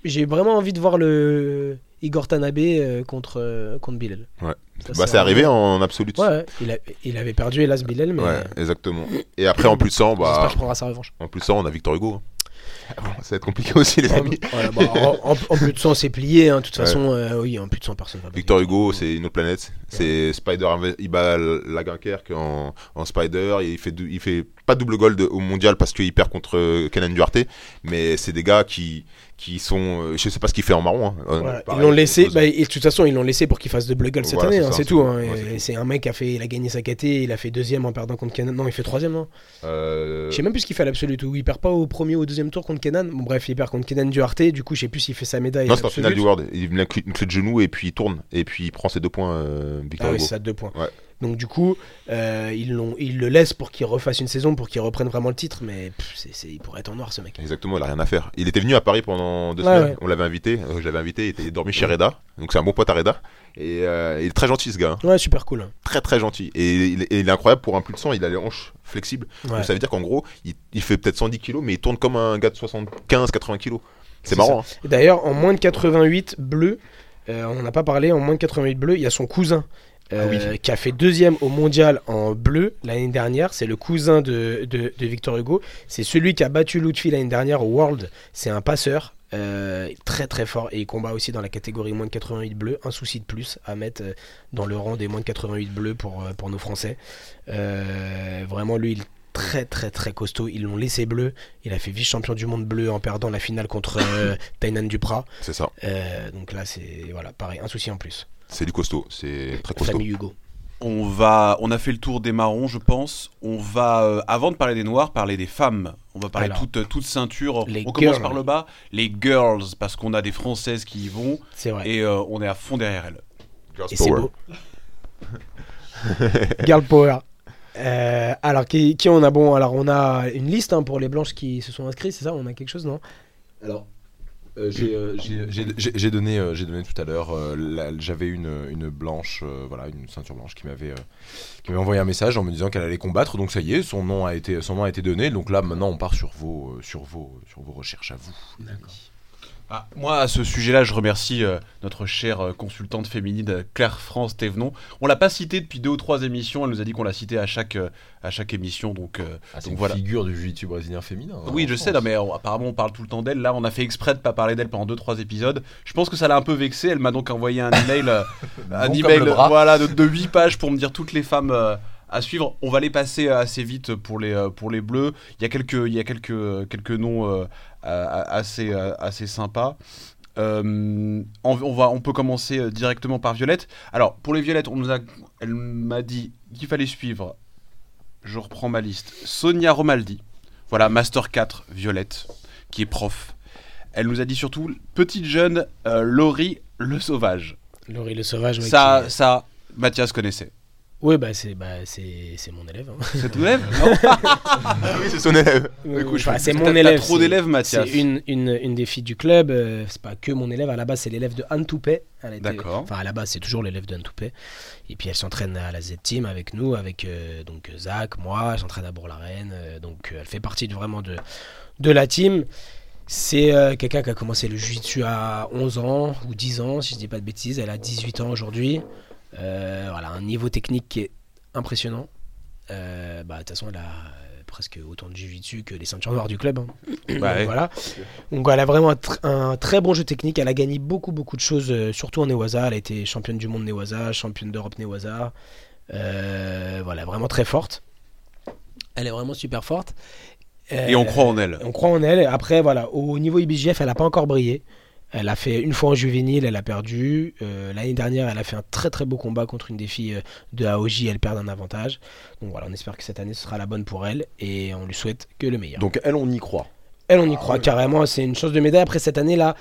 [SPEAKER 4] j'ai vraiment envie de voir le Igor Tanabe euh, contre, euh, contre Bilal.
[SPEAKER 5] Ouais.
[SPEAKER 4] Ça,
[SPEAKER 5] Bah, c'est arrivé en absolu.
[SPEAKER 4] Ouais, ouais. il, a- il avait perdu hélas Bilal, mais
[SPEAKER 5] Ouais,
[SPEAKER 4] euh,
[SPEAKER 5] exactement. Et après, en plus de 100,
[SPEAKER 4] j'espère
[SPEAKER 5] bah,
[SPEAKER 4] qu'il prendra sa revanche.
[SPEAKER 5] en plus de 100, on a Victor Hugo. hein. Ah bon, Ça va être compliqué aussi, les amis.
[SPEAKER 4] Voilà, bah, en, en- en plus de 100, c'est plié. hein, De toute
[SPEAKER 5] Ouais.
[SPEAKER 4] façon, euh, oui, en plus de 100, personne va battre
[SPEAKER 5] Victor Hugo, c'est une autre planète. C'est Spider, inv- il bat la Dunkerque en, en Spider. et il fait, dou- il fait pas double gold au mondial parce qu'il perd contre euh, Kenan Duarte. Mais c'est des gars qui, qui sont. euh, Je sais pas ce qu'il fait en marron. hein. Euh,
[SPEAKER 4] Voilà,
[SPEAKER 5] pareil,
[SPEAKER 4] ils l'ont laissé,
[SPEAKER 5] chose.
[SPEAKER 4] bah, et de toute façon, ils l'ont laissé pour qu'il fasse double goal cette
[SPEAKER 5] Voilà,
[SPEAKER 4] année,
[SPEAKER 5] c'est
[SPEAKER 4] hein,
[SPEAKER 5] ça,
[SPEAKER 4] c'est
[SPEAKER 5] c'est
[SPEAKER 4] tout.
[SPEAKER 5] tout.
[SPEAKER 4] hein,
[SPEAKER 5] Ouais, c'est
[SPEAKER 4] et c'est un mec qui a fait, il a gagné sa KT, il a fait deuxième en perdant contre Kenan. Non, il fait troisième, non
[SPEAKER 5] Euh,
[SPEAKER 4] Je sais même plus ce qu'il fait à l'absolu. Ou il perd pas au premier ou au deuxième tour contre Kenan. Bon, bref, il perd contre Kenan Duarte, du coup, je sais plus s'il fait sa médaille.
[SPEAKER 5] Non, c'est en
[SPEAKER 4] absolue.
[SPEAKER 5] finale du World. Il met la clé- une clé de genou et puis il tourne. Et puis il prend ses deux points, euh, Victor
[SPEAKER 4] Ah oui,
[SPEAKER 5] Hugo.
[SPEAKER 4] c'est ça, deux points.
[SPEAKER 5] Ouais.
[SPEAKER 4] Donc, du coup, euh, ils, l'ont- ils le laissent pour qu'il refasse une saison, pour qu'il reprenne vraiment le titre, mais pff, c'est- c'est- il pourrait être en noir, ce mec.
[SPEAKER 5] Exactement, il a rien à faire. Il était venu à Paris pendant deux
[SPEAKER 4] Ouais,
[SPEAKER 5] semaines.
[SPEAKER 4] ouais.
[SPEAKER 5] On l'avait invité. euh, je l'avais invité. Il était dormi chez Reda. Donc c'est un bon pote à Reda. Et euh, il est très gentil, ce gars. hein.
[SPEAKER 4] Ouais, super cool. hein.
[SPEAKER 5] Très, très gentil. Et il, et il est incroyable pour un plus de 100. Il a les hanches flexibles.
[SPEAKER 4] Ouais.
[SPEAKER 5] Donc ça veut dire qu'en gros, il, il fait peut-être 110 kilos, mais il tourne comme un gars de 75-80 kilos.
[SPEAKER 4] C'est
[SPEAKER 5] C'est marrant. hein.
[SPEAKER 4] Et D'ailleurs, en moins de 88 bleu, euh, on n'en a pas parlé, en moins de 88 bleu, il y a son cousin euh, qui a fait deuxième au mondial en bleu l'année dernière. C'est le cousin de, de- de Victor Hugo. C'est celui qui a battu Lutfi l'année dernière au World. C'est un passeur. euh, très très fort et il combat aussi dans la catégorie moins de 88 bleu un souci de plus à mettre euh, dans le rang des moins de 88 bleus pour, euh, pour nos français Euh, vraiment lui il est très très très costaud ils l'ont laissé bleu il a fait vice champion du monde bleu en perdant la finale contre euh, Tainan Duprat.
[SPEAKER 5] C'est ça.
[SPEAKER 4] Euh, donc là, c'est voilà, pareil, un souci en plus.
[SPEAKER 5] C'est du costaud. C'est très costaud.
[SPEAKER 4] Famille Hugo.
[SPEAKER 3] On va, on a fait le tour des marrons, je pense. On va, euh, avant de parler des noirs, parler des femmes. On va parler
[SPEAKER 4] Alors,
[SPEAKER 3] toutes euh, toutes ceintures.
[SPEAKER 4] les
[SPEAKER 3] on commence
[SPEAKER 4] girls.
[SPEAKER 3] par le bas, les girls, parce qu'on a des françaises qui y vont
[SPEAKER 4] C'est vrai. Et,
[SPEAKER 3] et euh, on est à fond derrière elles.
[SPEAKER 5] Girls
[SPEAKER 4] c'est
[SPEAKER 5] power.
[SPEAKER 4] beau. Girl Power. Euh, alors qui, qui on a bon alors on a une liste hein, pour les blanches qui se sont inscrites c'est ça on a quelque chose non
[SPEAKER 7] Alors, euh, j'ai. euh, j'ai-
[SPEAKER 2] J'ai j'ai- j'ai donné, euh, j'ai donné tout à l'heure. euh, la- J'avais une, une blanche, euh, voilà, une ceinture blanche qui m'avait, euh, qui m'avait envoyé un message en me disant qu'elle allait combattre. Donc ça y est, son nom a été, son nom a été donné. Donc là, maintenant, on part sur vos, euh, sur vos, sur vos recherches à vous.
[SPEAKER 3] Ah, moi, à ce sujet-là, je remercie euh, notre chère euh, consultante féminine euh, Claire France Thévenon. On l'a pas citée depuis deux ou trois émissions. Elle nous a dit qu'on la citait à chaque euh, à chaque émission. Donc, euh,
[SPEAKER 6] Ah,
[SPEAKER 2] c'est
[SPEAKER 3] donc
[SPEAKER 2] une
[SPEAKER 3] voilà.
[SPEAKER 2] figure du jiu-jitsu brésilien féminin. hein,
[SPEAKER 3] Oui,
[SPEAKER 2] en
[SPEAKER 3] je sais,
[SPEAKER 2] France.
[SPEAKER 3] non, mais on- apparemment on parle tout le temps d'elle. Là, on a fait exprès de pas parler d'elle pendant 2-3 épisodes. Je pense que ça l'a un peu vexée. Elle m'a donc envoyé un email, euh, un
[SPEAKER 2] Bon comme
[SPEAKER 3] email
[SPEAKER 2] le bras.
[SPEAKER 3] voilà, de, 8 pages pour me dire toutes les femmes euh, à suivre. On va les passer euh, assez vite pour les, euh, pour les bleus. Il y a quelques, il y a quelques, quelques noms euh, euh, assez, euh, assez sympas. Euh, on, on va, on peut commencer euh, directement par Violette. Alors, pour les Violettes, on nous a, elle m'a dit qu'il fallait suivre. Je reprends ma liste. Sonia Romaldi. Voilà, Master 4, Violette, qui est prof. Elle nous a dit surtout petite jeune euh, Laurie le Sauvage.
[SPEAKER 4] Laurie le Sauvage. ouais,
[SPEAKER 3] Ça,
[SPEAKER 4] qui-
[SPEAKER 3] ça, Mathias connaissait.
[SPEAKER 4] Oui, bah c'est bah, c'est c'est mon élève. hein.
[SPEAKER 3] C'est ton élève
[SPEAKER 5] Ah oui, c'est son élève.
[SPEAKER 3] Bah, écoute, je
[SPEAKER 4] Enfin,
[SPEAKER 3] pense
[SPEAKER 4] c'est
[SPEAKER 3] que
[SPEAKER 4] mon
[SPEAKER 3] t'as- t'as
[SPEAKER 4] élève.
[SPEAKER 3] trop
[SPEAKER 4] c'est-
[SPEAKER 3] d'élèves, Mathias.
[SPEAKER 4] C'est une, une, une des filles du club. euh, c'est pas que mon élève. À la base, c'est l'élève de Anne Toupet. Elle était-
[SPEAKER 3] D'accord.
[SPEAKER 4] Enfin, à la base, c'est toujours l'élève de Anne Toupet. Et puis, elle s'entraîne à la Z-Team avec nous, avec euh, donc Zach, moi. Elle s'entraîne à Bourg-la-Reine. euh, donc, euh, elle fait partie de- vraiment de, de la team. C'est euh, quelqu'un qui a commencé le jiu-jitsu à 11 ans ou 10 ans, si je dis pas de bêtises. Elle a 18 ans aujourd'hui. Euh, voilà, un niveau technique qui est impressionnant. Euh, bah, de toute façon, elle a euh, presque autant de jiu-jitsu que les ceintures noires du club. hein.
[SPEAKER 3] Bah
[SPEAKER 4] Donc,
[SPEAKER 3] ouais.
[SPEAKER 4] voilà. Donc elle a vraiment un, tr- un très bon jeu technique. Elle a gagné beaucoup, beaucoup de choses, euh, surtout en Newaza. Elle a été championne du monde Newaza, championne d'Europe Newaza. Euh, voilà, vraiment très forte. Elle est vraiment super forte.
[SPEAKER 3] Et on
[SPEAKER 4] Euh,
[SPEAKER 3] croit en elle.
[SPEAKER 4] on croit en elle. Après, voilà, au niveau IBJF, elle n'a pas encore brillé. Elle a fait une fois en juvénile, elle a perdu. Euh, L'année dernière, elle a fait un très très beau combat contre une des filles euh, de Aoji, elle perd un avantage. Donc voilà, on espère que cette année ce sera la bonne pour elle et on lui souhaite que le meilleur.
[SPEAKER 6] Donc elle, on y croit.
[SPEAKER 4] Elle, on y croit carrément. C'est une chose de médaille. Après cette année-là,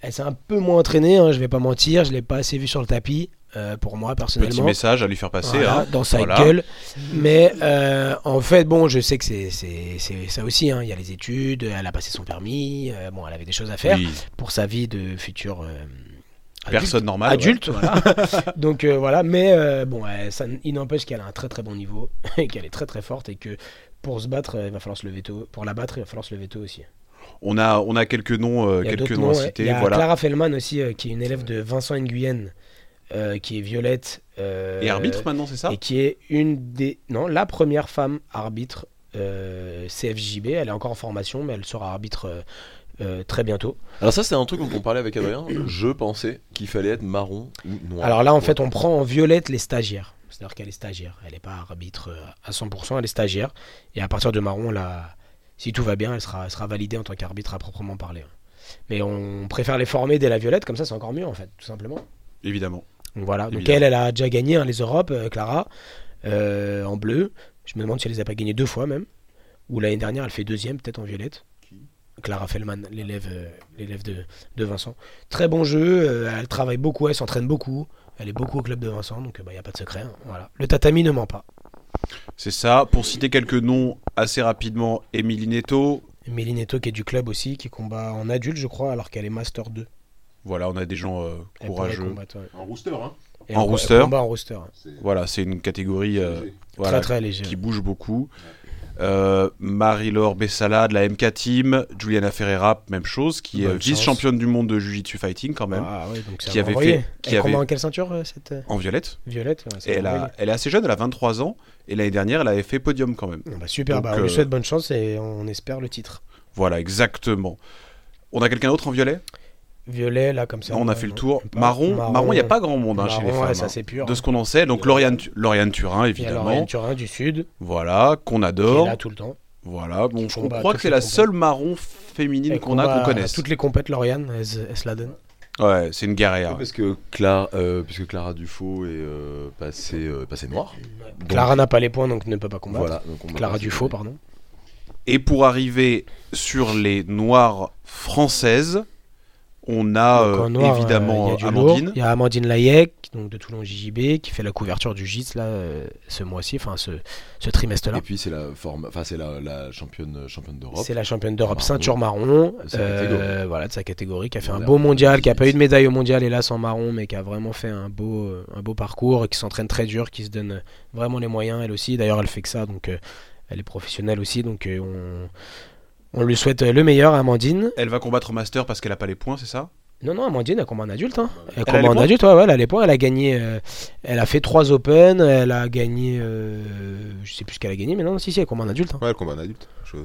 [SPEAKER 4] elle s'est un peu moins entraînée. Hein, je vais pas mentir. Je l'ai pas assez vue sur le tapis. euh, pour moi,
[SPEAKER 3] Petit
[SPEAKER 4] personnellement.
[SPEAKER 3] message à lui faire passer.
[SPEAKER 4] Voilà,
[SPEAKER 3] hein.
[SPEAKER 4] dans sa
[SPEAKER 3] Voilà.
[SPEAKER 4] gueule. Mais euh, en fait, bon, je sais que c'est c'est- c'est ça aussi. hein. Il y a les études, elle a passé son permis. euh, bon, elle avait des choses à faire
[SPEAKER 3] Oui,
[SPEAKER 4] pour sa vie de future euh, adulte.
[SPEAKER 3] personne normale. ouais.
[SPEAKER 4] Adulte, voilà. Donc euh, voilà, mais euh, bon, euh, ça, n- il n'empêche qu'elle a un très très bon niveau et qu'elle est très très forte et que pour se battre, euh, il va falloir se lever tôt. Pour la battre, il va falloir se lever tôt aussi.
[SPEAKER 3] On a, on a quelques noms, euh,
[SPEAKER 4] Il y a
[SPEAKER 3] quelques
[SPEAKER 4] d'autres
[SPEAKER 3] noms à
[SPEAKER 4] noms, ouais. Il
[SPEAKER 3] citer.
[SPEAKER 4] y a
[SPEAKER 3] Voilà.
[SPEAKER 4] Clara Fellman aussi, euh, qui est une élève de Vincent Nguyen, euh, qui est violette. euh,
[SPEAKER 3] Et arbitre maintenant, c'est ça
[SPEAKER 4] Et qui est une des. Non, la première femme arbitre euh, CFJB. Elle est encore en formation, mais elle sera arbitre euh, euh, très bientôt.
[SPEAKER 6] Alors ça, c'est un truc dont on parlait avec Adrien. Je pensais qu'il fallait être marron ou noir.
[SPEAKER 4] Alors là, en fait, on prend en violette les stagiaires. C'est-à-dire qu'elle est stagiaire. Elle n'est pas arbitre euh, à 100%, elle est stagiaire. Et à partir de marron, là, si tout va bien, elle sera, elle sera validée en tant qu'arbitre à proprement parler. Mais on préfère les former dès la violette, comme ça, c'est encore mieux, en fait, tout simplement.
[SPEAKER 3] Évidemment.
[SPEAKER 4] Donc Voilà. Donc
[SPEAKER 3] Évidemment.
[SPEAKER 4] elle, elle a déjà gagné hein, les Europes, euh, Clara, euh, en bleu. Je me demande si elle les a pas gagnées deux fois même. Ou l'année dernière, elle fait deuxième, peut-être en violette. Clara Fellman, l'élève, euh, l'élève de, de Vincent. Très bon jeu, euh, elle travaille beaucoup, elle s'entraîne beaucoup. Elle est beaucoup au club de Vincent, donc il n'y a pas de secret. hein. Voilà. Le tatami ne ment pas.
[SPEAKER 3] C'est ça. Pour citer quelques noms assez rapidement, Émilie Neto.
[SPEAKER 4] Méline Eto, qui est du club aussi, qui combat en adulte, je crois, alors qu'elle est Master 2.
[SPEAKER 3] Voilà, on a des gens euh,
[SPEAKER 4] Elle pourrait
[SPEAKER 3] courageux.
[SPEAKER 4] combattre, ouais.
[SPEAKER 5] En rooster, hein.
[SPEAKER 4] Et
[SPEAKER 3] En
[SPEAKER 4] elle- elle
[SPEAKER 3] rooster.
[SPEAKER 4] combat en rooster. hein.
[SPEAKER 5] C'est-
[SPEAKER 3] Voilà, c'est une catégorie euh, voilà,
[SPEAKER 4] Très très léger.
[SPEAKER 3] qui bouge beaucoup. Euh, Marie-Laure Bessala de la MK Team, Juliana Ferreira, même chose, qui est
[SPEAKER 4] Bonne
[SPEAKER 3] euh,
[SPEAKER 4] chance.
[SPEAKER 3] vice-championne du monde de Jiu-Jitsu Fighting quand même,
[SPEAKER 4] Ah ouais, donc ça
[SPEAKER 3] Qui
[SPEAKER 4] va
[SPEAKER 3] avait
[SPEAKER 4] envoyer.
[SPEAKER 3] fait- qui
[SPEAKER 4] Elle
[SPEAKER 3] avait-
[SPEAKER 4] combat en quelle ceinture, euh, cette euh,
[SPEAKER 3] en violette.
[SPEAKER 4] violette ouais, ça
[SPEAKER 3] Et
[SPEAKER 4] va
[SPEAKER 3] elle,
[SPEAKER 4] envoyer.
[SPEAKER 3] a- elle est assez jeune, elle a 23 ans, et l'année dernière, elle avait fait podium quand même.
[SPEAKER 4] Ah bah super,
[SPEAKER 3] Donc,
[SPEAKER 4] bah, on lui
[SPEAKER 3] euh,
[SPEAKER 4] souhaite bonne chance et on espère le titre.
[SPEAKER 3] Voilà, exactement. On a quelqu'un d'autre en violet
[SPEAKER 4] Violet, là, comme ça.
[SPEAKER 3] Non, on a
[SPEAKER 4] ouais,
[SPEAKER 3] fait le
[SPEAKER 4] non,
[SPEAKER 3] tour.
[SPEAKER 4] même pas. euh,
[SPEAKER 3] Marron, marron, il n'y a pas grand monde hein,
[SPEAKER 4] Marron,
[SPEAKER 3] chez les femmes.
[SPEAKER 4] ouais, ça
[SPEAKER 3] hein.
[SPEAKER 4] c'est pur.
[SPEAKER 3] de ce qu'on en sait, donc Lauriane, Tu- Lauriane Turin,
[SPEAKER 4] Il y a
[SPEAKER 3] évidemment,
[SPEAKER 4] Lorraine Turin du Sud,
[SPEAKER 3] voilà, qu'on
[SPEAKER 4] qui
[SPEAKER 3] adore.
[SPEAKER 4] est là tout le temps.
[SPEAKER 3] Voilà, bon,
[SPEAKER 4] Qui
[SPEAKER 3] je
[SPEAKER 4] combat,
[SPEAKER 3] crois
[SPEAKER 4] qui
[SPEAKER 3] que c'est
[SPEAKER 4] fait
[SPEAKER 3] la
[SPEAKER 4] combat.
[SPEAKER 3] seule marron féminine
[SPEAKER 4] Elle
[SPEAKER 3] qu'on a,
[SPEAKER 4] combat
[SPEAKER 3] qu'on
[SPEAKER 4] à
[SPEAKER 3] connaisse.
[SPEAKER 4] Toutes les compètes, Lauriane, elle, se- elle se la donne.
[SPEAKER 3] Ouais, c'est une guerrière.
[SPEAKER 6] Parce que Clara, euh, puisque Clara Dufaux est euh, passée, euh, passée noire. Donc,
[SPEAKER 4] Clara n'a pas les points, donc ne peut pas combattre.
[SPEAKER 6] Voilà. donc on va
[SPEAKER 3] Bah,
[SPEAKER 4] Clara
[SPEAKER 6] passer-
[SPEAKER 4] Dufaux, pardon.
[SPEAKER 3] Et pour arriver sur les noires françaises, on a
[SPEAKER 4] Donc,
[SPEAKER 3] euh,
[SPEAKER 4] en noir, euh, il y
[SPEAKER 3] évidemment
[SPEAKER 4] a du
[SPEAKER 3] Amandine.
[SPEAKER 4] lourd. Il y a Amandine Layek, donc de Toulon JJB, qui fait la couverture du GIS, là, euh, ce mois-ci, enfin, ce, ce trimestre-là.
[SPEAKER 6] Et puis c'est la forme, enfin c'est la, la championne championne d'Europe.
[SPEAKER 4] C'est la championne d'Europe
[SPEAKER 6] Marron.
[SPEAKER 4] ceinture marron,
[SPEAKER 6] De sa
[SPEAKER 4] euh,
[SPEAKER 6] catégorie.
[SPEAKER 4] voilà de sa catégorie, qui a fait un
[SPEAKER 6] Voilà,
[SPEAKER 4] beau
[SPEAKER 6] on a
[SPEAKER 4] mondial,
[SPEAKER 6] dit
[SPEAKER 4] qui a pas eu
[SPEAKER 6] huit.
[SPEAKER 4] de médaille au mondial hélas en marron, mais qui a vraiment fait un beau euh, un beau parcours, et qui s'entraîne très dur, qui se donne vraiment les moyens elle aussi. D'ailleurs elle fait que ça, donc euh, elle est professionnelle aussi, donc euh, on on lui souhaite euh, le meilleur à Amandine.
[SPEAKER 3] Elle va combattre au Master parce qu'elle n'a pas les points, c'est ça
[SPEAKER 4] Non non Amandine elle combat en adulte, hein. elle,
[SPEAKER 3] a les
[SPEAKER 4] combat en
[SPEAKER 3] points
[SPEAKER 4] adulte, ouais, ouais, elle a les points, elle a gagné, euh, elle a fait trois Open, elle a gagné, euh, je sais plus ce qu'elle a gagné, mais non, non, si si elle combat en adulte. hein.
[SPEAKER 5] Ouais, le combat en adulte, je,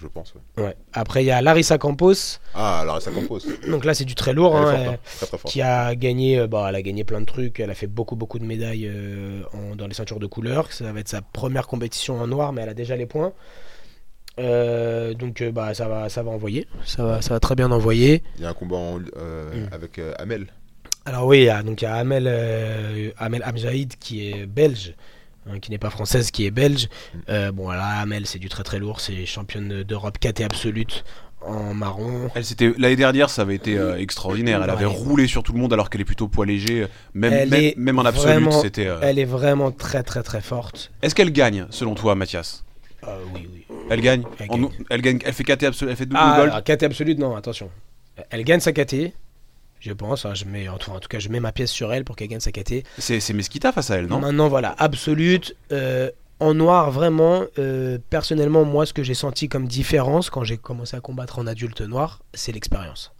[SPEAKER 5] je pense. ouais.
[SPEAKER 4] Ouais. Après il y a Larissa Campos,
[SPEAKER 5] Ah, alors ça compose. Elle est
[SPEAKER 4] donc là c'est du très lourd.
[SPEAKER 5] forte,
[SPEAKER 4] hein,
[SPEAKER 5] hein.
[SPEAKER 4] elle-
[SPEAKER 5] Très, très forte.
[SPEAKER 4] qui a gagné, euh, bah, elle a gagné plein de trucs, elle a fait beaucoup beaucoup de médailles euh, en- dans les ceintures de couleur, ça va être sa première compétition en noir, mais elle a déjà les points. Euh, donc euh, bah, ça, va, ça va envoyer, ça va, ça va très bien envoyer.
[SPEAKER 5] Il y a un combat en- euh,
[SPEAKER 4] Mm.
[SPEAKER 5] avec euh, Amel.
[SPEAKER 4] Alors oui, il y a- donc il y a Amel, euh, Amel Amjaïd qui est belge, hein, qui n'est pas française, Mm. qui est belge. Euh, bon là, Amel c'est du très très lourd, c'est championne d'Europe KT absolute en marron.
[SPEAKER 3] Elle s'était l'année dernière, ça avait été euh, extraordinaire. Elle avait
[SPEAKER 4] Ouais.
[SPEAKER 3] roulé sur tout le monde alors qu'elle est plutôt poids léger. euh, Même
[SPEAKER 4] Elle
[SPEAKER 3] même,
[SPEAKER 4] est
[SPEAKER 3] même en absolu,
[SPEAKER 4] vraiment-
[SPEAKER 3] c'était. euh,
[SPEAKER 4] Elle est vraiment très très très forte.
[SPEAKER 3] Est-ce qu'elle gagne selon toi, Mathias
[SPEAKER 4] Euh, oui, oui.
[SPEAKER 3] Elle gagne.
[SPEAKER 4] Elle
[SPEAKER 3] En-
[SPEAKER 4] gagne.
[SPEAKER 3] Elle gagne. Elle fait KT absolu. Elle fait double
[SPEAKER 4] Ah,
[SPEAKER 3] gold.
[SPEAKER 4] alors, KT absolue, non, attention. Elle gagne sa KT, je pense. hein, je mets, en tout- en tout cas, je mets ma pièce sur elle pour qu'elle gagne sa KT.
[SPEAKER 3] C'est c'est Mesquita face à elle, non
[SPEAKER 4] Maintenant, voilà, absolute. euh, en noir, vraiment, euh, personnellement, moi, ce que j'ai senti comme différence quand j'ai commencé à combattre en adulte noir, c'est l'expérience.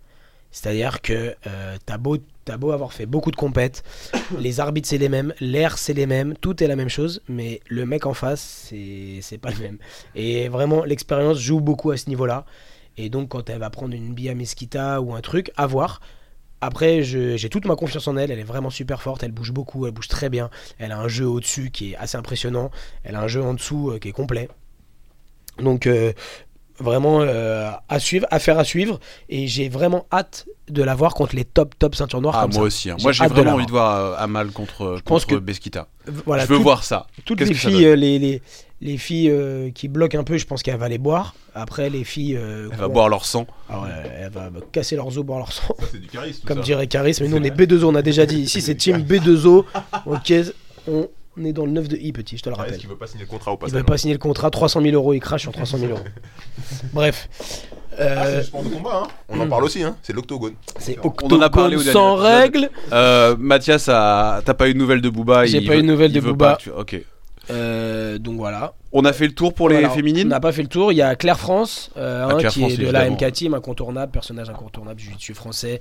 [SPEAKER 4] C'est-à-dire que euh, t'as beau, t'as beau avoir fait beaucoup de compètes, les arbitres c'est les mêmes, l'air c'est les mêmes, tout est la même chose, mais le mec en face c'est, c'est pas le même. Et vraiment l'expérience joue beaucoup à ce niveau-là. Et donc quand elle va prendre une bille à Mesquita ou un truc, à voir. Après je- j'ai toute ma confiance en elle, elle est vraiment super forte, elle bouge beaucoup, elle bouge très bien, elle a un jeu au-dessus qui est assez impressionnant, elle a un jeu en dessous euh, qui est complet. Donc euh, vraiment euh, à suivre, à faire à suivre. Et j'ai vraiment hâte de la voir contre les top top ceintures noires
[SPEAKER 3] Ah,
[SPEAKER 4] comme ça.
[SPEAKER 3] moi aussi. hein. Moi,
[SPEAKER 4] J'ai
[SPEAKER 3] j'ai
[SPEAKER 4] hâte de
[SPEAKER 3] vraiment
[SPEAKER 4] la
[SPEAKER 3] envie de voir euh, Amal contre,
[SPEAKER 4] pense
[SPEAKER 3] contre
[SPEAKER 4] que-
[SPEAKER 3] Mesquita.
[SPEAKER 4] V- Voilà,
[SPEAKER 3] je veux
[SPEAKER 4] tout-
[SPEAKER 3] voir ça.
[SPEAKER 4] toutes
[SPEAKER 3] Qu'est-ce
[SPEAKER 4] les
[SPEAKER 3] que ça
[SPEAKER 4] filles,
[SPEAKER 3] donne
[SPEAKER 4] euh, les, les, les filles euh, qui bloquent un peu, je pense qu'elle va les boire. Après, les filles. euh,
[SPEAKER 3] Elle
[SPEAKER 4] qu'on-
[SPEAKER 3] va boire leur sang.
[SPEAKER 4] Ah ouais, elle va bah, casser leurs os, boire leur sang.
[SPEAKER 5] Ça, c'est du charisme. tout
[SPEAKER 4] Comme
[SPEAKER 5] ça.
[SPEAKER 4] dirait Caris. Mais nous, on est B2O, on a déjà dit. Ici, c'est Team B2O. Ok, on est dans le 9 de I, petit, je te le
[SPEAKER 3] Ah,
[SPEAKER 5] Ouais,
[SPEAKER 4] rappelle.
[SPEAKER 5] Est-ce qu'il veut pas signer le contrat ou pas
[SPEAKER 4] Il
[SPEAKER 5] ça,
[SPEAKER 4] veut
[SPEAKER 5] non
[SPEAKER 4] pas signer le contrat, 300 000 euros, il crache sur 300 000 euros. Bref.
[SPEAKER 5] Ah, c'est
[SPEAKER 4] Euh, Mm.
[SPEAKER 5] du sport de combat, hein. On en parle aussi, hein. C'est l'octogone.
[SPEAKER 4] c'est
[SPEAKER 3] On en a parlé au
[SPEAKER 4] octogone
[SPEAKER 3] dernier
[SPEAKER 4] sans
[SPEAKER 3] épisode.
[SPEAKER 4] règles.
[SPEAKER 3] Euh, Mathias, a- t'as pas eu de nouvelles de Booba
[SPEAKER 4] J'ai
[SPEAKER 3] il
[SPEAKER 4] pas eu de
[SPEAKER 3] veut-
[SPEAKER 4] nouvelles
[SPEAKER 3] il
[SPEAKER 4] de
[SPEAKER 3] veut
[SPEAKER 4] Booba.
[SPEAKER 3] pas que tu- Ok.
[SPEAKER 4] Euh, donc voilà.
[SPEAKER 3] On a fait le tour pour les
[SPEAKER 4] Voilà, On
[SPEAKER 3] féminines
[SPEAKER 4] n'a pas fait le tour. Il y a Claire France, euh,
[SPEAKER 3] Ah,
[SPEAKER 4] hein,
[SPEAKER 3] Claire
[SPEAKER 4] qui
[SPEAKER 3] France,
[SPEAKER 4] est de la
[SPEAKER 3] évidemment.
[SPEAKER 4] MK Team, incontournable, personnage incontournable du jiu français.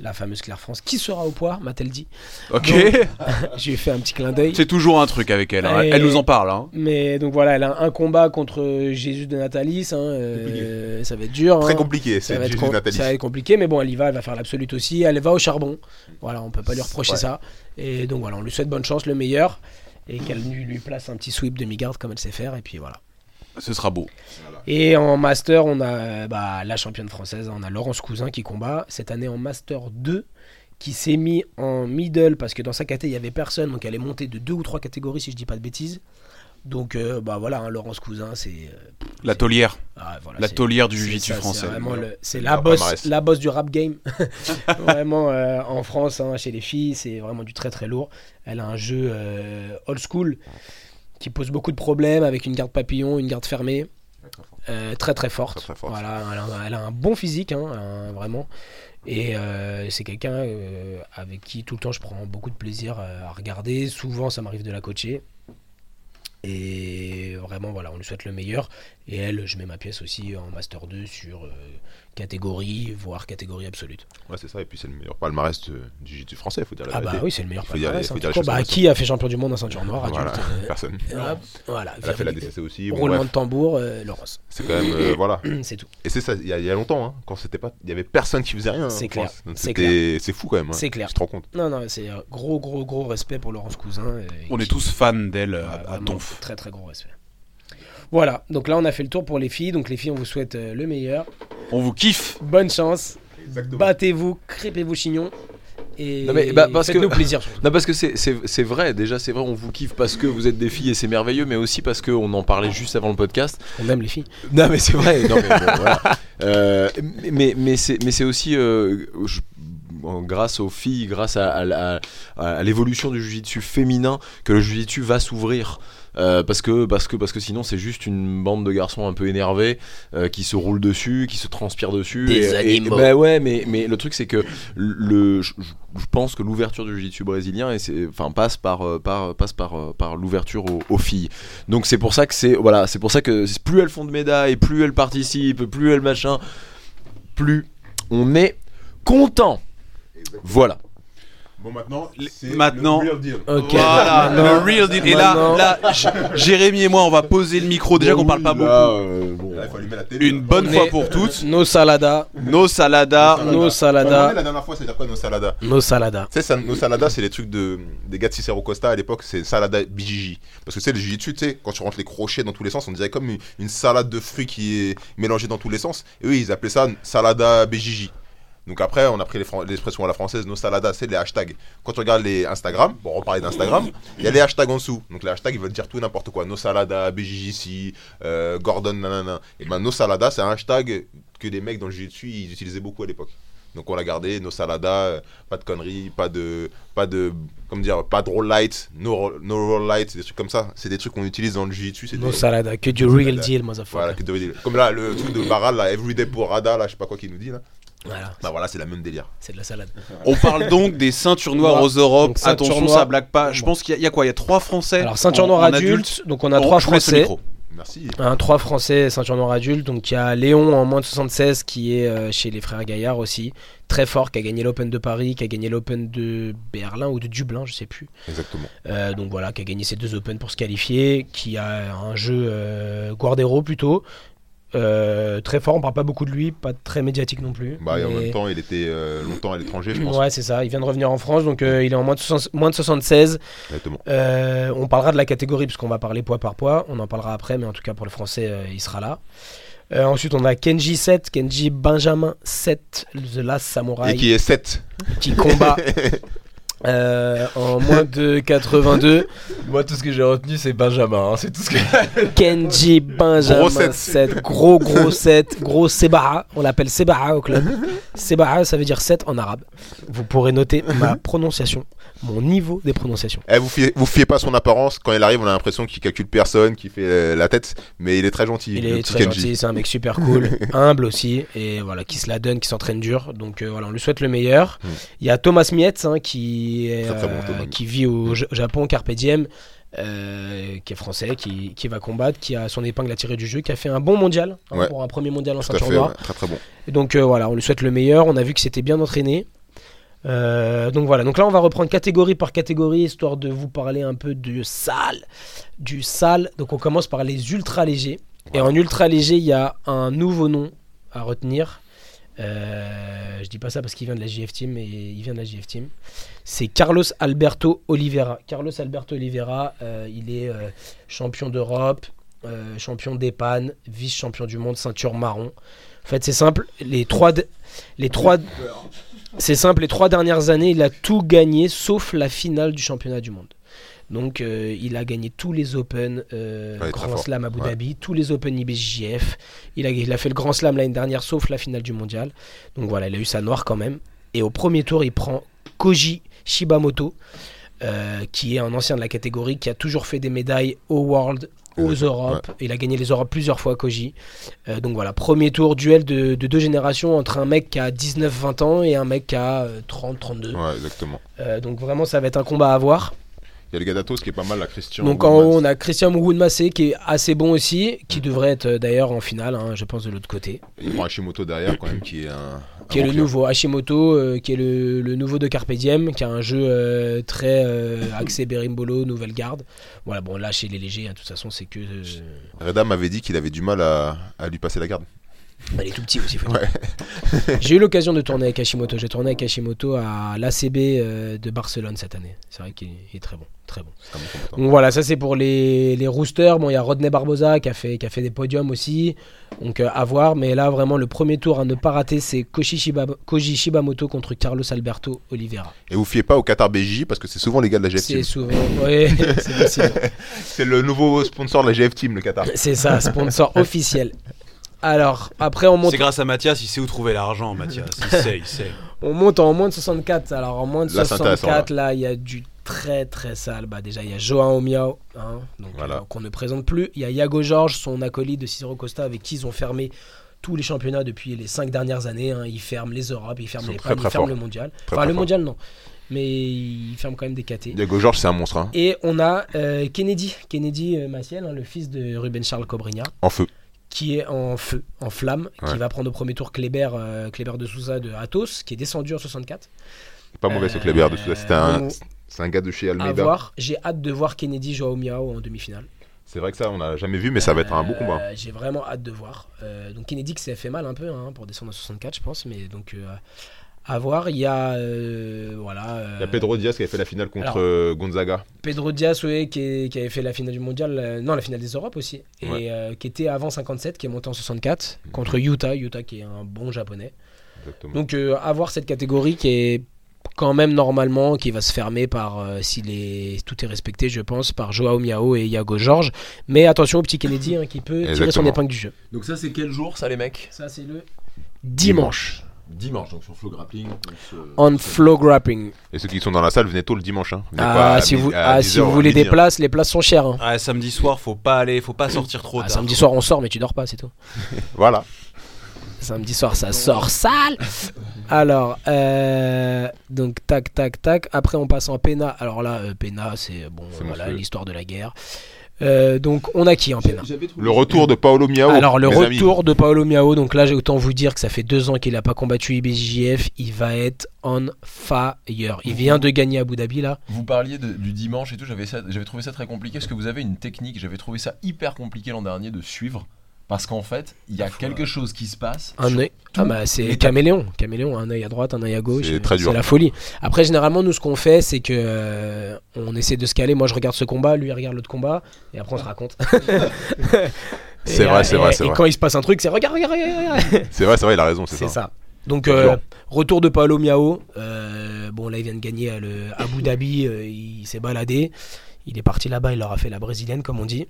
[SPEAKER 4] La fameuse Claire France, qui sera au poids, m'a-t-elle dit.
[SPEAKER 3] Ok.
[SPEAKER 4] J'ai fait un petit clin d'œil.
[SPEAKER 3] C'est toujours un truc avec elle. hein.
[SPEAKER 4] Et-
[SPEAKER 3] Elle nous en parle. hein.
[SPEAKER 4] Mais donc voilà, elle a un combat contre Jésus de Natalis. hein, euh, ça va être dur.
[SPEAKER 5] Très
[SPEAKER 4] hein.
[SPEAKER 5] compliqué,
[SPEAKER 4] Ça
[SPEAKER 5] c'est
[SPEAKER 4] va, être
[SPEAKER 5] Jésus
[SPEAKER 4] com-
[SPEAKER 5] Nathalie.
[SPEAKER 4] ça va être compliqué, mais bon, elle y va, elle va faire l'absolute aussi. Elle va au charbon. Voilà, on peut pas lui reprocher
[SPEAKER 5] Ouais.
[SPEAKER 4] ça. Et donc voilà, on lui souhaite bonne chance, le meilleur. Et qu'elle lui lui place un petit sweep demi-garde comme elle sait faire. Et puis voilà.
[SPEAKER 3] Ce sera beau.
[SPEAKER 4] Et en master, on a euh, bah, la championne française, on a Laurence Cousin qui combat cette année en master 2 qui s'est mis en middle parce que dans sa caté il y avait personne donc elle est montée de deux ou trois catégories si je dis pas de bêtises. Donc euh, bah voilà, hein, Laurence Cousin c'est euh,
[SPEAKER 3] La tolière.
[SPEAKER 4] ah, voilà,
[SPEAKER 3] La
[SPEAKER 4] c'est-
[SPEAKER 3] tolière du
[SPEAKER 4] c'est
[SPEAKER 3] jiu-jitsu
[SPEAKER 4] ça, c'est
[SPEAKER 3] français.
[SPEAKER 4] vraiment le- C'est
[SPEAKER 5] Le
[SPEAKER 4] la
[SPEAKER 5] meilleur
[SPEAKER 4] bosse,
[SPEAKER 5] palmarès.
[SPEAKER 4] la bosse du rap game. vraiment euh, en France, hein, chez les filles, c'est vraiment du très très lourd. Elle a un jeu euh, old school qui pose beaucoup de problèmes avec une garde papillon, une garde fermée. Euh, très très forte.
[SPEAKER 5] Très, très forte.
[SPEAKER 4] Voilà, elle a, elle a un bon physique, hein, un- vraiment. Et euh, c'est quelqu'un euh, avec qui tout le temps je prends beaucoup de plaisir euh, à regarder. Souvent, ça m'arrive de la coacher. Et vraiment, voilà, on lui souhaite le meilleur. Et elle, je mets ma pièce aussi en Master 2 sur euh, catégorie, voire catégorie absolue.
[SPEAKER 5] Ouais, c'est ça. Et puis c'est le meilleur palmarès de- du jiu-jitsu français, faut dire la
[SPEAKER 4] Ah bah
[SPEAKER 5] vérité.
[SPEAKER 4] oui, c'est le meilleur
[SPEAKER 5] Faut dire-
[SPEAKER 4] palmarès,
[SPEAKER 5] faut
[SPEAKER 4] hein,
[SPEAKER 5] dire
[SPEAKER 4] tout
[SPEAKER 5] les
[SPEAKER 4] court.
[SPEAKER 5] choses
[SPEAKER 4] Bah,
[SPEAKER 5] comme ça.
[SPEAKER 4] qui a fait champion du monde en ceinture noire adulte
[SPEAKER 5] Voilà,
[SPEAKER 4] euh,
[SPEAKER 5] personne.
[SPEAKER 4] hop, Voilà,
[SPEAKER 5] Elle a fait la DCC aussi. bon,
[SPEAKER 4] roulement
[SPEAKER 5] bref.
[SPEAKER 4] de tambour, euh, Laurence.
[SPEAKER 5] C'est quand même euh, voilà.
[SPEAKER 4] C'est tout.
[SPEAKER 5] Et c'est ça, il y, a- il y a longtemps, hein, quand c'était pas, il y avait personne qui faisait rien. hein,
[SPEAKER 4] C'est
[SPEAKER 5] en
[SPEAKER 4] clair,
[SPEAKER 5] France. Donc
[SPEAKER 4] c'est
[SPEAKER 5] c'était- C'est fou quand même. hein.
[SPEAKER 4] C'est clair.
[SPEAKER 5] Tu te rends compte
[SPEAKER 4] Non, non, c'est euh, gros, gros, gros respect pour Laurence Cousin. euh,
[SPEAKER 3] On
[SPEAKER 4] qui-
[SPEAKER 3] est tous fans d'elle
[SPEAKER 4] Ouais,
[SPEAKER 3] euh, à- à
[SPEAKER 4] Ah, vraiment,
[SPEAKER 3] Tonf.
[SPEAKER 4] Très très gros respect. Voilà, donc là on a fait le tour pour les filles. Donc les filles, on vous souhaite euh, le meilleur.
[SPEAKER 3] On vous kiffe.
[SPEAKER 4] Bonne chance. Battez-vous, crépez-vous chignon. Et
[SPEAKER 2] Non, mais, bah, parce que-
[SPEAKER 4] faites-nous plaisir. surtout.
[SPEAKER 2] Non, parce que c'est- c'est c'est vrai, déjà c'est vrai, on vous kiffe parce que vous êtes des filles et c'est merveilleux, mais aussi parce qu'on en parlait juste avant le podcast.
[SPEAKER 4] on aime les filles.
[SPEAKER 2] Non, mais c'est vrai, non, mais bon, voilà. Euh, mais mais c'est mais c'est aussi euh, je- en- grâce aux filles, grâce à, à la- à- à l'évolution du jiu-jitsu féminin que le jiu-jitsu va s'ouvrir. Euh, parce que parce que parce que sinon c'est juste une bande de garçons un peu énervés euh, qui se roulent dessus, qui se transpirent dessus.
[SPEAKER 4] Des
[SPEAKER 2] et- et-
[SPEAKER 4] animaux.
[SPEAKER 2] bah ouais, mais mais le truc c'est que le je, je- je pense que l'ouverture du jiu-jitsu brésilien et c'est enfin passe par euh, par passe par euh, par l'ouverture aux, aux filles. Donc c'est pour ça que c'est voilà, c'est pour ça que plus elles font de médailles, plus elles participent, plus elles machin, plus on est content. Voilà.
[SPEAKER 5] Bon, maintenant,
[SPEAKER 3] c'est maintenant- le
[SPEAKER 4] Ok.
[SPEAKER 3] Voilà, le
[SPEAKER 4] Maintenant-
[SPEAKER 3] real deal. Et là,
[SPEAKER 4] maintenant-
[SPEAKER 3] là, J- Jérémy et moi, on va poser le micro. Déjà qu'on parle pas beaucoup.
[SPEAKER 2] euh,
[SPEAKER 5] il faut allumer la télé.
[SPEAKER 3] Une
[SPEAKER 5] là.
[SPEAKER 3] bonne
[SPEAKER 4] On
[SPEAKER 3] fois
[SPEAKER 4] est-
[SPEAKER 3] pour toutes.
[SPEAKER 4] Nos saladas,
[SPEAKER 3] Nos saladas.
[SPEAKER 5] Salada.
[SPEAKER 4] nos
[SPEAKER 5] Enfin, non, mais
[SPEAKER 4] saladas,
[SPEAKER 5] la dernière fois, c'est-à-dire quoi nos saladas
[SPEAKER 4] nos saladas.
[SPEAKER 5] Tu sais, ça- nos saladas, c'est les trucs de, des gars de Cicero Costa à l'époque, c'est salada bijiji. Parce que c'est le jiu-jitsu, tu sais, quand tu rentres les crochets dans tous les sens, on dirait comme une, une salade de fruits qui est mélangée dans tous les sens. Et eux, ils appelaient ça salada bijiji. Donc après, on a pris les fran- l'expression à la française, nos saladas, c'est les hashtags. Quand tu regardes les Instagram, bon, on parlait d'Instagram, il y a les hashtags en dessous. Donc les hashtags, ils veulent dire tout et n'importe quoi. Nos saladas, BJJC, euh, Gordon, nanana. Et ben, nos saladas, c'est un hashtag que des mecs dans le jiu-jitsu, ils utilisaient beaucoup à l'époque. Donc on l'a gardé, nos saladas, euh, pas de conneries, pas de, pas de, comment dire, pas de roll light, no roll, no roll light, des trucs comme ça. C'est des trucs qu'on utilise dans le jiu-jitsu. c'est
[SPEAKER 4] No
[SPEAKER 5] des-
[SPEAKER 4] salada, que du
[SPEAKER 5] Salada.
[SPEAKER 4] real deal,
[SPEAKER 5] voilà,
[SPEAKER 4] motherfucker.
[SPEAKER 5] que de- comme là, le truc de Baral, là, Everyday Porada, là, je sais pas quoi qu'il nous dit, là.
[SPEAKER 4] Voilà,
[SPEAKER 5] Bah voilà, c'est la même délire.
[SPEAKER 4] c'est de la salade.
[SPEAKER 3] On parle donc des ceintures noires aux Europes.
[SPEAKER 4] Donc, ceinture
[SPEAKER 3] Attention,
[SPEAKER 4] noire.
[SPEAKER 3] ça blague pas. Je pense qu'il y, a- il y a quoi Il y a trois Français.
[SPEAKER 4] Alors, ceinture
[SPEAKER 3] en-
[SPEAKER 4] noire
[SPEAKER 3] en
[SPEAKER 4] adulte, donc on a
[SPEAKER 3] Oh,
[SPEAKER 4] trois
[SPEAKER 3] je presse le
[SPEAKER 4] français.
[SPEAKER 3] micro.
[SPEAKER 5] Merci.
[SPEAKER 4] Un 3 français ceinture noire adulte, donc il y a Léon en moins de 76 qui est euh, chez les frères Gaillard aussi, très fort, qui a gagné l'Open de Paris, qui a gagné l'Open de Berlin ou de Dublin, je sais plus.
[SPEAKER 5] Exactement.
[SPEAKER 4] Euh, donc voilà, qui a gagné ces deux Open pour se qualifier, qui a un jeu euh, Guardero plutôt, Euh, très fort, on parle pas beaucoup de lui, pas très médiatique non plus.
[SPEAKER 5] Bah, et en
[SPEAKER 4] mais-
[SPEAKER 5] même temps, il était euh, longtemps à l'étranger, je pense.
[SPEAKER 4] Ouais, c'est ça, il vient de revenir en France, donc euh, il est en moins de, 60 moins de 76.
[SPEAKER 5] Exactement.
[SPEAKER 4] Euh, on parlera de la catégorie puisqu'on va parler poids par poids. On en parlera après, mais en tout cas pour le français, euh, il sera là. Euh, ensuite, on a Kenji 7, Kenji Benjamin 7, The Last Samurai,
[SPEAKER 5] Et qui est 7.
[SPEAKER 4] qui combat euh, en moins de 82.
[SPEAKER 2] Moi, tout ce que j'ai retenu, c'est Benjamin. hein, C'est tout ce que.
[SPEAKER 4] Kenji Benjamin
[SPEAKER 5] Gros sept.
[SPEAKER 4] 7, gros gros 7, gros Sebaha, on l'appelle Sebaha au club. Sebaha, ça veut dire 7 en arabe. Vous pourrez noter ma prononciation, mon niveau des prononciations.
[SPEAKER 5] Eh, vous, fiez, vous fiez pas à son apparence. Quand il arrive, on a l'impression qu'il calcule personne, qu'il fait euh, la tête. Mais il est très gentil.
[SPEAKER 4] Il
[SPEAKER 5] le
[SPEAKER 4] est
[SPEAKER 5] petit
[SPEAKER 4] très
[SPEAKER 5] Kenji.
[SPEAKER 4] gentil, c'est un mec super cool, humble aussi, et voilà, qui se la donne, qui s'entraîne dur. Donc euh, voilà, on lui souhaite le meilleur.
[SPEAKER 5] Mm.
[SPEAKER 4] Il y a Thomas Mietz hein, qui, est,
[SPEAKER 5] Très, très bon,
[SPEAKER 4] euh,
[SPEAKER 5] Thomas.
[SPEAKER 4] qui vit au, J- Japon, Carpe Diem, euh, qui est français, qui, qui va combattre, qui a son épingle à tirer du jeu, qui a fait un bon mondial, hein,
[SPEAKER 5] Ouais.
[SPEAKER 4] pour un premier mondial en
[SPEAKER 5] Tout à
[SPEAKER 4] ceinture
[SPEAKER 5] fait,
[SPEAKER 4] noire.
[SPEAKER 5] ouais, très très bon.
[SPEAKER 4] Et Donc euh, voilà, on lui souhaite le meilleur. On a vu que c'était bien entraîné. Euh, donc voilà, donc là on va reprendre catégorie par catégorie histoire de vous parler un peu du sale, du sale. Donc on commence par les ultra légers. Et en ultra léger, il y a un nouveau nom à retenir. Euh, je dis pas ça parce qu'il vient de la JF Team, mais il vient de la JF Team. C'est Carlos Alberto Oliveira. Carlos Alberto Oliveira, euh, il est euh, champion d'Europe, euh, champion d'Epan, vice-champion du monde, ceinture marron. En fait, c'est simple. Les trois, de- les trois, c'est simple. Les trois dernières années, il a tout gagné sauf la finale du championnat du monde. Donc, euh, il a gagné tous les Open euh,
[SPEAKER 5] Ouais, très
[SPEAKER 4] Grand
[SPEAKER 5] fort.
[SPEAKER 4] Slam Abu
[SPEAKER 5] Ouais.
[SPEAKER 4] Dhabi, tous les Open IBJJF. Il a, il a fait le Grand Slam l'année dernière, sauf la finale du mondial. Donc voilà, il a eu sa noire quand même. Et au premier tour, il prend Koji Shibamoto, euh, qui est un ancien de la catégorie, qui a toujours fait des médailles au World, aux
[SPEAKER 5] Ouais.
[SPEAKER 4] Europes. Il a gagné les Europes plusieurs fois, Koji. Euh, donc voilà, premier tour, duel de, de deux générations entre un mec qui a 19-20 ans et un mec qui a euh, 30-32.
[SPEAKER 5] Ouais, exactement.
[SPEAKER 4] Euh, donc vraiment, ça va être un combat à voir.
[SPEAKER 5] Il y a le gars d'Atos qui est pas mal, la Christian.
[SPEAKER 4] Donc en haut, on a Christian Mougounmassé qui est assez bon aussi, qui devrait être euh, d'ailleurs en finale, hein, je pense, de l'autre côté.
[SPEAKER 5] Il prend Hashimoto derrière, quand même, qui est un.
[SPEAKER 4] qui est
[SPEAKER 5] un bon
[SPEAKER 4] le
[SPEAKER 5] client.
[SPEAKER 4] nouveau Hashimoto, euh, qui est le, le nouveau de Carpe Diem, qui a un jeu euh, très euh, axé Berimbolo, nouvelle garde. Voilà, bon, là, chez les légers, hein, de toute façon, c'est que. euh,
[SPEAKER 5] Reda m'avait dit qu'il avait du mal à, à lui passer la garde.
[SPEAKER 4] elle est tout petit aussi, faut dire. J'ai eu l'occasion de tourner avec Hashimoto. J'ai tourné avec Hashimoto à l'ACB euh, de Barcelone cette année. C'est vrai qu'il est très bon, très bon.
[SPEAKER 5] C'est un bon combattant.
[SPEAKER 4] Donc voilà, ça c'est pour les, les roosters. Bon, il y a Rodney Barbosa qui a fait, qui a fait des podiums aussi. Donc euh, à voir. Mais là, vraiment, le premier tour à ne pas rater, c'est Koji, Shiba- Koji Shibamoto contre Carlos Alberto Oliveira.
[SPEAKER 5] Et vous fiez pas au Qatar BJ parce que c'est souvent les gars de la GF
[SPEAKER 4] C'est
[SPEAKER 5] Team.
[SPEAKER 4] souvent. Ouais, c'est possible.
[SPEAKER 5] C'est le nouveau sponsor de la GF Team, le Qatar.
[SPEAKER 4] C'est ça, sponsor officiel. Alors, après, on monte,
[SPEAKER 3] C'est grâce à Mathias, il sait où trouver l'argent, Mathias. Il sait, il sait.
[SPEAKER 4] on monte en moins de 64. Alors, en moins de
[SPEAKER 5] Là, c'est intéressant,
[SPEAKER 4] 64, là, il y a du très très sale. Bah, déjà, il y a Joao Miao, hein, donc,
[SPEAKER 5] Voilà.
[SPEAKER 4] euh, qu'on ne présente plus. Il y a Yago Georges, son acolyte de Cicero Costa, avec qui ils ont fermé tous les championnats depuis les 5 dernières années. hein. Ils ferment les Europes, ils ferment
[SPEAKER 5] sont
[SPEAKER 4] les
[SPEAKER 5] très,
[SPEAKER 4] Pagnes,
[SPEAKER 5] très
[SPEAKER 4] ils ferment
[SPEAKER 5] forts.
[SPEAKER 4] le mondial. enfin,
[SPEAKER 5] Très, très
[SPEAKER 4] le
[SPEAKER 5] forts.
[SPEAKER 4] mondial, non. Mais ils ferment quand même des KT.
[SPEAKER 5] Diego Georges, c'est un monstre, hein.
[SPEAKER 4] Et on a euh, Kennedy, Kennedy euh, Maciel, hein, le fils de Ruben Charles Cobrinha.
[SPEAKER 5] en feu.
[SPEAKER 4] qui est en feu, en flamme,
[SPEAKER 5] Ouais.
[SPEAKER 4] qui va prendre au premier tour Kléber, euh, Kléber de Souza de Athos, qui est descendu en 64.
[SPEAKER 5] Pas mauvais ce Kleber de
[SPEAKER 4] Euh,
[SPEAKER 5] Sousa. C'est un,
[SPEAKER 4] on-
[SPEAKER 5] c'est un gars de chez
[SPEAKER 4] À
[SPEAKER 5] Almeida.
[SPEAKER 4] voir. J'ai hâte de voir Kennedy Joao Miao en demi-finale.
[SPEAKER 5] C'est vrai que ça, on n'a jamais vu, mais ça va être un beau
[SPEAKER 4] Euh,
[SPEAKER 5] combat.
[SPEAKER 4] J'ai vraiment hâte de voir. Euh, donc Kennedy qui s'est fait mal un peu hein, pour descendre en 64, je pense, mais donc euh, à voir. Il y a euh, voilà. euh,
[SPEAKER 5] Il y a Pedro Diaz qui a fait la finale contre
[SPEAKER 4] alors-
[SPEAKER 5] euh, Gonzaga.
[SPEAKER 4] Pedro Diaz, ouais, qui, est- qui avait fait la finale du mondial, euh, non, la finale des Europes aussi, et
[SPEAKER 5] Ouais.
[SPEAKER 4] euh, qui était avant 57, qui est monté en 64 contre Utah, Utah qui est un bon japonais.
[SPEAKER 5] Exactement.
[SPEAKER 4] Donc euh, avoir cette catégorie qui est quand même normalement qui va se fermer par euh, si les- tout est respecté je pense par Joao Miao et Iago George mais attention au petit Kennedy hein, qui peut tirer son
[SPEAKER 5] Exactement.
[SPEAKER 4] épingle du jeu
[SPEAKER 2] Donc ça c'est quel jour ça les mecs
[SPEAKER 4] ça c'est le dimanche
[SPEAKER 7] Dimanche, donc sur Flow Grappling. on se-
[SPEAKER 4] on flow grappling
[SPEAKER 5] Et ceux qui sont dans la salle, venez tôt le dimanche. hein. Venez pas
[SPEAKER 4] ah,
[SPEAKER 5] à
[SPEAKER 4] si
[SPEAKER 5] mi-
[SPEAKER 4] vous,
[SPEAKER 5] à
[SPEAKER 4] ah,
[SPEAKER 5] 10
[SPEAKER 4] si
[SPEAKER 5] heures
[SPEAKER 4] vous
[SPEAKER 5] ou à
[SPEAKER 4] voulez des
[SPEAKER 5] midi, hein.
[SPEAKER 4] places les places sont chères hein.
[SPEAKER 3] Ah, samedi soir, faut pas aller, faut pas sortir trop
[SPEAKER 4] Ah,
[SPEAKER 3] tard.
[SPEAKER 4] samedi soir on sort mais tu dors pas c'est tout
[SPEAKER 5] Voilà.
[SPEAKER 4] Samedi soir, ça sort sale. Alors, euh, donc tac, tac, tac. Après, on passe en Péna. Alors là, euh, Péna, c'est bon,
[SPEAKER 5] C'est
[SPEAKER 4] voilà,
[SPEAKER 5] monstrueux.
[SPEAKER 4] l'histoire de la guerre. Euh, donc, on a qui en Péna
[SPEAKER 7] J'avais trouvé.
[SPEAKER 5] Le retour de Paolo Miao.
[SPEAKER 4] Alors, le
[SPEAKER 5] Ah, oh, mes amis.
[SPEAKER 4] retour de Paolo Miao. Donc là, j'ai autant vous dire que ça fait deux ans qu'il n'a pas combattu IBJJF. Il va être on fire. Il vient de gagner à Abu Dhabi là.
[SPEAKER 2] Vous parliez de- du dimanche et tout, j'avais ça- j'avais trouvé ça très compliqué. Est-ce que vous avez une technique J'avais trouvé ça hyper compliqué l'an dernier de suivre. Parce qu'en fait, il y a quelque chose qui se passe.
[SPEAKER 4] Un
[SPEAKER 2] sur-
[SPEAKER 4] œil. Ah bah c'est
[SPEAKER 2] les
[SPEAKER 4] caméléon, caméléon, un œil à droite, un œil à gauche.
[SPEAKER 5] C'est très dur.
[SPEAKER 4] la folie. Après généralement nous ce qu'on fait c'est que euh, on essaie de se caler. Moi je regarde ce combat, lui il regarde l'autre combat et après on se raconte. Et,
[SPEAKER 5] C'est vrai,
[SPEAKER 4] euh,
[SPEAKER 5] c'est vrai,
[SPEAKER 4] et-
[SPEAKER 5] c'est
[SPEAKER 4] Et
[SPEAKER 5] vrai.
[SPEAKER 4] quand il se passe un truc c'est regarde, regarde, regarde. regarde.
[SPEAKER 5] C'est vrai, c'est vrai, il a raison, c'est
[SPEAKER 4] c'est
[SPEAKER 5] ça.
[SPEAKER 4] ça. Donc
[SPEAKER 5] C'est
[SPEAKER 4] euh,
[SPEAKER 5] dur.
[SPEAKER 4] retour de Paolo Miao. Euh, bon là il vient de gagner à le Abu Dhabi, euh, il s'est baladé. Il est parti là-bas, il leur a fait la brésilienne comme on dit.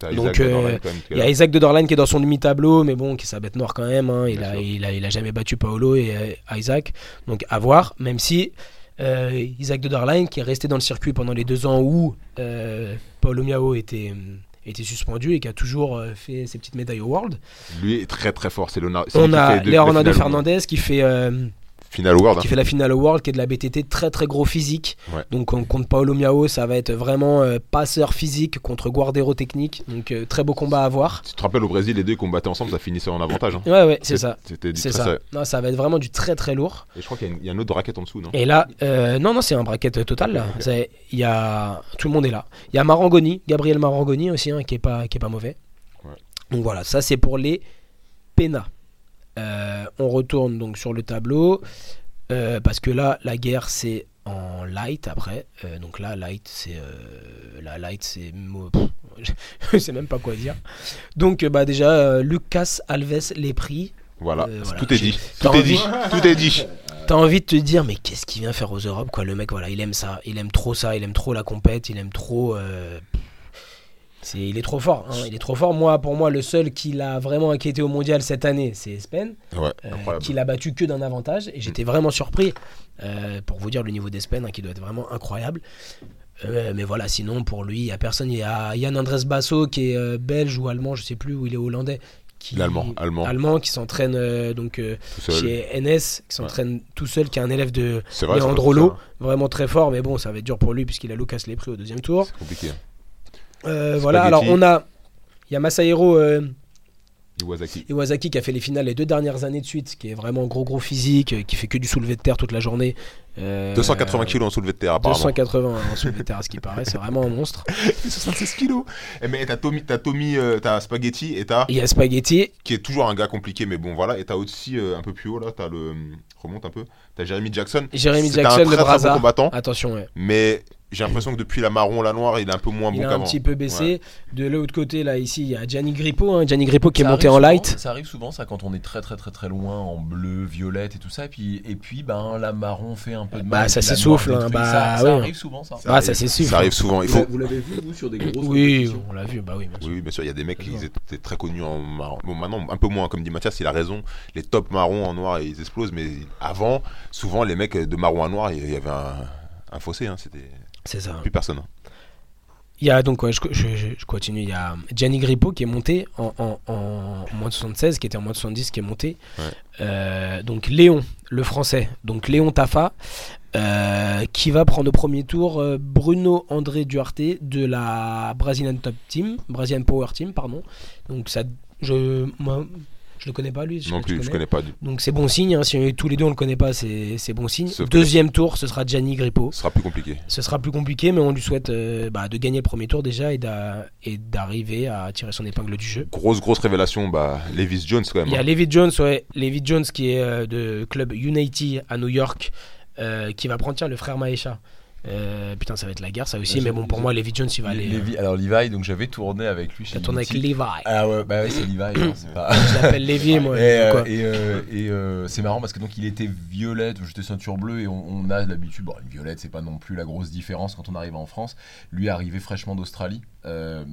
[SPEAKER 5] T'as
[SPEAKER 4] Donc,
[SPEAKER 5] Isaac Benoît,
[SPEAKER 4] euh,
[SPEAKER 5] là, quand même, qui est
[SPEAKER 4] Il y a
[SPEAKER 5] là.
[SPEAKER 4] Isaac de Dorlan qui est dans son demi-tableau, mais bon, qui est sa bête noire quand même. hein. Il,
[SPEAKER 5] Bien
[SPEAKER 4] a,
[SPEAKER 5] sûr.
[SPEAKER 4] il, a, il a jamais battu Paolo et euh, Isaac. Donc à voir, même si euh, Isaac de Dorlan, qui est resté dans le circuit pendant les deux ans où euh, Paolo Miao était, euh, était suspendu et qui a toujours euh, fait ses petites médailles au World.
[SPEAKER 5] Lui est très très fort, c'est Leonardo.
[SPEAKER 4] On a Leonardo
[SPEAKER 5] Fernandez.
[SPEAKER 4] Fernandez qui fait, euh,
[SPEAKER 5] Final World. hein.
[SPEAKER 4] qui fait la finale au World, qui est de la BTT très très gros physique.
[SPEAKER 5] Ah bah. Ouais.
[SPEAKER 4] Donc on compte Paolo Miao, ça va être vraiment euh, passeur physique contre Guardero technique. Donc euh, très beau combat à voir.
[SPEAKER 5] Tu te rappelles au Brésil, les deux combattaient ensemble, ça finissait en avantage. hein.
[SPEAKER 4] Ouais, ouais, c'est ça.
[SPEAKER 5] C'était du
[SPEAKER 4] C'est
[SPEAKER 5] très
[SPEAKER 4] ça.
[SPEAKER 5] serré.
[SPEAKER 4] Non, ça va être vraiment du très très lourd.
[SPEAKER 5] Et je crois qu'il y a une- il y a une autre raquette en dessous, non
[SPEAKER 4] Et là, euh, non, non, c'est un bracket total. Là. C'est- Il y a tout le monde est là. Il y a Marangoni, Gabriel Marangoni aussi, hein, qui est pas qui est pas mauvais.
[SPEAKER 5] Ouais.
[SPEAKER 4] Donc voilà, ça c'est pour les Pénas. Euh, on retourne donc sur le tableau euh, parce que là, la guerre c'est en light après. Euh, donc là, light c'est euh, la light c'est mo- pff, je sais même pas quoi dire. Donc euh, bah déjà euh, Lucas Alves les prix.
[SPEAKER 5] Voilà,
[SPEAKER 4] Euh, voilà.
[SPEAKER 5] tout est dit. Tout
[SPEAKER 4] T'as
[SPEAKER 5] est dit. Tout est dit.
[SPEAKER 4] T'as envie de te dire, mais qu'est-ce qu'il vient faire aux Europes, quoi Le mec, voilà, il aime ça, il aime trop ça, il aime trop la compète, il aime trop. euh, C'est, il est trop fort, hein, il est trop fort. Moi, pour moi, le seul qui l'a vraiment inquiété au mondial cette année, c'est Espen,
[SPEAKER 5] Ouais,
[SPEAKER 4] euh,
[SPEAKER 5] incroyable. Mm.
[SPEAKER 4] qui l'a battu que d'un avantage. Et j'étais vraiment surpris, euh, pour vous dire le niveau d'Espen, hein, qui doit être vraiment incroyable. Euh, mais voilà, sinon, pour lui, il n'y a personne. Il y a Yann Andrés Basso, qui est euh, belge ou allemand, je sais plus, ou il est hollandais. Qui...
[SPEAKER 5] L'allemand, allemand,
[SPEAKER 4] Allemand qui s'entraîne euh, donc euh,
[SPEAKER 5] tout seul.
[SPEAKER 4] chez NS, qui s'entraîne tout seul, qui est un élève de
[SPEAKER 5] C'est vrai. c'est pas tout
[SPEAKER 4] Leandrolo,
[SPEAKER 5] seul, hein.
[SPEAKER 4] vraiment très fort, mais bon, ça va être dur pour lui puisqu'il a Lucas les prix au deuxième tour.
[SPEAKER 5] C'est compliqué. hein.
[SPEAKER 4] Euh, voilà, alors
[SPEAKER 5] Spaghetti.
[SPEAKER 4] on a. Il y a Masahiro euh,
[SPEAKER 5] Iwasaki.
[SPEAKER 4] Iwasaki qui a fait les finales les deux dernières années de suite, qui est vraiment gros gros physique, euh, qui fait que du soulevé de terre toute la journée. Euh,
[SPEAKER 5] 280 kilos en soulevé de terre, apparemment.
[SPEAKER 4] 280 en hein, soulevé de terre, à ce qui paraît, c'est vraiment un monstre.
[SPEAKER 5] 76 kilos. Eh, mais t'as Tommy, t'as Tommy, euh, t'as Spaghetti et t'as
[SPEAKER 4] Il y a Spaghetti,
[SPEAKER 5] qui est toujours un gars compliqué, mais bon voilà. Et t'as aussi euh, un peu plus haut là, t'as le euh, remonte un peu. T'as Jeremy Jackson.
[SPEAKER 4] Jeremy
[SPEAKER 5] C'était
[SPEAKER 4] Jackson,
[SPEAKER 5] un
[SPEAKER 4] le
[SPEAKER 5] très, très bon
[SPEAKER 4] Braza.
[SPEAKER 5] combattant,
[SPEAKER 4] Attention, ouais.
[SPEAKER 5] mais j'ai l'impression que depuis la marron, la noire, il est un peu moins
[SPEAKER 4] il
[SPEAKER 5] bon
[SPEAKER 4] a un
[SPEAKER 5] qu'avant.
[SPEAKER 4] petit peu baissé. De l'autre côté, là, ici, il y a Gianni Grippo, hein, Gianni Grippo qui est
[SPEAKER 2] Ça
[SPEAKER 4] monté
[SPEAKER 2] arrive
[SPEAKER 4] en
[SPEAKER 2] souvent,
[SPEAKER 4] light.
[SPEAKER 2] Ça arrive souvent, ça, quand on est très très très très loin, en bleu, violette et tout ça. Et puis, et puis ben, la marron fait un peu de
[SPEAKER 4] Bah,
[SPEAKER 2] mal,
[SPEAKER 4] ça
[SPEAKER 2] puis la
[SPEAKER 4] s'essouffle,
[SPEAKER 2] noire
[SPEAKER 4] hein,
[SPEAKER 2] détruit.
[SPEAKER 4] bah,
[SPEAKER 2] ça, ça
[SPEAKER 4] ouais.
[SPEAKER 2] arrive souvent, ça.
[SPEAKER 4] Ah, ça c'est sûr.
[SPEAKER 5] Ça arrive souvent. Il faut.
[SPEAKER 7] Vous l'avez vu, vous, sur des grosses.
[SPEAKER 4] Oui,
[SPEAKER 7] compétitions
[SPEAKER 4] on l'a vu, bah oui. bien sûr.
[SPEAKER 5] Oui, oui, bien sûr, il y a des mecs qui ils étaient très connus en marron. Bon, maintenant, un peu moins, comme dit Mathias, il a raison. Les top marrons en noir, ils explosent, mais avant, souvent, les mecs de marron à noir, il y avait un, un fossé, hein, c'était
[SPEAKER 4] C'est ça.
[SPEAKER 5] plus personne. hein.
[SPEAKER 4] Il y a donc, ouais, je, je- je- je continue, il y a Gianni Grippo qui est monté en, en- en- en moins de 76, qui était en moins de 70, qui est monté.
[SPEAKER 5] Ouais.
[SPEAKER 4] Euh, donc Léon, le français, donc Léon Tafa, euh, qui va prendre au premier tour euh, Bruno André Duarte de la Brazilian Top Team, Brazilian Power Team, pardon. Donc ça, je, moi, je le connais pas lui. sais
[SPEAKER 5] non
[SPEAKER 4] pas si tu
[SPEAKER 5] plus, je
[SPEAKER 4] connais.
[SPEAKER 5] connais pas. du-
[SPEAKER 4] Donc c'est bon signe, hein, si tous les deux on le connaît pas, c'est c'est bon signe.
[SPEAKER 5] Sauf que-
[SPEAKER 4] Deuxième tour, ce sera Gianni Grippo.
[SPEAKER 5] Ce sera plus compliqué.
[SPEAKER 4] Ce sera plus compliqué, mais on lui souhaite euh, bah, de gagner le premier tour déjà et d'a- et d'arriver à tirer son épingle du jeu.
[SPEAKER 5] Grosse, grosse révélation, bah, Levis Jones quand
[SPEAKER 4] Il y
[SPEAKER 5] même.
[SPEAKER 4] a
[SPEAKER 5] hein.
[SPEAKER 4] Levi Jones, ouais, Levi Jones qui est euh, de club Unity à New York, euh, qui va prendre tiens, le frère Maesha, Euh, putain, ça va être la guerre, ça aussi.
[SPEAKER 2] Ouais,
[SPEAKER 4] mais
[SPEAKER 2] j'ai-
[SPEAKER 4] bon, pour moi, Levi Jones, il va aller. euh,
[SPEAKER 2] Levi- Bah, alors Levi, donc j'avais tourné avec lui
[SPEAKER 4] T'as
[SPEAKER 2] chez
[SPEAKER 4] tourné avec
[SPEAKER 2] Mythique.
[SPEAKER 4] Levi.
[SPEAKER 2] Ah ouais, bah ouais, c'est Levi. hein, c'est pas-
[SPEAKER 4] Je l'appelle Levi, moi.
[SPEAKER 2] et euh,
[SPEAKER 4] quoi.
[SPEAKER 2] et, euh, et, euh, c'est marrant parce que donc il était violette, j'étais ceinture bleue et on, on a l'habitude, bon une violette c'est pas non plus la grosse différence quand on arrive en France, lui est arrivé fraîchement d'Australie. Euh,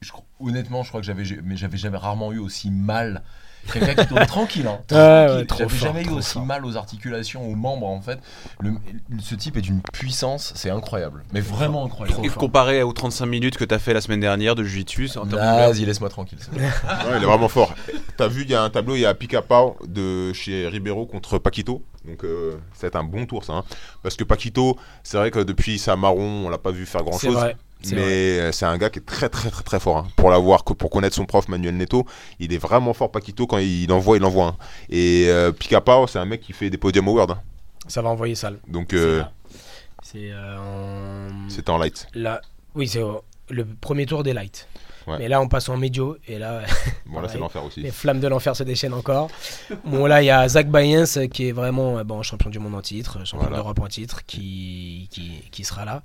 [SPEAKER 2] je cro- honnêtement je crois que j'avais mais j'avais jamais rarement eu aussi mal. Quelqu'un qui tourne tranquille, hein,
[SPEAKER 4] Ouais,
[SPEAKER 2] tranquille.
[SPEAKER 4] ouais, trop
[SPEAKER 2] J'avais
[SPEAKER 4] fort,
[SPEAKER 2] jamais eu
[SPEAKER 4] trop
[SPEAKER 2] aussi
[SPEAKER 4] fort.
[SPEAKER 2] mal aux articulations, aux membres en fait. Le- ce type est d'une puissance, c'est incroyable, mais vraiment incroyable.
[SPEAKER 4] Trop fort.
[SPEAKER 3] Comparé aux 35 minutes que t'as fait la semaine dernière de Jiu-Jitsu, en termes de
[SPEAKER 2] Vas-y, laisse-moi tranquille. c'est bon.
[SPEAKER 5] Ouais, il est vraiment fort. T'as vu, il y a un tableau, il y a Picapao de chez Ribeiro contre Paquito. Donc, euh, ça va être un bon tour, ça. hein. Parce que Paquito, c'est vrai que depuis sa marron, on l'a pas vu faire grand
[SPEAKER 4] C'est
[SPEAKER 5] chose.
[SPEAKER 4] vrai. c'est vrai.
[SPEAKER 5] Mais euh, c'est un gars qui est très très très très fort. hein. Pour l'avoir, que- pour connaître son prof Manuel Neto, il est vraiment fort Paquito quand il envoie, il envoie. hein. Et euh, Picapao, c'est un mec qui fait des podium awards. hein.
[SPEAKER 4] Ça va envoyer sale.
[SPEAKER 5] Donc euh,
[SPEAKER 4] C'est euh, en-
[SPEAKER 5] c'était en light.
[SPEAKER 4] là. Oui, c'est euh, le premier tour des lights.
[SPEAKER 5] Ouais.
[SPEAKER 4] Mais là, on passe en médio. Et là,
[SPEAKER 5] Bon là c'est
[SPEAKER 4] Ouais.
[SPEAKER 5] l'enfer aussi.
[SPEAKER 4] les flammes de l'enfer se déchaînent encore. Bon, là, il y a Zach Bayens euh, qui est vraiment euh, bon, champion du monde en titre, euh, champion
[SPEAKER 5] Voilà.
[SPEAKER 4] d'Europe en titre, qui, qui, qui sera là.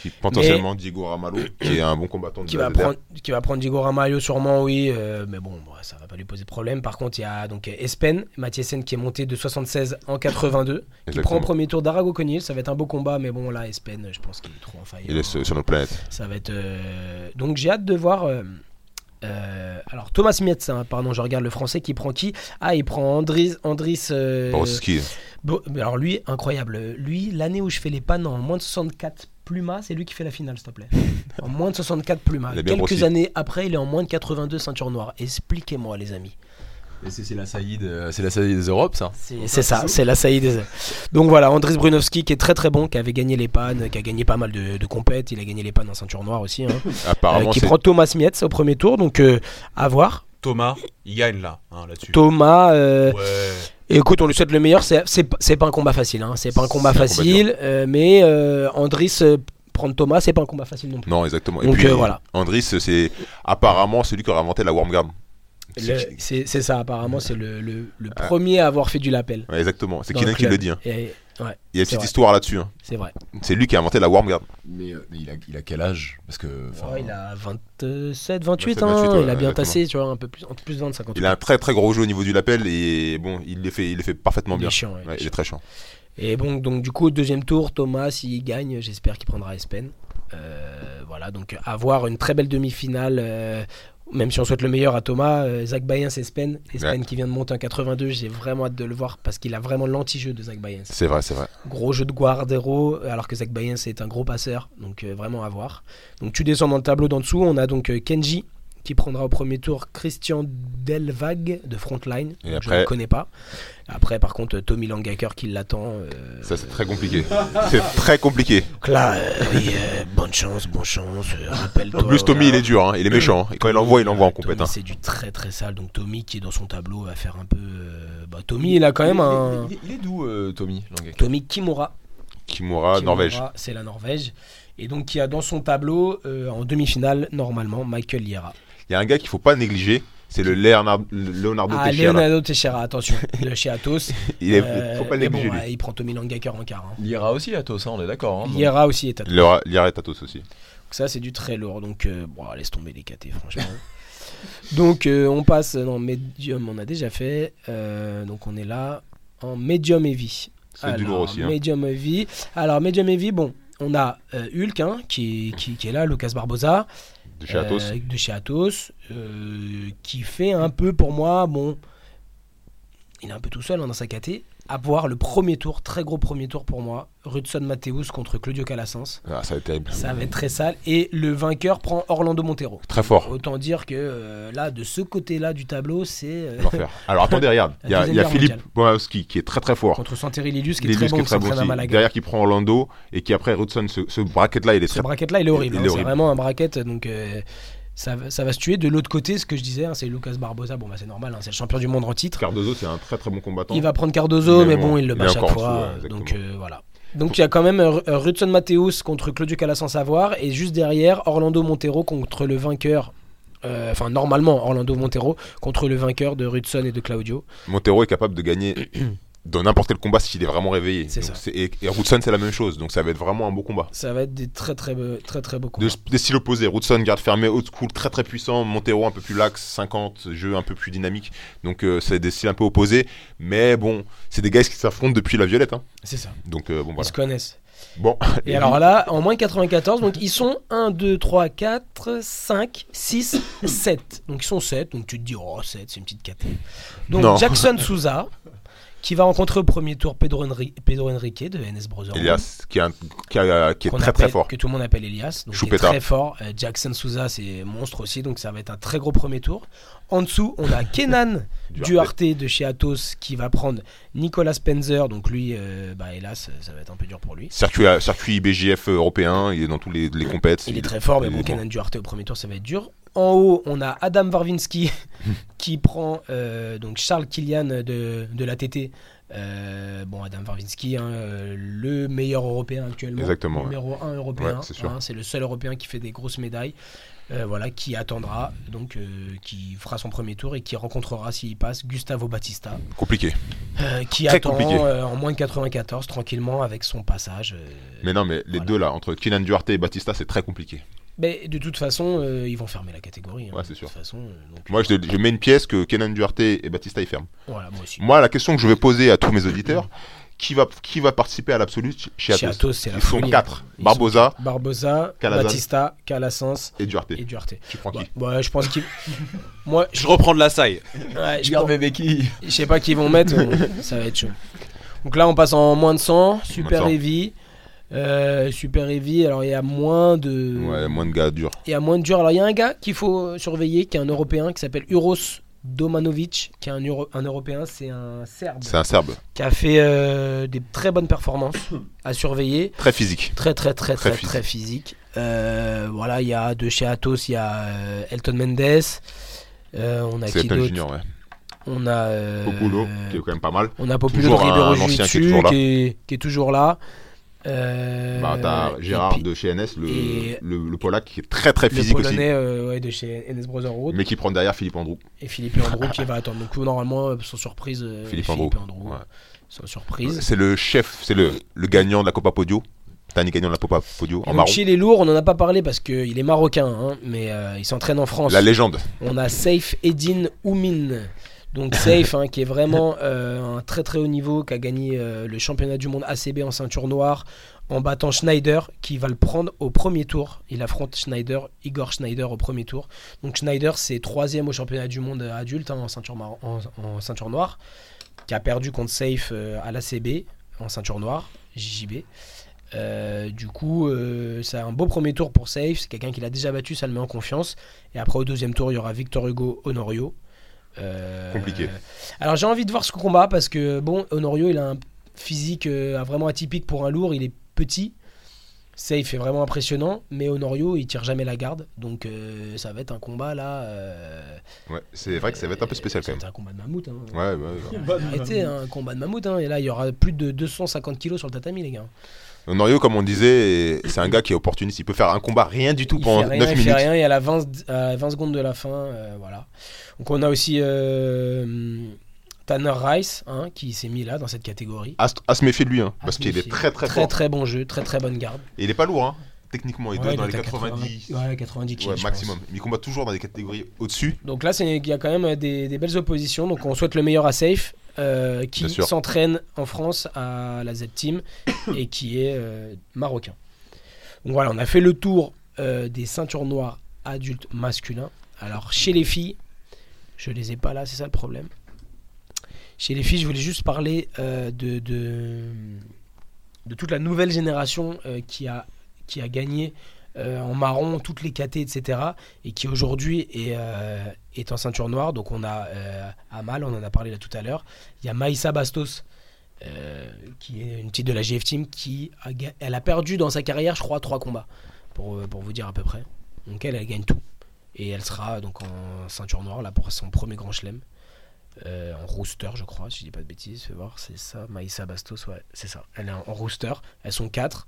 [SPEAKER 5] Puis, potentiellement Diego Ramalho, qui est un bon combattant de
[SPEAKER 4] Qui
[SPEAKER 5] la
[SPEAKER 4] va,
[SPEAKER 5] ZDR.
[SPEAKER 4] prendre, qui va prendre Diego Ramalho sûrement, oui. euh, mais bon, bah, ça va pas lui poser de problème. Par contre, il y a donc euh, Espen, Mathiesen qui est monté de 76 en 82. Qui prend
[SPEAKER 5] Exactement.
[SPEAKER 4] au premier tour d'Arago Conil. Ça va être un beau combat, mais bon, là, Espen, je pense qu'il est trop en faille.
[SPEAKER 5] Il est sur sur notre planète.
[SPEAKER 4] Ça va être. euh, Donc j'ai hâte de voir. euh, euh, alors Thomas Mietz, hein, pardon, je regarde le français qui prend qui Ah, il prend Andris. Andris euh,
[SPEAKER 5] Borowski.
[SPEAKER 4] Bo- mais alors lui, incroyable. Lui, l'année où je fais les pannes en moins de 64 plumas, c'est lui qui fait la finale, s'il te plaît. en moins de 64 plumas.
[SPEAKER 5] Il a bien
[SPEAKER 4] Quelques
[SPEAKER 5] grossi.
[SPEAKER 4] années après, il est en moins de 82 ceinture noire. Expliquez-moi, les amis.
[SPEAKER 2] Et c'est c'est la saillie de- c'est la saillie des Europes ça.
[SPEAKER 4] C'est c'est ça, c'est la saillie des ailes. Donc voilà, Andris Brunovski qui est très très bon, qui avait gagné les pannes, qui a gagné pas mal de, de compètes. Il a gagné les pannes en ceinture noire aussi. hein.
[SPEAKER 5] Apparemment
[SPEAKER 4] Euh, qui
[SPEAKER 5] c'est
[SPEAKER 4] prend Thomas Mietz au premier tour. Donc, euh, à voir.
[SPEAKER 3] Thomas, il gagne là, hein, là-dessus.
[SPEAKER 4] Thomas, euh,
[SPEAKER 3] Ouais.
[SPEAKER 4] écoute, on lui souhaite le meilleur. C'est- C'est p- c'est pas un combat facile. hein. C'est pas un combat
[SPEAKER 5] C'est un combat
[SPEAKER 4] facile. euh, mais euh, Andris euh, prendre Thomas, c'est pas un combat facile non plus.
[SPEAKER 5] Non, exactement. Et
[SPEAKER 4] Donc,
[SPEAKER 5] puis
[SPEAKER 4] euh, voilà.
[SPEAKER 5] Andris, c'est apparemment celui qui aurait inventé la Worm Guard.
[SPEAKER 4] Le- C'est c'est ça, apparemment. C'est le, le- le premier à avoir fait du lapel.
[SPEAKER 5] Ouais, exactement. C'est
[SPEAKER 4] dans le
[SPEAKER 5] Keenan qui le
[SPEAKER 4] club.
[SPEAKER 5] dit. hein.
[SPEAKER 4] Et- ouais,
[SPEAKER 5] Il y a une
[SPEAKER 4] C'est
[SPEAKER 5] petite
[SPEAKER 4] vrai.
[SPEAKER 5] histoire là-dessus. hein.
[SPEAKER 4] c'est vrai.
[SPEAKER 5] C'est lui qui a inventé la Worm Guard.
[SPEAKER 2] Mais, euh, mais il, a, il a quel âge Parce que. enfin,
[SPEAKER 4] Ouais, Oh, il a 27, 28,
[SPEAKER 5] 27,
[SPEAKER 4] hein.
[SPEAKER 5] 28, ouais,
[SPEAKER 4] il a bien
[SPEAKER 5] exactement.
[SPEAKER 4] tassé, tu vois, un peu plus, entre plus de 25 en tout
[SPEAKER 5] Il a
[SPEAKER 4] cas.
[SPEAKER 5] un très très gros jeu au niveau du lapel et bon, il les fait, il les fait parfaitement
[SPEAKER 4] Il est
[SPEAKER 5] bien.
[SPEAKER 4] chiant, ouais, il est
[SPEAKER 5] Ouais, il
[SPEAKER 4] chiant.
[SPEAKER 5] est très chiant.
[SPEAKER 4] Et bon, donc du coup, deuxième tour, Thomas, il gagne, j'espère qu'il prendra Espen. Euh, voilà, donc avoir une très belle demi-finale, euh, même si on souhaite le meilleur à Thomas, euh, Zach Bayens, Espen, Espen qui vient de monter en 82, j'ai vraiment hâte de le voir parce qu'il a vraiment l'anti-jeu de Zach Bayens.
[SPEAKER 5] C'est vrai, c'est vrai.
[SPEAKER 4] Gros jeu de Guardero, alors que Zach Bayens est un gros passeur, donc euh, vraiment à voir. Donc tu descends dans le tableau d'en dessous, on a donc euh, Kenji qui prendra au premier tour Christian Delvague de Frontline,
[SPEAKER 5] Et
[SPEAKER 4] donc, je
[SPEAKER 5] après-
[SPEAKER 4] ne le connais pas. Après par contre Tommy Langacker qui l'attend. euh,
[SPEAKER 5] Ça c'est très compliqué. c'est très compliqué.
[SPEAKER 4] donc là, euh, oui, euh, bonne chance, bonne chance, euh, rappelle-toi.
[SPEAKER 5] En plus, Tommy, il est dur,
[SPEAKER 4] Euh,
[SPEAKER 5] hein. il est méchant. hein. Et quand il envoie, il envoie en
[SPEAKER 4] Tommy,
[SPEAKER 5] compète. hein.
[SPEAKER 4] C'est du très très sale, donc Tommy qui est dans son tableau va faire un peu... euh, bah, Tommy, il a quand même un...
[SPEAKER 2] Il, est- il est d'où euh, Tommy Languet
[SPEAKER 4] Tommy Kimura.
[SPEAKER 5] hein. Kimura,
[SPEAKER 4] Kimura,
[SPEAKER 5] Ah, Norvège.
[SPEAKER 4] C'est la Norvège. Et donc qui a dans son tableau, euh, en demi-finale, normalement, Michael Liera.
[SPEAKER 5] Il y a un gars qu'il faut pas négliger. C'est le Leonardo, Leonardo
[SPEAKER 4] Ah,
[SPEAKER 5] Teixeira.
[SPEAKER 4] Leonardo Teixeira, attention, de chez Atos.
[SPEAKER 5] Il est,
[SPEAKER 4] Euh,
[SPEAKER 5] faut pas le
[SPEAKER 4] mais bon,
[SPEAKER 5] négliger lui. Oh,
[SPEAKER 4] ouais, il prend Tommy Langacker en quart. hein.
[SPEAKER 2] Il ira aussi à Tossa, on est d'accord. hein, donc.
[SPEAKER 4] Liera aussi est à
[SPEAKER 5] Lira- Lira et Tatos aussi.
[SPEAKER 4] Donc ça, c'est du très lourd. Donc, euh, bon, laisse tomber les KT, franchement. donc, euh, on passe dans Medium, on a déjà fait. Euh, donc, on est là en Medium Heavy.
[SPEAKER 5] C'est du lourd aussi, hein.
[SPEAKER 4] Medium Heavy. Alors, Medium Heavy, bon, on a euh, Hulk hein, qui, qui, qui est là, Lucas Barbosa.
[SPEAKER 5] De chez Atos.
[SPEAKER 4] euh, de chez Atos, euh, qui fait un peu pour moi, bon, il est un peu tout seul hein, dans sa KT. À voir le premier tour, très gros premier tour pour moi, Rudson Mateus contre Claudio Calassens.
[SPEAKER 5] Ah, ça va être terrible.
[SPEAKER 4] Ça va être très sale. Et le vainqueur prend Orlando Montero.
[SPEAKER 5] Très fort.
[SPEAKER 4] Autant dire que euh, là, de ce côté-là du tableau, c'est euh,
[SPEAKER 5] L'enfer. Alors attendez, regarde. Il y a,
[SPEAKER 4] Deuxième
[SPEAKER 5] il y a
[SPEAKER 4] guerre
[SPEAKER 5] Philippe
[SPEAKER 4] mondiale.
[SPEAKER 5] Boawski qui est très très fort.
[SPEAKER 4] contre Santeri Lilius qui est
[SPEAKER 5] Lilius
[SPEAKER 4] très bon, qui s'entraîne à
[SPEAKER 5] aussi.
[SPEAKER 4] Malaga.
[SPEAKER 5] Derrière qui prend Orlando et qui après Rudson, ce, ce bracket là, il est
[SPEAKER 4] Ce
[SPEAKER 5] très.
[SPEAKER 4] bracket-là, il est horrible.
[SPEAKER 5] Il
[SPEAKER 4] hein.
[SPEAKER 5] est
[SPEAKER 4] C'est
[SPEAKER 5] horrible.
[SPEAKER 4] vraiment un bracket, donc euh, ça, va- ça va se tuer. De l'autre côté, ce que je disais, hein, c'est Lucas Barbosa. Bon, bah, c'est normal, hein, c'est le champion du monde en titre.
[SPEAKER 5] Cardozo, c'est un très très bon combattant.
[SPEAKER 4] Il va prendre Cardozo, mais,
[SPEAKER 5] Mais
[SPEAKER 4] bon,
[SPEAKER 5] bon,
[SPEAKER 4] il le
[SPEAKER 5] il
[SPEAKER 4] bat
[SPEAKER 5] est
[SPEAKER 4] chaque
[SPEAKER 5] encore en
[SPEAKER 4] fois.
[SPEAKER 5] dessous, ouais,
[SPEAKER 4] donc
[SPEAKER 5] exactement.
[SPEAKER 4] euh, voilà. Donc il y a quand même euh, euh, Rudson Mateus contre Claudio Calassan Savoir et juste derrière Orlando Montero contre le vainqueur. euh, Enfin, normalement, Orlando Montero contre le vainqueur de Rudson et de Claudio.
[SPEAKER 5] Montero est capable de gagner dans n'importe quel combat s'il est vraiment réveillé.
[SPEAKER 4] C'est
[SPEAKER 5] Donc,
[SPEAKER 4] ça.
[SPEAKER 5] c'est- Et, et Rootson, c'est la même chose. Donc ça va être vraiment un beau combat.
[SPEAKER 4] Ça va être des très très be- très très beaux
[SPEAKER 5] De,
[SPEAKER 4] combats.
[SPEAKER 5] des styles opposés. Rootson, garde fermée, old school, très très puissant. Montero, un peu plus lax, 50, jeu un peu plus dynamique. Donc euh, c'est des styles un peu opposés. Mais bon, c'est des guys qui s'affrontent depuis la violette. hein.
[SPEAKER 4] C'est ça.
[SPEAKER 5] Donc euh, bon,
[SPEAKER 4] Ils
[SPEAKER 5] voilà.
[SPEAKER 4] se connaissent.
[SPEAKER 5] Bon,
[SPEAKER 4] Et alors là, en moins 94, donc ils sont 1, 2, 3, 4, 5, 6, 7. Donc ils sont 7. Donc tu te dis, oh, 7, c'est une petite caté. Donc
[SPEAKER 5] Non.
[SPEAKER 4] Jackson Souza, qui va rencontrer au premier tour Pedro, Henri- Pedro Henrique de NS Brothers.
[SPEAKER 5] Elias, qui est, un- qui a- qui est
[SPEAKER 4] qu'on
[SPEAKER 5] très
[SPEAKER 4] appelle-
[SPEAKER 5] très fort.
[SPEAKER 4] Que tout le monde appelle Elias. Donc qui est
[SPEAKER 5] Choupeta.
[SPEAKER 4] très fort. Euh, Jackson Souza, c'est monstre aussi. Donc ça va être un très gros premier tour. En dessous, on a Kenan Duarte de chez Atos qui va prendre Nicolas Spencer. Donc lui, euh, bah, hélas, ça va être un peu dur pour lui.
[SPEAKER 5] Circuit, à- circuit IBJF euh, européen, il est dans tous les, les compètes.
[SPEAKER 4] Il est très fort, mais
[SPEAKER 5] il
[SPEAKER 4] bon,
[SPEAKER 5] est
[SPEAKER 4] Kenan Duarte au premier tour, ça va être dur. En haut, on a Adam Varvinsky qui prend euh, donc Charles Kilian de, de l'ATT. Euh, bon, Adam Varvinsky, hein, euh, le meilleur européen actuellement.
[SPEAKER 5] Exactement,
[SPEAKER 4] Numéro 1 européen.
[SPEAKER 5] Ouais, c'est sûr.
[SPEAKER 4] hein, c'est le seul européen qui fait des grosses médailles. Euh, voilà, qui attendra, donc euh, qui fera son premier tour et qui rencontrera, s'il passe, Gustavo Batista,
[SPEAKER 5] Compliqué.
[SPEAKER 4] euh, qui
[SPEAKER 5] Très
[SPEAKER 4] attend
[SPEAKER 5] compliqué.
[SPEAKER 4] euh, en moins de 94 tranquillement avec son passage. euh,
[SPEAKER 5] Mais non, mais les
[SPEAKER 4] Voilà.
[SPEAKER 5] deux là, entre Kylian Duarte et Batista, c'est très compliqué.
[SPEAKER 4] Mais de toute façon, euh, ils vont fermer la catégorie. hein,
[SPEAKER 5] Ouais, c'est sûr.
[SPEAKER 4] De toute façon, euh, donc,
[SPEAKER 5] Moi, je, je mets une pièce que Kenan Duarte et Batista y ferment.
[SPEAKER 4] voilà, moi aussi.
[SPEAKER 5] Moi, la question que je vais poser à tous mes auditeurs, qui va, qui va participer à l'absolu chez
[SPEAKER 4] Chez
[SPEAKER 5] Atos
[SPEAKER 4] Atos, c'est la
[SPEAKER 5] Ils sont
[SPEAKER 4] folie.
[SPEAKER 5] quatre.
[SPEAKER 4] Ils
[SPEAKER 5] Barbosa
[SPEAKER 4] Barbosa,
[SPEAKER 5] Calazan.
[SPEAKER 4] Batista, Calasens
[SPEAKER 5] et Duarte.
[SPEAKER 4] et Bah, Duarte.
[SPEAKER 5] Tu prends qui
[SPEAKER 4] Ouais, ouais, je pense qu'ils. Moi, je,
[SPEAKER 3] Je reprends de la saille.
[SPEAKER 4] ouais, je,
[SPEAKER 2] Garde mes béquilles.
[SPEAKER 4] je sais pas qui ils vont mettre, mais bon, ça va être chaud. Donc là, on passe en moins de 100, Super
[SPEAKER 5] Moins de
[SPEAKER 4] Heavy. Euh, super Heavy, alors il y a moins de.
[SPEAKER 5] Ouais, moins de gars durs.
[SPEAKER 4] Il y a moins de dur. Alors il y a un gars qu'il faut euh, surveiller, qui est un Européen, qui s'appelle Uros Domanovic, qui est un, Euro- un Européen, c'est un Serbe,
[SPEAKER 5] C'est un Serbe.
[SPEAKER 4] qui a fait euh, des très bonnes performances à surveiller.
[SPEAKER 5] Très physique.
[SPEAKER 4] très très très
[SPEAKER 5] Très
[SPEAKER 4] très très,
[SPEAKER 5] physique.
[SPEAKER 4] physique. Euh, voilà, il y a de chez Atos, il y a euh, Elton Mendes. Euh, on a
[SPEAKER 5] C'est
[SPEAKER 4] qui
[SPEAKER 5] Elton
[SPEAKER 4] d'autre
[SPEAKER 5] Junior, ouais.
[SPEAKER 4] On a euh,
[SPEAKER 5] Populo, qui est quand même pas mal.
[SPEAKER 4] on a Populo de
[SPEAKER 5] toujours un
[SPEAKER 4] Ribeiro
[SPEAKER 5] ancien qui est
[SPEAKER 4] Jiu-Jitsu
[SPEAKER 5] toujours là.
[SPEAKER 4] qui, est- qui est toujours là. Euh,
[SPEAKER 5] Bah, t'as
[SPEAKER 4] et
[SPEAKER 5] Gérard
[SPEAKER 4] puis
[SPEAKER 5] de chez NS, le,
[SPEAKER 4] et-
[SPEAKER 5] le, le Polac, qui est très très
[SPEAKER 4] le
[SPEAKER 5] physique aussi. Mm.
[SPEAKER 4] Polonais euh, ouais, de chez NS Brotherhood
[SPEAKER 5] Mais qui prend derrière Philippe Androu.
[SPEAKER 4] et Philippe Andrew qui va attendre. Donc normalement euh, sans surprise euh,
[SPEAKER 5] Philippe
[SPEAKER 4] Philippe
[SPEAKER 5] Andrew.
[SPEAKER 4] Andrew,
[SPEAKER 5] Ouais.
[SPEAKER 4] sans surprise.
[SPEAKER 5] C'est le chef, c'est le, le gagnant de la Copa Podio. Tani gagnant de la Copa Podio en
[SPEAKER 4] Donc,
[SPEAKER 5] marron.
[SPEAKER 4] Chil est lourd, on n'en a pas parlé parce qu'il est marocain, hein, mais euh, il s'entraîne en France.
[SPEAKER 5] La légende.
[SPEAKER 4] On a Safe Edin Oumin. Donc Safe, hein, qui est vraiment euh, un très très haut niveau, qui a gagné euh, le championnat du monde ACB en ceinture noire, en battant Schneider, qui va le prendre au premier tour. Il affronte Schneider, Igor Schneider au premier tour. Donc Schneider, c'est troisième au championnat du monde adulte hein, en, ceinture mar- en, en ceinture noire, qui a perdu contre Safe euh, à l'ACB en ceinture noire, JJB. Euh, du coup, euh, ça a un beau premier tour pour Safe. C'est quelqu'un qui l'a déjà battu, ça le met en confiance. Et après, au deuxième tour, il y aura Victor Hugo Honorio. Euh,
[SPEAKER 5] Compliqué.
[SPEAKER 4] Alors, j'ai envie de voir ce combat parce que, bon, Honorio, il a un physique euh, vraiment atypique pour un lourd. Il est petit. Safe est vraiment impressionnant, mais Honorio, il tire jamais la garde. Donc, euh, ça va être un combat là. euh,
[SPEAKER 5] Ouais, c'est vrai que ça va être un peu spécial
[SPEAKER 4] ça
[SPEAKER 5] quand
[SPEAKER 4] va
[SPEAKER 5] même.
[SPEAKER 4] être un combat de mammouth. Hein.
[SPEAKER 5] Ouais, ouais, ouais.
[SPEAKER 4] Arrêtez, hein, un combat de mammouth. hein. Et là, il y aura plus de 250 kilos sur le tatami, les gars.
[SPEAKER 5] Honorio, comme on disait, c'est un gars qui est opportuniste. Il peut faire un combat rien du tout
[SPEAKER 4] Il
[SPEAKER 5] pendant
[SPEAKER 4] fait rien,
[SPEAKER 5] 9
[SPEAKER 4] il fait
[SPEAKER 5] minutes.
[SPEAKER 4] rien, et à la 20, à 20 secondes de la fin, euh, voilà. Donc on a aussi euh, Tanner Rice, hein, qui s'est mis là dans cette catégorie.
[SPEAKER 5] À, se- à se méfier de lui, hein,
[SPEAKER 4] À
[SPEAKER 5] parce
[SPEAKER 4] se
[SPEAKER 5] qu'il est
[SPEAKER 4] méfier.
[SPEAKER 5] très très,
[SPEAKER 4] très
[SPEAKER 5] fort.
[SPEAKER 4] très bon jeu, très très bonne garde.
[SPEAKER 5] Et il est pas lourd, hein. techniquement. Il doit
[SPEAKER 4] Ouais,
[SPEAKER 5] être dans
[SPEAKER 4] il
[SPEAKER 5] les
[SPEAKER 4] est à
[SPEAKER 5] 90,
[SPEAKER 4] 80, ouais, 90
[SPEAKER 5] ouais,
[SPEAKER 4] kilos, je
[SPEAKER 5] maximum. Mais il combat toujours dans les catégories au-dessus.
[SPEAKER 4] pense. Donc là, c'est- il y a quand même des, des belles oppositions. Donc on souhaite le meilleur à Safe. euh,
[SPEAKER 5] Bien
[SPEAKER 4] qui
[SPEAKER 5] sûr.
[SPEAKER 4] s'entraîne en France à la Z-Team et qui est euh, marocain. Donc voilà, on a fait le tour euh, des ceintures noires adultes masculins. Alors, chez les filles, je les ai pas là, c'est ça le problème. Chez les filles, je voulais juste parler euh, de, de, de toute la nouvelle génération euh, qui, a, qui a gagné euh, en marron toutes les KT, etc. Et qui aujourd'hui est, euh, est en ceinture noire. Donc on a euh, Amal, on en a parlé là tout à l'heure. Il y a Maïssa Bastos, euh, qui est une petite de la GF Team, qui a, ga- elle a perdu dans sa carrière, je crois, trois combats, pour, euh, pour vous dire à peu près. Donc elle, elle gagne tout. Et elle sera donc en ceinture noire là pour son premier grand chelem. Euh, en rooster, je crois, si je dis pas de bêtises, je vais voir, c'est ça, Maïssa Bastos, ouais, c'est ça. Elle est en en rooster, elles sont quatre.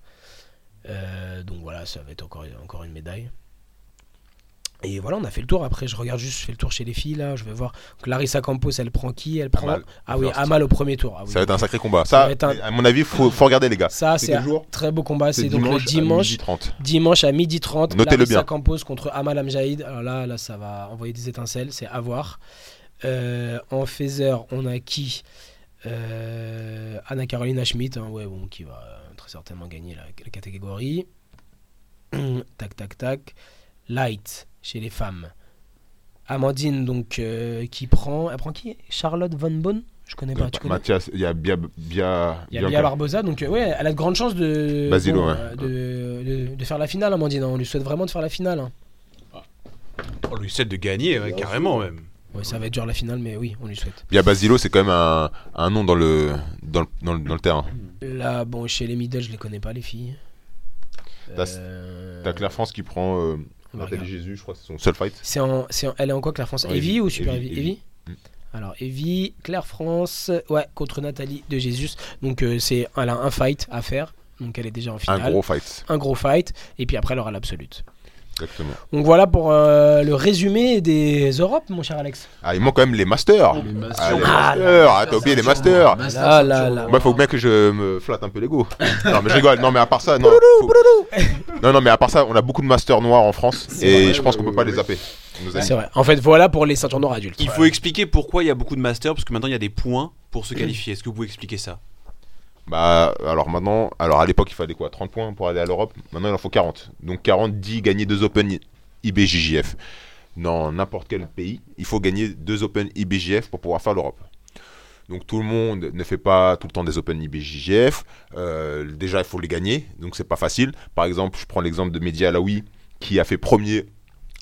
[SPEAKER 4] Euh, donc voilà, ça va être encore, encore une médaille. Et voilà, on a fait le tour. Après, je regarde juste, je fais le tour chez les filles là. Je vais voir. Donc, Larissa Campos, elle prend qui Elle prend.
[SPEAKER 5] Amal.
[SPEAKER 4] Ah oui,
[SPEAKER 5] First.
[SPEAKER 4] Amal au premier tour. Ah oui.
[SPEAKER 5] Ça va être un sacré combat.
[SPEAKER 4] Ça
[SPEAKER 5] Ça,
[SPEAKER 4] va être un-
[SPEAKER 5] à mon avis, faut, faut regarder les gars.
[SPEAKER 4] Ça,
[SPEAKER 5] C'est
[SPEAKER 4] c'est
[SPEAKER 5] quel
[SPEAKER 4] un
[SPEAKER 5] jour
[SPEAKER 4] très beau combat. C'est donc le dimanche.
[SPEAKER 5] à 30
[SPEAKER 4] Dimanche à 12h30,
[SPEAKER 5] Notez-le
[SPEAKER 4] Larissa
[SPEAKER 5] bien.
[SPEAKER 4] Campos contre Amal Amjaïd. Alors là, là, ça va envoyer des étincelles, c'est à voir. Euh, en phaser, on a qui Euh, Anna-Carolina Schmidt, hein, ouais, bon, qui va euh, très certainement gagner la, la catégorie. tac, tac, tac. Light, chez les femmes. Amandine, donc, euh, qui prend... Elle prend qui Charlotte Van Bonn Je connais
[SPEAKER 5] Euh,
[SPEAKER 4] pas, Ah bah, tu connais
[SPEAKER 5] Mathias, il y a Bia. Bia,
[SPEAKER 4] il y a Bia Barbosa, donc euh, ouais, elle a de grandes chances de,
[SPEAKER 5] Basilo, ouais.
[SPEAKER 4] euh, de, de- de faire la finale, Amandine. hein. On lui souhaite vraiment de faire la finale. hein.
[SPEAKER 3] On Oh, lui souhaite de gagner, ouais, carrément même.
[SPEAKER 4] Ouais, ça va être dur la finale, mais oui, on lui souhaite.
[SPEAKER 5] Bia Basilo, c'est quand même un, un nom dans le, dans, le, dans, le, dans le terrain.
[SPEAKER 4] Là, bon, chez les middle, je les connais pas, les filles.
[SPEAKER 5] T'as-
[SPEAKER 4] Euh,
[SPEAKER 5] T'as Claire France qui prend euh,
[SPEAKER 4] on va
[SPEAKER 5] Nathalie
[SPEAKER 4] regarder.
[SPEAKER 5] Jésus, je crois, c'est son seul fight.
[SPEAKER 4] C'est en, c'est en- elle est en quoi, Claire France
[SPEAKER 5] Ouais,
[SPEAKER 4] Evie
[SPEAKER 5] Evie,
[SPEAKER 4] ou Super Evie
[SPEAKER 5] Evie, Mm.
[SPEAKER 4] Evie
[SPEAKER 5] Evie.
[SPEAKER 4] Alors, Evie, Claire France, ouais, contre Nathalie de Jésus. Donc, euh, c'est, elle a un fight à faire. Donc, elle est déjà en finale.
[SPEAKER 5] Un gros fight,
[SPEAKER 4] Un gros fight. Et puis après, elle aura l'absolute.
[SPEAKER 5] exactement.
[SPEAKER 4] Donc, voilà pour euh, le résumé des Europes, mon cher Alex.
[SPEAKER 5] Ah, il manque quand même les masters.
[SPEAKER 7] Les
[SPEAKER 5] Ah, les
[SPEAKER 7] masters.
[SPEAKER 5] masters. Ah, t'as oublié les masters.
[SPEAKER 4] Là, là, là.
[SPEAKER 5] Bah, faut bien que je me flatte un peu l'ego. Non, mais je rigole. Non, mais à part ça, non. faut- Non, non, mais à part ça, on a beaucoup de masters noirs en France et
[SPEAKER 7] vrai,
[SPEAKER 5] je pense qu'on
[SPEAKER 7] ouais,
[SPEAKER 5] peut pas
[SPEAKER 7] ouais.
[SPEAKER 5] les zapper. Nos amis.
[SPEAKER 4] C'est vrai. En fait, voilà pour les ceintures noires adultes.
[SPEAKER 3] Il faut expliquer pourquoi il y a beaucoup de masters, parce que maintenant il y a des points pour se qualifier. Est-ce que vous pouvez expliquer ça
[SPEAKER 5] Bah alors maintenant, alors à l'époque il fallait quoi 30 points pour aller à l'Europe, maintenant il en faut 40. Donc 40 dit gagner deux Open IBJJF. Dans n'importe quel pays, il faut gagner deux Open IBJF pour pouvoir faire l'Europe. Donc tout le monde ne fait pas tout le temps des Open IBJJF. Euh, déjà il faut les gagner, donc c'est pas facile. Par exemple, je prends l'exemple de Mehdi Alaoui qui a fait premier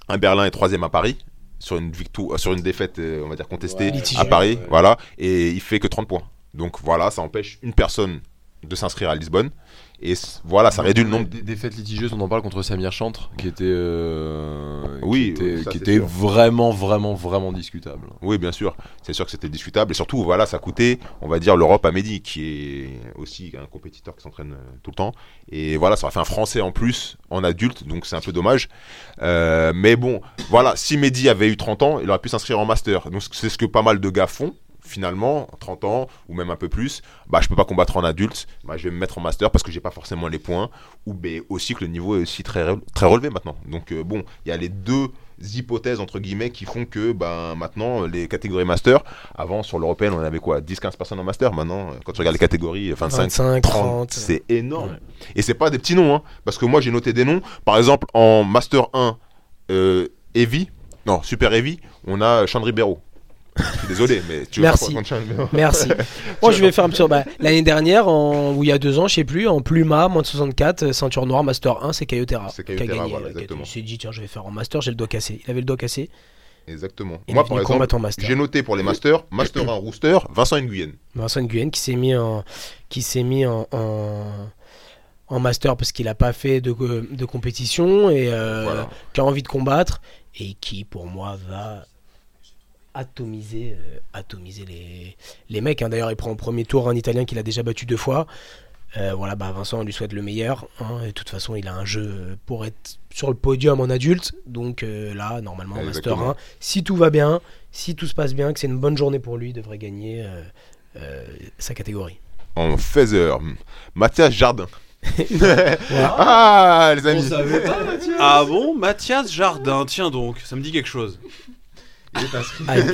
[SPEAKER 5] à Berlin et troisième à Paris sur une victoire, euh, sur une défaite, euh, on va dire contestée
[SPEAKER 4] Litigée.
[SPEAKER 5] à Paris, voilà, et il fait que 30 points. Donc voilà, ça empêche une personne de s'inscrire à Lisbonne. Et c- voilà, Ah, ça réduit le nombre.
[SPEAKER 2] Des, des fêtes litigieuses, on en parle contre Samir Chantre, qui était, euh,
[SPEAKER 5] Oui,
[SPEAKER 2] qui était,
[SPEAKER 5] oui, ça,
[SPEAKER 2] qui
[SPEAKER 5] c'est
[SPEAKER 2] était
[SPEAKER 5] sûr.
[SPEAKER 2] vraiment, vraiment, vraiment discutable.
[SPEAKER 5] Oui, bien sûr, c'est sûr que c'était discutable. Et surtout, voilà, ça coûtait, on va dire, l'Europe à Mehdi, qui est aussi un compétiteur qui s'entraîne euh, tout le temps. Et voilà, ça aurait fait un Français en plus, en adulte, donc c'est un peu dommage. Euh, mais bon, voilà, si Mehdi avait eu 30 ans, il aurait pu s'inscrire en master. Donc c'est ce que pas mal de gars font. Finalement, 30 ans ou même un peu plus, bah je peux pas combattre en adulte, bah, je vais me mettre en master parce que j'ai pas forcément les points, ou ben, aussi que le niveau est aussi très, re- très relevé maintenant. Donc euh, bon, il y a les deux hypothèses entre guillemets qui font que ben maintenant les catégories master avant sur l'européenne on avait quoi 10 15 personnes en master maintenant euh, quand tu regardes les catégories euh, 25
[SPEAKER 4] 25,
[SPEAKER 5] 30,
[SPEAKER 4] 30.
[SPEAKER 5] c'est énorme.
[SPEAKER 4] Ouais.
[SPEAKER 5] Et c'est pas des petits noms, hein, parce que moi j'ai noté des noms. Par exemple, en Master 1, euh, Heavy, non, Super Heavy, on a Chandri Béraud. Je suis désolé, mais tu veux
[SPEAKER 4] Merci.
[SPEAKER 5] pas prendre Chandri Béraud
[SPEAKER 4] Merci. Moi, je vais faire un petit. bah, L'année dernière, en... ou il y a deux ans, je sais plus, en Pluma, moins de 64, euh, ceinture noire, Master 1, c'est Cayotera.
[SPEAKER 5] C'est
[SPEAKER 4] qui a
[SPEAKER 5] Cayotera,
[SPEAKER 4] gagné,
[SPEAKER 5] voilà,
[SPEAKER 4] euh, qui a-
[SPEAKER 5] exactement.
[SPEAKER 4] Il s'est dit, tiens, je vais faire en Master, j'ai le doigt cassé. Il avait le doigt cassé.
[SPEAKER 5] Exactement.
[SPEAKER 4] Il est
[SPEAKER 5] moi, par
[SPEAKER 4] devenu
[SPEAKER 5] exemple,
[SPEAKER 4] combattant Master.
[SPEAKER 5] j'ai noté pour les Masters, Master 1 Rooster, Vincent Nguyen.
[SPEAKER 4] Vincent Nguyen qui s'est mis en. Qui s'est mis en... en... en master parce qu'il n'a pas fait de, de compétition et euh,
[SPEAKER 5] Voilà.
[SPEAKER 4] qui a envie de combattre et qui pour moi va atomiser, euh, atomiser les, les mecs. hein. D'ailleurs, il prend au premier tour un Italien qu'il a déjà battu deux fois. Euh, voilà, bah Vincent, on lui souhaite le meilleur. hein. Et de toute façon, il a un jeu pour être sur le podium en adulte. Donc euh, là, normalement, Master
[SPEAKER 5] Exactement.
[SPEAKER 4] 1, si tout va bien, si tout se passe bien, que c'est une bonne journée pour lui, il devrait gagner euh, euh, sa catégorie.
[SPEAKER 5] En Feather, Mathias Jardin.
[SPEAKER 4] Voilà.
[SPEAKER 5] ah, les amis.
[SPEAKER 3] Ah bon Mathias Jardin, tiens donc, ça me dit quelque chose.
[SPEAKER 4] I'm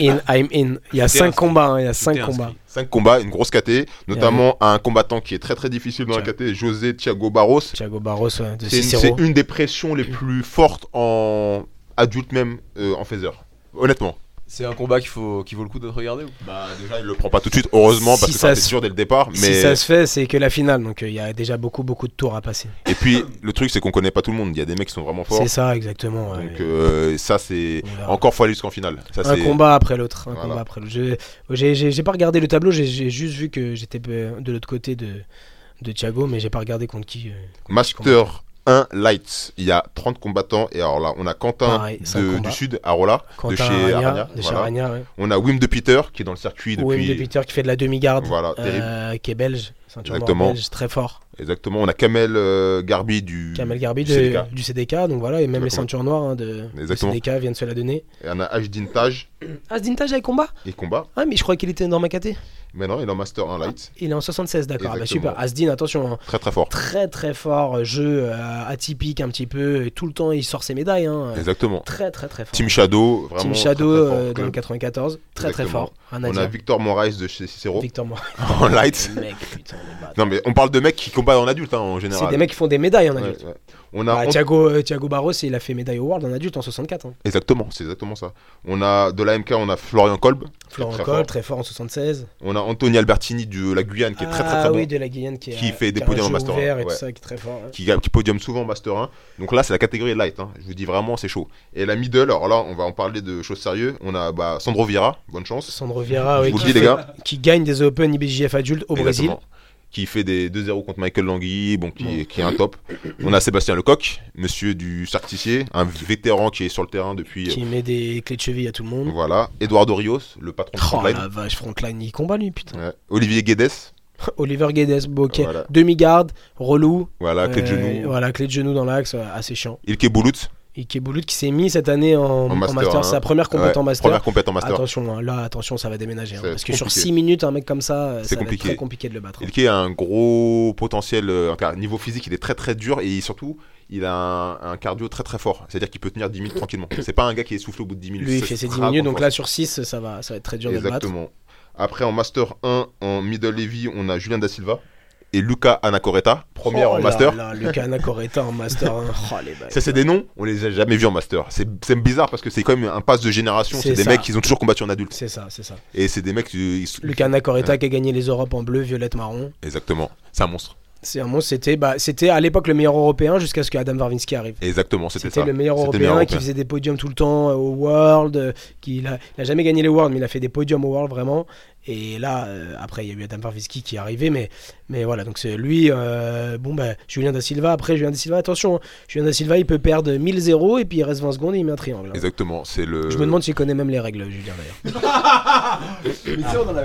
[SPEAKER 4] in, I'm in. Il y a
[SPEAKER 3] Tout est
[SPEAKER 4] 5
[SPEAKER 3] inscrit.
[SPEAKER 4] combats, hein, il y a
[SPEAKER 3] Tout
[SPEAKER 4] 5
[SPEAKER 3] est inscrit.
[SPEAKER 4] combats.
[SPEAKER 5] 5 combats, une grosse KT, notamment un combattant qui est très très difficile dans la
[SPEAKER 4] Tiens.
[SPEAKER 5] KT, José Thiago Barros.
[SPEAKER 4] Thiago Barros ouais, de
[SPEAKER 5] C'est une,
[SPEAKER 4] Cicero.
[SPEAKER 5] c'est une des pressions les plus fortes en adulte même euh, en phaser. Honnêtement.
[SPEAKER 2] C'est un combat qu'il faut, qui vaut le coup de regarder. ou pas
[SPEAKER 5] Bah déjà il le prend pas tout de suite, heureusement, parce
[SPEAKER 4] Si
[SPEAKER 5] que
[SPEAKER 4] ça
[SPEAKER 5] ça
[SPEAKER 4] se-
[SPEAKER 5] c'est sûr dès le départ. Mais
[SPEAKER 4] Si ça se fait, c'est que la finale. Donc euh, il y a déjà beaucoup, beaucoup de tours à passer.
[SPEAKER 5] et puis le truc c'est qu'on connaît pas tout le monde. Il y a des mecs qui sont vraiment forts.
[SPEAKER 4] C'est ça, exactement. ouais.
[SPEAKER 5] Donc euh, ça c'est
[SPEAKER 4] On verra.
[SPEAKER 5] encore faut aller jusqu'en finale. Ça
[SPEAKER 4] un
[SPEAKER 5] c'est
[SPEAKER 4] combat après l'autre. Un
[SPEAKER 5] Voilà.
[SPEAKER 4] combat après l'autre. Je- J'ai j'ai- j'ai pas regardé le tableau, j'ai- j'ai juste vu que j'étais euh, de l'autre côté de, de Thiago, mais j'ai pas regardé contre qui. euh,
[SPEAKER 5] Master 1 Lights. Il y a 30 combattants et alors là on a Quentin
[SPEAKER 4] Pareil,
[SPEAKER 5] de-
[SPEAKER 4] cinq combats.
[SPEAKER 5] du sud, Arola,
[SPEAKER 4] Quentin
[SPEAKER 5] de chez
[SPEAKER 4] Aragna,
[SPEAKER 5] Arania.
[SPEAKER 4] de chez
[SPEAKER 5] voilà.
[SPEAKER 4] Aragna, ouais.
[SPEAKER 5] On a Wim de Peter qui est dans le circuit
[SPEAKER 4] Ou M.
[SPEAKER 5] depuis.
[SPEAKER 4] de Peter qui fait de la demi-garde,
[SPEAKER 5] Voilà,
[SPEAKER 4] euh,
[SPEAKER 5] terrible.
[SPEAKER 4] qui est belge. ceinture
[SPEAKER 5] Exactement.
[SPEAKER 4] noire belge, très fort.
[SPEAKER 5] Exactement. On a Kamel euh, Garbi du.
[SPEAKER 4] Kamel Garbi
[SPEAKER 5] du
[SPEAKER 4] de-
[SPEAKER 5] CDK.
[SPEAKER 4] du CDK, donc voilà, et même les
[SPEAKER 5] Exactement.
[SPEAKER 4] ceintures noires hein, de, du
[SPEAKER 5] Exactement.
[SPEAKER 4] CDK viennent se la donner.
[SPEAKER 5] Et on a Ajdin Taj
[SPEAKER 4] Ah, Zdintaj avec combat
[SPEAKER 5] et Combat.
[SPEAKER 4] Ah, mais je croyais qu'il était dans Makaté.
[SPEAKER 5] Mais non, il est en Master 1 Light.
[SPEAKER 4] Il est en 76, d'accord. Ah Bah
[SPEAKER 5] Exactement.
[SPEAKER 4] super. Asdin, attention, hein,
[SPEAKER 5] Très très fort.
[SPEAKER 4] très très fort euh, jeu euh, atypique un petit peu. Et tout le temps, il sort ses médailles. hein, euh,
[SPEAKER 5] Exactement.
[SPEAKER 4] Très très très fort.
[SPEAKER 5] Team Shadow, vraiment.
[SPEAKER 4] Team
[SPEAKER 5] très,
[SPEAKER 4] Shadow
[SPEAKER 5] très fort.
[SPEAKER 4] euh, dans le 94, très très
[SPEAKER 5] Exactement.
[SPEAKER 4] fort. Rien à
[SPEAKER 5] On
[SPEAKER 4] dire.
[SPEAKER 5] a Victor Moraes de chez Cicero
[SPEAKER 4] Victor Morin.
[SPEAKER 5] en Light.
[SPEAKER 4] Mec, putain, les bâtards.
[SPEAKER 5] Non, mais on parle de mecs qui combattent en adulte hein, en général.
[SPEAKER 4] C'est des mecs qui font des médailles en adulte.
[SPEAKER 5] Ouais, ouais. On a
[SPEAKER 4] Bah,
[SPEAKER 5] Ant-
[SPEAKER 4] Thiago, euh, Thiago Barros, il a fait médaille au World en adulte en 64. hein.
[SPEAKER 5] Exactement, c'est exactement ça. On a de l'AMK, on a Florian Kolb.
[SPEAKER 4] Florent
[SPEAKER 5] très
[SPEAKER 4] Cole,
[SPEAKER 5] fort.
[SPEAKER 4] très fort en 76.
[SPEAKER 5] On a Anthony Albertini de la Guyane qui est très très
[SPEAKER 4] ah
[SPEAKER 5] très
[SPEAKER 4] oui,
[SPEAKER 5] bon.
[SPEAKER 4] de la Guyane qui, a-
[SPEAKER 5] Qui fait des
[SPEAKER 4] a un
[SPEAKER 5] podiums en
[SPEAKER 4] jeu
[SPEAKER 5] Master un,
[SPEAKER 4] ouvert et tout
[SPEAKER 5] ouais.
[SPEAKER 4] ça, qui est très fort. hein.
[SPEAKER 5] Qui, qui podium souvent en Master 1. Donc là, c'est la catégorie light. hein. Je vous dis vraiment, c'est chaud. Et la middle, alors là, on va en parler de choses sérieuses. On a bah, Sandro Vieira, bonne chance.
[SPEAKER 4] Sandro Vieira,
[SPEAKER 5] Je
[SPEAKER 4] oui,
[SPEAKER 5] vous le
[SPEAKER 4] qui,
[SPEAKER 5] dis, les
[SPEAKER 4] fait-
[SPEAKER 5] gars.
[SPEAKER 4] qui gagne des Open IBJF adultes au Brésil.
[SPEAKER 5] Exactement. Qui fait des 2-0 contre Michael Langui, bon, qui, qui est un top. On a Sébastien Lecoq, monsieur du Sartissier, un vétéran qui est sur le terrain depuis.
[SPEAKER 4] Qui met des clés de cheville à tout le monde.
[SPEAKER 5] Mm. Voilà. Eduardo Rios, le patron
[SPEAKER 4] Oh
[SPEAKER 5] de Frontline.
[SPEAKER 4] la vache, Frontline, il combat lui, putain.
[SPEAKER 5] Ouais. Olivier Guedes,
[SPEAKER 4] Oliver Guedes, bon, ok.
[SPEAKER 5] Voilà.
[SPEAKER 4] Demi-garde, relou.
[SPEAKER 5] voilà, clé de
[SPEAKER 4] Euh,
[SPEAKER 5] genou.
[SPEAKER 4] Voilà, clé de genou dans l'axe, euh, assez chiant.
[SPEAKER 5] Ilke Boulout,
[SPEAKER 4] Et Keboulut qui s'est mis cette année en, en master.
[SPEAKER 5] Master, hein.
[SPEAKER 4] C'est sa première compétence en
[SPEAKER 5] Ouais,
[SPEAKER 4] master.
[SPEAKER 5] première compète en master.
[SPEAKER 4] Attention, hein, là, attention, ça va déménager. hein,
[SPEAKER 5] Ça va
[SPEAKER 4] parce
[SPEAKER 5] être
[SPEAKER 4] que sur
[SPEAKER 5] compliqué.
[SPEAKER 4] 6 minutes, un mec comme ça, euh,
[SPEAKER 5] C'est
[SPEAKER 4] ça va être
[SPEAKER 5] compliqué.
[SPEAKER 4] très compliqué de le battre. hein.
[SPEAKER 5] Ilke a un gros potentiel, euh, enfin, niveau physique, il est très très dur et surtout, il a un, un cardio très très fort. C'est-à-dire qu'il peut tenir 10 minutes tranquillement. C'est pas un gars qui est soufflé au bout de 10 minutes.
[SPEAKER 4] Lui, il
[SPEAKER 5] Ça,
[SPEAKER 4] fait
[SPEAKER 5] c'est
[SPEAKER 4] ses 10
[SPEAKER 5] rare
[SPEAKER 4] minutes,
[SPEAKER 5] qu'on
[SPEAKER 4] donc
[SPEAKER 5] le
[SPEAKER 4] là, sur 6, ça va, ça va être très dur
[SPEAKER 5] fasse.
[SPEAKER 4] de le battre.
[SPEAKER 5] Exactement. Après, en Master 1, en Middle Heavy, on a Julien Da Silva et Luca Anacoreta, première
[SPEAKER 4] Oh
[SPEAKER 5] en
[SPEAKER 4] là
[SPEAKER 5] Master.
[SPEAKER 4] là, Lucas Anacoreta en Master 1. Oh, les bails.
[SPEAKER 5] Ça, c'est des noms, on les a jamais vus en Master. C'est c'est bizarre parce que c'est quand même un pass de génération.
[SPEAKER 4] C'est
[SPEAKER 5] C'est des
[SPEAKER 4] ça.
[SPEAKER 5] mecs qui ont toujours combattu en adulte.
[SPEAKER 4] C'est ça, c'est ça.
[SPEAKER 5] Et c'est des mecs. qui- ils sont-
[SPEAKER 4] Lucas Anacoreta qui a gagné les Europes en bleu, violette, marron.
[SPEAKER 5] Exactement. C'est un monstre.
[SPEAKER 4] C'est un monstre. C'était bah, c'était à l'époque le meilleur européen jusqu'à ce que Adam Varvinsky arrive.
[SPEAKER 5] Exactement, c'était
[SPEAKER 4] C'était
[SPEAKER 5] ça.
[SPEAKER 4] le meilleur
[SPEAKER 5] C'était
[SPEAKER 4] européen, qui faisait des podiums tout le temps euh, au World. euh, qui, il, a, il a jamais gagné les World, mais il a fait des podiums au World vraiment. Et là, euh, après, il y a eu Adam Varviski qui est arrivé, mais, mais voilà. Donc c'est lui, euh, bon, bah, Julien Da Silva. Après, Julien Da Silva, attention, hein, Julien Da Silva, il peut perdre 1000-0 et puis il reste 20 secondes et il met un triangle. hein.
[SPEAKER 5] Exactement, c'est le.
[SPEAKER 4] Je me demande s'il connaît même les règles, Julien d'ailleurs.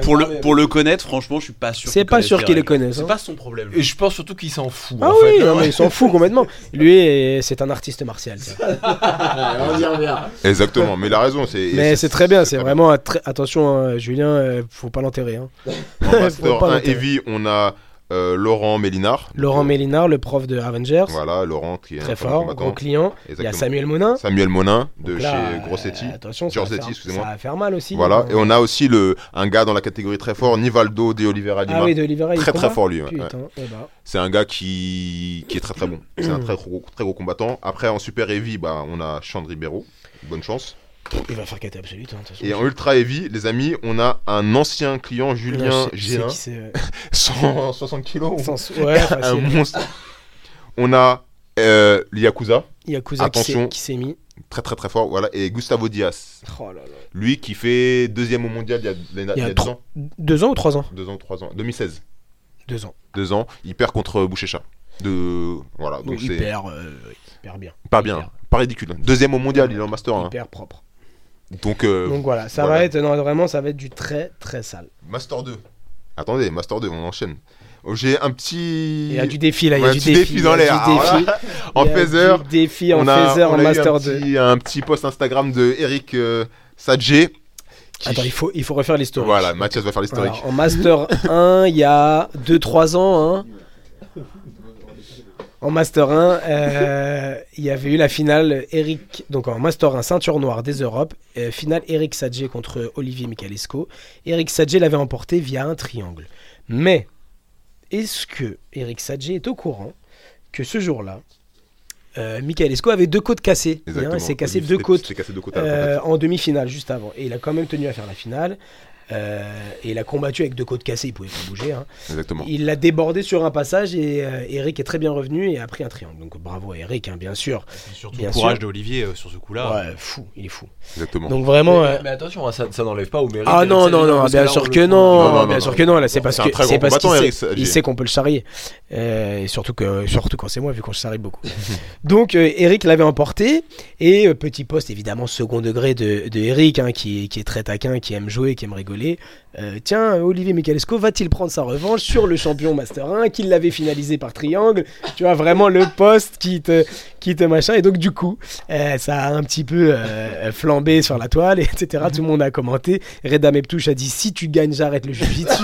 [SPEAKER 3] Pour le, pour le connaître, franchement, je suis pas sûr.
[SPEAKER 4] C'est
[SPEAKER 3] qu'il
[SPEAKER 4] pas
[SPEAKER 3] connaisse
[SPEAKER 4] sûr qu'il le
[SPEAKER 3] règles.
[SPEAKER 4] connaisse. hein.
[SPEAKER 3] C'est pas son problème.
[SPEAKER 2] Et je pense surtout qu'il s'en fout.
[SPEAKER 4] Ah
[SPEAKER 2] en
[SPEAKER 4] oui,
[SPEAKER 2] fait.
[SPEAKER 4] non, mais il s'en fout complètement. Lui, est- c'est un artiste martial. ça.
[SPEAKER 7] on y revient.
[SPEAKER 5] Exactement, mais il a raison. C'est,
[SPEAKER 4] Mais
[SPEAKER 5] et
[SPEAKER 4] c'est très bien, c'est
[SPEAKER 5] très
[SPEAKER 4] vraiment. un très- Attention, hein, Julien, euh, faut pas l'enterrer. hein.
[SPEAKER 5] bien. En
[SPEAKER 4] Faut
[SPEAKER 5] Master
[SPEAKER 4] pas
[SPEAKER 5] 1
[SPEAKER 4] l'enterrer.
[SPEAKER 5] Heavy, on a euh, Laurent Mélinard.
[SPEAKER 4] Laurent
[SPEAKER 5] Mélinard.
[SPEAKER 4] Mélinard, le prof de Avengers,
[SPEAKER 5] Euh, Voilà, Laurent qui est un
[SPEAKER 4] très
[SPEAKER 5] fan
[SPEAKER 4] fort,
[SPEAKER 5] combattant.
[SPEAKER 4] gros client. Il y a
[SPEAKER 5] Exactement.
[SPEAKER 4] Samuel Monin.
[SPEAKER 5] Samuel Monin de
[SPEAKER 4] Donc là,
[SPEAKER 5] chez Grossetti.
[SPEAKER 4] euh, Attention, ça va,
[SPEAKER 5] Giorgetti,
[SPEAKER 4] faire,
[SPEAKER 5] excusez-moi.
[SPEAKER 4] ça va faire mal aussi.
[SPEAKER 5] Voilà,
[SPEAKER 4] hein.
[SPEAKER 5] et on a aussi le, un gars dans la catégorie très fort, Nivaldo de Oliveira Lima.
[SPEAKER 4] Ah oui, de Oliveira, il
[SPEAKER 5] très très
[SPEAKER 4] combat
[SPEAKER 5] fort lui. ouais. Ouais.
[SPEAKER 4] Putain, eh ben,
[SPEAKER 5] C'est un gars qui, qui est très très bon. C'est un très gros, très gros combattant. Après, en Super Heavy, bah, on a Chandri Bero. Bonne chance.
[SPEAKER 4] il va faire caté absolue. hein, de toute façon.
[SPEAKER 5] Et en Ultra Heavy, les amis, on a un ancien client, Julien
[SPEAKER 4] Là, je sais- je sais
[SPEAKER 5] Gélin.
[SPEAKER 4] qui c'est, euh,
[SPEAKER 5] 160 kilos. ou-
[SPEAKER 4] sans- Ouais,
[SPEAKER 5] un
[SPEAKER 4] facile.
[SPEAKER 5] monstre. On a euh, Yakuza,
[SPEAKER 4] Yakuza qui s'est-
[SPEAKER 5] Attention.
[SPEAKER 4] qui s'est mis.
[SPEAKER 5] très très très fort, voilà, et Gustavo Diaz,
[SPEAKER 4] Oh là là.
[SPEAKER 5] lui qui fait deuxième au mondial il y a, il y a- il y a deux
[SPEAKER 4] trois-
[SPEAKER 5] ans,
[SPEAKER 4] Deux ans ou trois ans
[SPEAKER 5] deux ans ou trois ans, 2016,
[SPEAKER 4] Deux ans.
[SPEAKER 5] deux ans, il perd contre Bouchécha. De voilà, donc
[SPEAKER 4] Donc
[SPEAKER 5] c'est
[SPEAKER 4] hyper, euh, hyper bien.
[SPEAKER 5] pas bien, pas ridicule. Deuxième au mondial, il est en master 1.
[SPEAKER 4] Hyper propre.
[SPEAKER 5] Donc, hein. euh,
[SPEAKER 4] Donc voilà, ça
[SPEAKER 5] voilà.
[SPEAKER 4] va être non, vraiment, ça va être du très très sale.
[SPEAKER 5] master 2. Attendez, master 2, on enchaîne. Oh, J'ai un petit
[SPEAKER 4] Il y a du défi là, il y
[SPEAKER 5] Ouais,
[SPEAKER 4] a du
[SPEAKER 5] petit
[SPEAKER 4] défi,
[SPEAKER 5] défi
[SPEAKER 4] il y a
[SPEAKER 5] dans
[SPEAKER 4] du
[SPEAKER 5] l'air. Alors là,
[SPEAKER 4] défi.
[SPEAKER 5] en
[SPEAKER 4] Il y a
[SPEAKER 5] phaser.
[SPEAKER 4] du défi en
[SPEAKER 5] on a,
[SPEAKER 4] phaser
[SPEAKER 5] on
[SPEAKER 4] en
[SPEAKER 5] a eu
[SPEAKER 4] master
[SPEAKER 5] un
[SPEAKER 4] 2.
[SPEAKER 5] petit, un petit post Instagram de Eric euh, Sadje. qui-
[SPEAKER 4] Attends, il faut, il faut refaire l'historique.
[SPEAKER 5] Voilà, Mathias va faire l'historique.
[SPEAKER 4] Alors, en Master 1, il y a 2-3 ans. hein. En Master 1, euh, il y avait eu la finale Eric, donc en Master 1, ceinture noire des Europes. euh, finale Eric Sadje contre Olivier Michalesco. Eric Sadje l'avait emporté via un triangle. Mais est-ce que Eric Sadje est au courant que ce jour-là, euh, Michalesco avait deux côtes cassées hein,
[SPEAKER 5] Exactement.
[SPEAKER 4] Il s'est cassé
[SPEAKER 5] Il
[SPEAKER 4] deux
[SPEAKER 5] s'est-
[SPEAKER 4] côtes
[SPEAKER 5] s'est cassé deux côtes à la
[SPEAKER 4] euh,
[SPEAKER 5] compète.
[SPEAKER 4] en demi-finale juste avant. Et il a quand même tenu à faire la finale. Euh, et il a combattu avec deux côtes cassées, il pouvait pas bouger. hein.
[SPEAKER 5] Exactement.
[SPEAKER 4] Il l'a débordé sur un passage et euh, Eric est très bien revenu et a pris un triangle. Donc bravo à Eric, hein, bien sûr.
[SPEAKER 8] Surtout
[SPEAKER 4] Bien
[SPEAKER 8] le courage
[SPEAKER 4] sûr.
[SPEAKER 8] d'Olivier euh, sur ce
[SPEAKER 3] Ah.
[SPEAKER 8] coup-là.
[SPEAKER 4] Ouais, fou, il est fou.
[SPEAKER 5] Exactement.
[SPEAKER 4] Donc vraiment.
[SPEAKER 2] Mais,
[SPEAKER 4] euh,
[SPEAKER 2] mais attention, hein, ça, ça n'enlève pas au mérite.
[SPEAKER 4] Ah
[SPEAKER 2] d'Eric
[SPEAKER 4] non,
[SPEAKER 2] Salé,
[SPEAKER 4] non, non,
[SPEAKER 2] parce
[SPEAKER 4] bien
[SPEAKER 2] là, on
[SPEAKER 4] sûr
[SPEAKER 2] le euh,
[SPEAKER 4] que
[SPEAKER 2] trouve-
[SPEAKER 5] Non, non,
[SPEAKER 4] non,
[SPEAKER 5] non,
[SPEAKER 4] bien
[SPEAKER 5] non,
[SPEAKER 4] sûr
[SPEAKER 5] non.
[SPEAKER 4] que non, là c'est
[SPEAKER 5] Bon,
[SPEAKER 4] parce
[SPEAKER 5] c'est un
[SPEAKER 4] que
[SPEAKER 5] très
[SPEAKER 4] c'est
[SPEAKER 5] grand
[SPEAKER 4] parce qu'il
[SPEAKER 5] combattant,
[SPEAKER 4] sait-
[SPEAKER 5] Eric Sadji.
[SPEAKER 4] il sait qu'on peut le charrier. Euh, et surtout que surtout quand c'est moi vu qu'on se charrie beaucoup. Donc euh, Eric l'avait emporté et euh, petit poste évidemment second degré de, de Eric hein, qui, qui est très taquin, qui aime jouer, qui aime rigoler. rigoler. Euh, tiens, Olivier Michalesco va-t-il prendre sa revanche sur le champion Master 1 qui l'avait finalisé par triangle Tu vois, vraiment le poste qui te, qui te machin. Et donc, du coup, euh, ça a un petit peu euh, flambé sur la toile, etc. Tout le monde a commenté. Reda Meptouche a dit Si tu gagnes, j'arrête le jujitsu.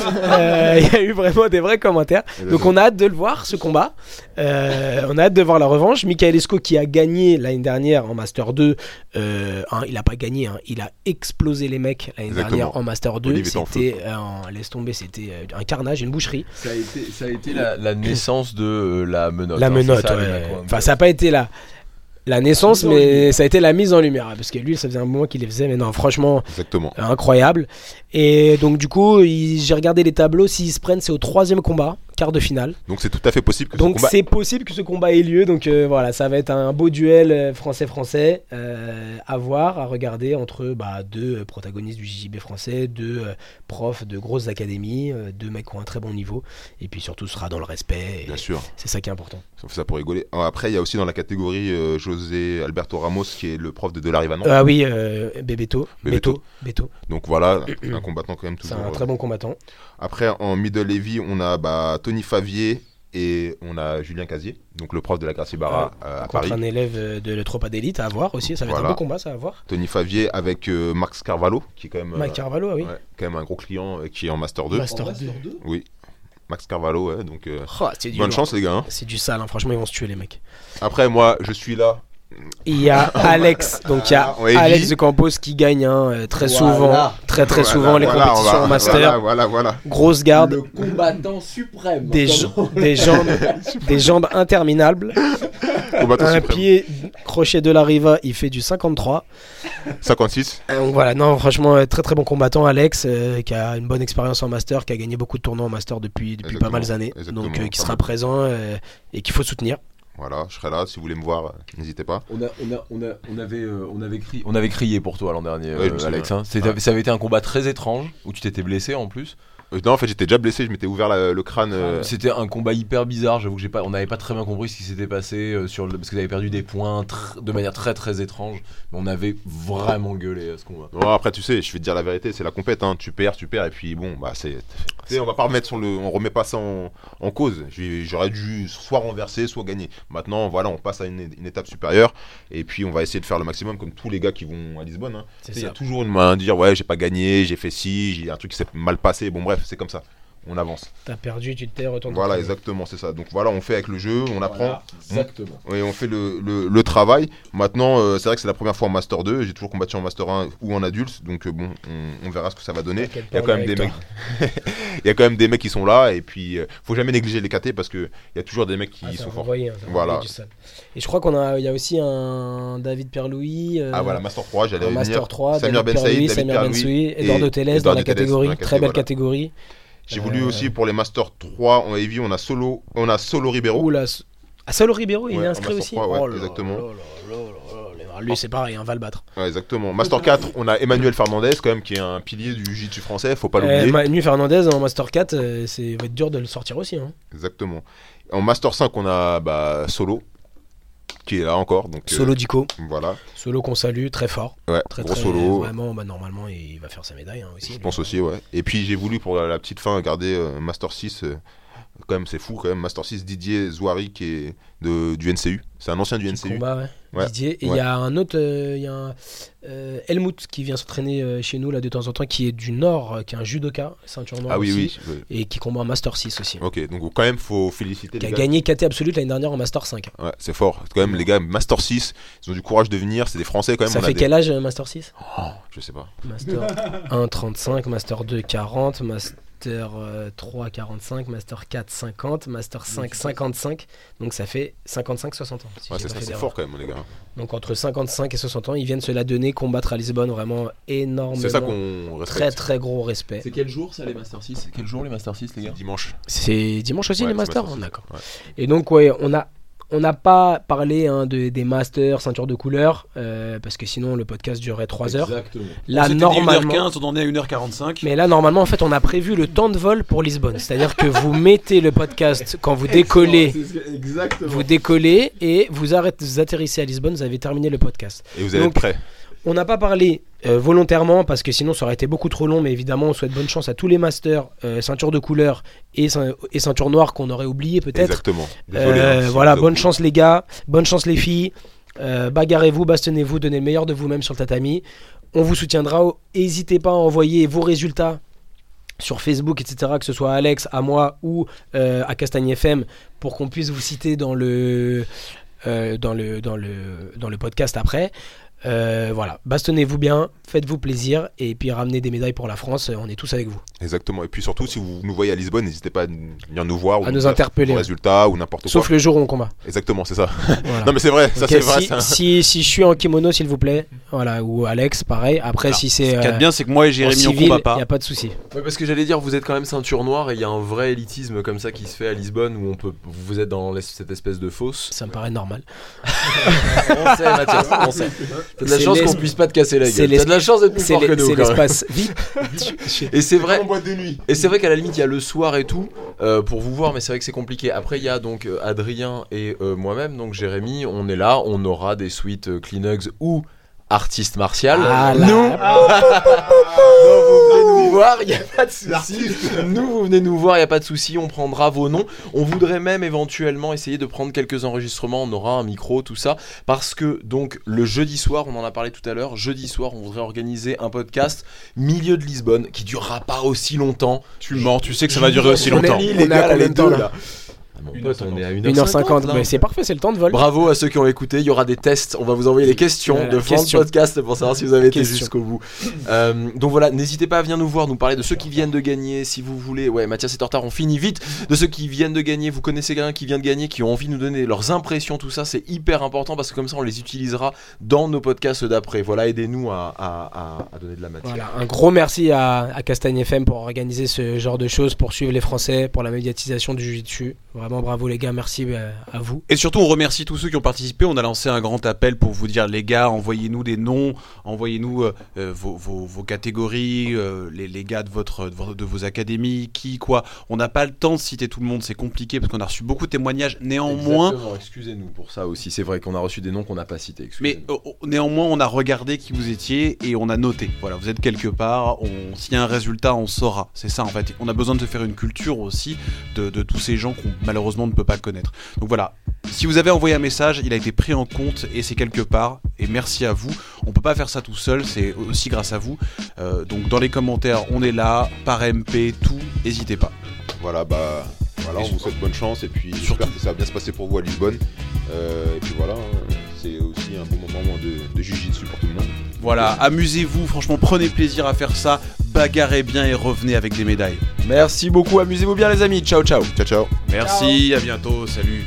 [SPEAKER 4] Euh, Il y a eu vraiment des vrais commentaires. Donc, on a hâte de le voir, ce combat. Euh, on a hâte de voir la revanche. Michael Esco qui a gagné l'année dernière en Master 2. euh, hein, il a pas gagné, hein, il a explosé les mecs l'année
[SPEAKER 5] Exactement.
[SPEAKER 4] dernière en Master 2.
[SPEAKER 5] Olive est en feu.
[SPEAKER 4] C'était, euh, en- laisse tomber, c'était euh, un carnage, une boucherie.
[SPEAKER 2] Ça a été, ça a été la, la naissance de euh, la menotte.
[SPEAKER 4] la
[SPEAKER 2] hein,
[SPEAKER 4] menotte,
[SPEAKER 2] c'est ça,
[SPEAKER 4] ouais.
[SPEAKER 2] les mecs, ouais.
[SPEAKER 4] Enfin, ça n'a pas été la, la naissance,
[SPEAKER 7] La mise en
[SPEAKER 4] mais ça a été la mise en lumière. hein, Parce que lui, ça faisait un moment qu'il les faisait, mais non, franchement,
[SPEAKER 5] Exactement.
[SPEAKER 4] euh, incroyable. Et donc, du coup, il- j'ai regardé les tableaux. S'ils se prennent, c'est au troisième combat, quart de finale.
[SPEAKER 5] Donc c'est tout à fait possible que
[SPEAKER 4] Donc,
[SPEAKER 5] ce combat
[SPEAKER 4] c'est possible que ce combat ait lieu. Donc, euh, voilà, ça va être un beau duel euh, français-français euh, à voir, à regarder entre bah, deux euh, protagonistes du JJB français, deux euh, profs de grosses académies, euh, deux mecs qui ont un très bon niveau. Et puis, surtout, ce sera dans le respect. et
[SPEAKER 5] Bien sûr,
[SPEAKER 4] C'est ça qui est important.
[SPEAKER 5] on fait ça pour rigoler. Ah, Après, il y a aussi dans la catégorie euh, José Alberto Ramos, qui est le prof de Delarivano.
[SPEAKER 4] Ah oui, euh, Bebeto.
[SPEAKER 5] Bebeto.
[SPEAKER 4] Beto. Beto.
[SPEAKER 5] Donc voilà, un combattant quand même
[SPEAKER 4] C'est
[SPEAKER 5] toujours.
[SPEAKER 4] un
[SPEAKER 5] euh,
[SPEAKER 4] très bon combattant.
[SPEAKER 5] Après, en middle heavy, on a bah, Tony Favier et on a Julien Casier, donc le prof de la Gracie Barra euh, à
[SPEAKER 4] Contre
[SPEAKER 5] Paris.
[SPEAKER 4] un élève euh, de le Tropa d'élite à voir aussi. Ça va être un
[SPEAKER 5] Voilà.
[SPEAKER 4] beau combat, ça à voir.
[SPEAKER 5] Tony Favier avec euh, Max Carvalho, qui est quand même, euh,
[SPEAKER 4] Mike Carvalho, ah oui.
[SPEAKER 5] ouais, quand même un gros client euh, qui est en Master 2.
[SPEAKER 4] Master 2.
[SPEAKER 5] Oui, Max Carvalho, ouais, donc euh,
[SPEAKER 4] Oh, c'est du
[SPEAKER 5] bonne
[SPEAKER 4] lourd.
[SPEAKER 5] chance les gars. hein.
[SPEAKER 4] C'est du sale, hein. franchement, ils vont se tuer les mecs.
[SPEAKER 5] Après, moi, je suis là.
[SPEAKER 4] Il y
[SPEAKER 5] Oh,
[SPEAKER 4] a Alex, donc il y a
[SPEAKER 5] Ah, on est
[SPEAKER 4] Alex
[SPEAKER 5] dit.
[SPEAKER 4] de Campos qui gagne hein, euh, très
[SPEAKER 7] Voilà.
[SPEAKER 4] souvent, très très
[SPEAKER 5] Voilà,
[SPEAKER 4] souvent les
[SPEAKER 5] voilà, on
[SPEAKER 4] compétitions
[SPEAKER 5] va-
[SPEAKER 4] en master.
[SPEAKER 5] Voilà, voilà, voilà.
[SPEAKER 4] Grosse garde,
[SPEAKER 7] Le combattant suprême.
[SPEAKER 4] des,
[SPEAKER 7] Comme-
[SPEAKER 4] ja- des jambes, des jambes interminables,
[SPEAKER 5] Combattant
[SPEAKER 4] un
[SPEAKER 5] suprême.
[SPEAKER 4] pied crochet de la riva, il fait du 53.
[SPEAKER 5] 56.
[SPEAKER 4] Euh, Donc voilà, non, franchement, euh, très très bon combattant, Alex, euh, qui a une bonne expérience en master, qui a gagné beaucoup de tournois en master depuis, depuis pas
[SPEAKER 5] Exactement,
[SPEAKER 4] mal d'années.
[SPEAKER 5] exactement,
[SPEAKER 4] Donc euh, qui
[SPEAKER 5] pas
[SPEAKER 4] sera
[SPEAKER 5] mal.
[SPEAKER 4] présent euh, et qu'il faut soutenir.
[SPEAKER 5] Voilà, je serai là. Si vous voulez me voir, euh, n'hésitez pas.
[SPEAKER 2] On, a, on, a- on, a- on avait, euh, on, avait crié, on avait crié pour toi l'an dernier,
[SPEAKER 5] Ouais, je
[SPEAKER 2] euh,
[SPEAKER 5] me souviens.
[SPEAKER 2] Alex. hein. C'était- Ça avait été un combat très étrange où tu t'étais blessé en plus.
[SPEAKER 5] Euh, non, en fait, j'étais déjà blessé. Je m'étais ouvert la- le crâne. euh,
[SPEAKER 2] Ah, C'était un combat hyper bizarre. J'avoue que j'ai pas, on n'avait pas très bien compris ce qui s'était passé euh, sur le, parce que t'avais perdu des points tr- de manière très très étrange. Mais on avait vraiment gueulé à ce combat.
[SPEAKER 5] Non, après, tu sais, je vais te dire la vérité, c'est la compète. hein. Tu perds, tu perds, et puis bon, bah c'est. Tu sais, on va pas remettre sur le, on remet pas ça en, en cause. J'ai- J'aurais dû soit renverser, soit gagner. Maintenant, voilà, on passe à une, une étape supérieure, et puis on va essayer de faire le maximum, comme tous les gars qui vont à Lisbonne. hein. Tu sais, Il y a toujours une main à dire, ouais, j'ai pas gagné, j'ai fait ci, j'ai un truc qui s'est mal passé. Bon, bref, c'est comme ça. On avance.
[SPEAKER 4] T'as perdu, tu te tais, retourne.
[SPEAKER 5] Voilà, exactement, c'est ça. Donc voilà, on fait avec le jeu, on apprend.
[SPEAKER 2] Exactement.
[SPEAKER 5] Oui, on fait le, le- le travail. Maintenant, euh, c'est vrai que c'est la première fois en Master 2. J'ai toujours combattu en Master 1 ou en adulte. Donc, euh, bon, on, on verra ce que ça va donner.
[SPEAKER 4] T'inquiète
[SPEAKER 5] Il y, a
[SPEAKER 4] pas,
[SPEAKER 5] quand
[SPEAKER 4] on est
[SPEAKER 5] même des
[SPEAKER 4] avec
[SPEAKER 5] mecs... il y a quand même des mecs qui sont là. Et puis, euh, faut jamais négliger les KT parce qu'il y a toujours des mecs qui
[SPEAKER 4] Ah, ça
[SPEAKER 5] sont
[SPEAKER 4] va
[SPEAKER 5] forts.
[SPEAKER 4] envoyer, hein, ça va
[SPEAKER 5] Voilà.
[SPEAKER 4] envoyer du sale. Et je crois qu'on a, il y a aussi un David Perlouis. euh,
[SPEAKER 5] Ah voilà, Master 3, j'allais
[SPEAKER 4] un
[SPEAKER 5] revenir.
[SPEAKER 4] Master 3,
[SPEAKER 5] Samir
[SPEAKER 4] David
[SPEAKER 5] Ben Saïd,
[SPEAKER 4] Perlouis,
[SPEAKER 5] David
[SPEAKER 4] Samir
[SPEAKER 5] Perlouis
[SPEAKER 4] Bensoui,
[SPEAKER 5] et
[SPEAKER 4] Eduardo Teles dans
[SPEAKER 5] Eduardo
[SPEAKER 4] la
[SPEAKER 5] Teles, dans
[SPEAKER 4] catégorie,
[SPEAKER 5] la
[SPEAKER 4] très belle
[SPEAKER 5] voilà.
[SPEAKER 4] catégorie.
[SPEAKER 5] J'ai
[SPEAKER 4] Euh,
[SPEAKER 5] voulu aussi pour les Master 3 en Heavy, on a Solo, on a Solo Ribeiro.
[SPEAKER 4] Oula, ah, Solo Ribeiro, il
[SPEAKER 5] Ouais,
[SPEAKER 4] est
[SPEAKER 5] en
[SPEAKER 4] inscrit
[SPEAKER 5] Master
[SPEAKER 4] aussi. Oh
[SPEAKER 5] 3, ouais,
[SPEAKER 4] là
[SPEAKER 5] exactement.
[SPEAKER 4] là là là là là. Lui, c'est pareil, hein, va le battre.
[SPEAKER 5] Ouais, exactement. Master 4, on a Emmanuel Fernandez, quand même, qui est un pilier du jiu-jitsu français. Faut pas l'oublier.
[SPEAKER 4] Euh, Manu Fernandez en Master 4, euh, c'est va être dur de le sortir aussi. hein.
[SPEAKER 5] Exactement. En Master 5, on a bah, Solo, qui est là encore. Donc, euh,
[SPEAKER 4] Solo Dico,
[SPEAKER 5] voilà.
[SPEAKER 4] Solo qu'on salue très fort,
[SPEAKER 5] Ouais,
[SPEAKER 4] très
[SPEAKER 5] gros
[SPEAKER 4] très
[SPEAKER 5] solo.
[SPEAKER 4] Vraiment, bah, normalement il va faire sa médaille hein, aussi.
[SPEAKER 5] Je pense aussi, ouais. Et puis j'ai voulu pour la, la petite fin garder euh, Master 6. euh, quand même, c'est fou quand même. Master 6, Didier Zouari, qui est de, du NCU. C'est un ancien du
[SPEAKER 4] Petit
[SPEAKER 5] NCU.
[SPEAKER 4] combat, ouais.
[SPEAKER 5] Ouais,
[SPEAKER 4] Didier. Et il
[SPEAKER 5] ouais.
[SPEAKER 4] y a un autre, euh, il y a un, euh, Helmut qui vient s'entraîner euh, chez nous là de temps en temps, qui est du Nord, euh, qui est un judoka, ceinture noire
[SPEAKER 5] Ah oui,
[SPEAKER 4] aussi,
[SPEAKER 5] oui. oui.
[SPEAKER 4] et qui combat en Master 6 aussi.
[SPEAKER 5] Ok, donc quand même, faut féliciter
[SPEAKER 4] Qui
[SPEAKER 5] les
[SPEAKER 4] a
[SPEAKER 5] gars.
[SPEAKER 4] gagné KT Absolute l'année dernière en Master 5.
[SPEAKER 5] Ouais, c'est fort. Quand même, les gars, Master 6, ils ont du courage de venir. C'est des Français quand même.
[SPEAKER 4] Ça
[SPEAKER 5] on a
[SPEAKER 4] fait
[SPEAKER 5] des-
[SPEAKER 4] quel âge euh, Master 6
[SPEAKER 5] Oh, Je sais pas.
[SPEAKER 4] Master 1 35, Master 2 40, Master euh, 3 45, Master 4 50, Master 5 55. Donc ça fait 55 60 ans. si
[SPEAKER 5] Ouais,
[SPEAKER 4] j'ai pas
[SPEAKER 5] c'est ça,
[SPEAKER 4] fait
[SPEAKER 5] c'est
[SPEAKER 4] d'erreur.
[SPEAKER 5] fort quand même, les gars.
[SPEAKER 4] Donc entre 55 et 60 ans, ils viennent se la donner, combattre à Lisbonne vraiment énormément.
[SPEAKER 5] C'est ça qu'on
[SPEAKER 4] Très
[SPEAKER 5] respecte.
[SPEAKER 4] très gros respect.
[SPEAKER 2] C'est quel jour ça les Master 6 Quel jour les Master 6 les gars
[SPEAKER 5] Dimanche.
[SPEAKER 4] C'est dimanche aussi
[SPEAKER 5] Ouais,
[SPEAKER 4] les
[SPEAKER 5] c'est
[SPEAKER 4] masters
[SPEAKER 5] Master six.
[SPEAKER 4] D'accord.
[SPEAKER 5] Ouais.
[SPEAKER 4] Et donc ouais, on a on n'a pas parlé hein, de- des masters, ceintures de couleur, euh, parce que sinon le podcast durerait 3 heures.
[SPEAKER 2] Exactement.
[SPEAKER 4] Là Ah, normalement,
[SPEAKER 3] 1h15, on en est à 1h45.
[SPEAKER 4] Mais là, normalement, en fait, on a prévu le temps de vol pour Lisbonne. C'est-à-dire que vous mettez le podcast quand vous décollez. Vous décollez et vous, arrêtez, vous atterrissez à Lisbonne, vous avez terminé le podcast.
[SPEAKER 5] Et vous allez
[SPEAKER 4] Donc,
[SPEAKER 5] être prêts.
[SPEAKER 4] On n'a pas parlé euh, volontairement parce que sinon ça aurait été beaucoup trop long, mais évidemment on souhaite bonne chance à tous les masters, euh, ceinture de couleur et, cein- et ceinture noire qu'on aurait oublié peut-être.
[SPEAKER 5] Exactement.
[SPEAKER 4] Euh,
[SPEAKER 5] Désolé, hein, si
[SPEAKER 4] voilà,
[SPEAKER 5] vous
[SPEAKER 4] bonne
[SPEAKER 5] avez-
[SPEAKER 4] chance les gars, bonne chance les filles, Euh, bagarrez-vous, bastonnez-vous, donnez le meilleur de vous-même sur le tatami. On vous soutiendra, n'hésitez pas à envoyer vos résultats sur Facebook, etc., que ce soit à Alex, à moi ou euh, à Castagne FM, pour qu'on puisse vous citer dans le, euh, dans le, dans le, dans le podcast après. Euh, voilà, bastonnez-vous bien, faites-vous plaisir et puis ramenez des médailles pour la France, on est tous avec vous.
[SPEAKER 5] Exactement. Et puis surtout, si vous nous voyez à Lisbonne, n'hésitez pas à n- venir nous voir. ou
[SPEAKER 4] À nous
[SPEAKER 5] dire
[SPEAKER 4] interpeller.
[SPEAKER 5] vos résultats ou n'importe quoi.
[SPEAKER 4] Sauf le jour où on combat.
[SPEAKER 5] Exactement, c'est ça.
[SPEAKER 4] Voilà.
[SPEAKER 5] Non, mais c'est vrai. Ça,
[SPEAKER 4] Ok,
[SPEAKER 5] c'est vrai.
[SPEAKER 4] si,
[SPEAKER 5] ça.
[SPEAKER 4] si, si je suis en kimono, s'il vous plaît, voilà, ou Alex, pareil. Après,
[SPEAKER 3] Alors,
[SPEAKER 4] si c'est
[SPEAKER 3] Ce qu'il y a de
[SPEAKER 4] euh,
[SPEAKER 3] Ah, bien, c'est que moi et
[SPEAKER 4] en
[SPEAKER 3] Jérémy, on
[SPEAKER 4] civil,
[SPEAKER 3] combat
[SPEAKER 4] il
[SPEAKER 3] pas.
[SPEAKER 4] n'y a pas de souci.
[SPEAKER 2] Ouais, parce que j'allais dire, vous êtes quand même ceinture noire et il y a un vrai élitisme comme ça qui se fait à Lisbonne où on peut, vous êtes dans l'es- cette espèce de fosse.
[SPEAKER 4] Ça me paraît normal.
[SPEAKER 2] On sait, Mathias, on sait. T'as de la
[SPEAKER 4] C'est
[SPEAKER 2] chance
[SPEAKER 4] l'es-
[SPEAKER 2] qu'on puisse pas te casser la
[SPEAKER 4] c'est
[SPEAKER 2] gueule. T'as de la chance d'être plus
[SPEAKER 4] C'est
[SPEAKER 2] fort que
[SPEAKER 4] l'es-
[SPEAKER 2] nous.
[SPEAKER 4] c'est
[SPEAKER 2] quand même.
[SPEAKER 4] l'espace vide.
[SPEAKER 2] Et c'est vrai.
[SPEAKER 5] En boîte de nuit.
[SPEAKER 2] Et c'est vrai qu'à la limite, il y a le soir et tout euh, pour vous voir, mais c'est vrai que c'est compliqué. Après, il y a donc euh, Adrien et euh, moi-même, donc Jérémy, on est là, on aura des suites euh, Kleenex ou artistes martial.
[SPEAKER 4] Ah là.
[SPEAKER 2] nous, Non, vous venez nous voir, il n'y a pas de souci. Nous, vous venez nous voir, il n'y a pas de souci, on prendra vos noms. On voudrait même éventuellement essayer de prendre quelques enregistrements, on aura un micro, tout ça. Parce que, donc, le jeudi soir, on en a parlé tout à l'heure, jeudi soir, on voudrait organiser un podcast milieu de Lisbonne qui durera pas aussi longtemps.
[SPEAKER 3] Tu mens, tu sais que ça va durer aussi
[SPEAKER 4] On est
[SPEAKER 3] longtemps.
[SPEAKER 4] mis, les gars, là, les deux, là.
[SPEAKER 2] Ah, mon
[SPEAKER 3] Une
[SPEAKER 2] pote,
[SPEAKER 3] heure
[SPEAKER 2] on est à
[SPEAKER 4] 1h50,
[SPEAKER 2] 1h50. là.
[SPEAKER 4] mais c'est parfait, c'est le temps de vol.
[SPEAKER 2] Bravo à ceux qui ont écouté. Il y aura des tests. On va vous envoyer les questions
[SPEAKER 4] Voilà,
[SPEAKER 2] de fin
[SPEAKER 4] question.
[SPEAKER 2] de podcast pour savoir si vous avez été
[SPEAKER 4] Question.
[SPEAKER 2] jusqu'au bout. Euh, donc voilà, n'hésitez pas à venir nous voir, nous parler de ceux qui viennent de gagner, si vous voulez. Ouais, Mathias est en retard, on finit vite. De ceux qui viennent de gagner, vous connaissez quelqu'un qui vient de gagner, qui ont envie de nous donner leurs impressions, tout ça, c'est hyper important parce que comme ça, on les utilisera dans nos podcasts d'après. Voilà, aidez-nous à, à- à- à donner de la matière.
[SPEAKER 4] Voilà, un gros merci à, à Castagne FM pour organiser ce genre de choses, pour suivre les Français, pour la médiatisation du Jiu-Jitsu. Vraiment bravo les gars, merci euh, à vous.
[SPEAKER 3] Et surtout, on remercie tous ceux qui ont participé. On a lancé un grand appel pour vous dire, les gars, envoyez-nous des noms, envoyez-nous euh, euh, vos, vos- vos catégories, euh, les, les gars de, votre, de, vos- de vos académies, qui, quoi. On n'a pas le temps de citer tout le monde, c'est compliqué parce qu'on a reçu beaucoup de témoignages. Néanmoins,
[SPEAKER 2] Exactement, excusez-nous pour ça aussi. C'est vrai qu'on a reçu des noms qu'on n'a pas cités. excusez-nous.
[SPEAKER 3] Mais euh, euh, néanmoins, on a regardé qui vous étiez et on a noté. Voilà, vous êtes quelque part. On, s'il y a un résultat, on saura. C'est ça en fait. On a besoin de se faire une culture aussi de, de tous ces gens qu'on malheureusement ne peut pas connaître. Donc voilà. Si vous avez envoyé un message, il a été pris en compte et c'est quelque part. Et merci à vous. On peut pas faire ça tout seul. C'est aussi grâce à vous. Euh, donc dans les commentaires, on est là par MP, tout. N'hésitez pas.
[SPEAKER 5] Voilà, bah. Voilà, on vous souhaite bonne chance et puis
[SPEAKER 3] Surtout-
[SPEAKER 5] j'espère que ça va bien se passer pour vous à Lisbonne. Euh, et puis voilà, hein, c'est aussi un bon moment de, de jujitsu pour tout le monde.
[SPEAKER 3] Voilà. Amusez-vous. Franchement, prenez plaisir à faire ça. Bagarrez bien et revenez avec des médailles.
[SPEAKER 2] Merci beaucoup. Amusez-vous bien, les amis. Ciao, ciao.
[SPEAKER 5] Ciao, ciao.
[SPEAKER 3] Merci. À bientôt. Salut.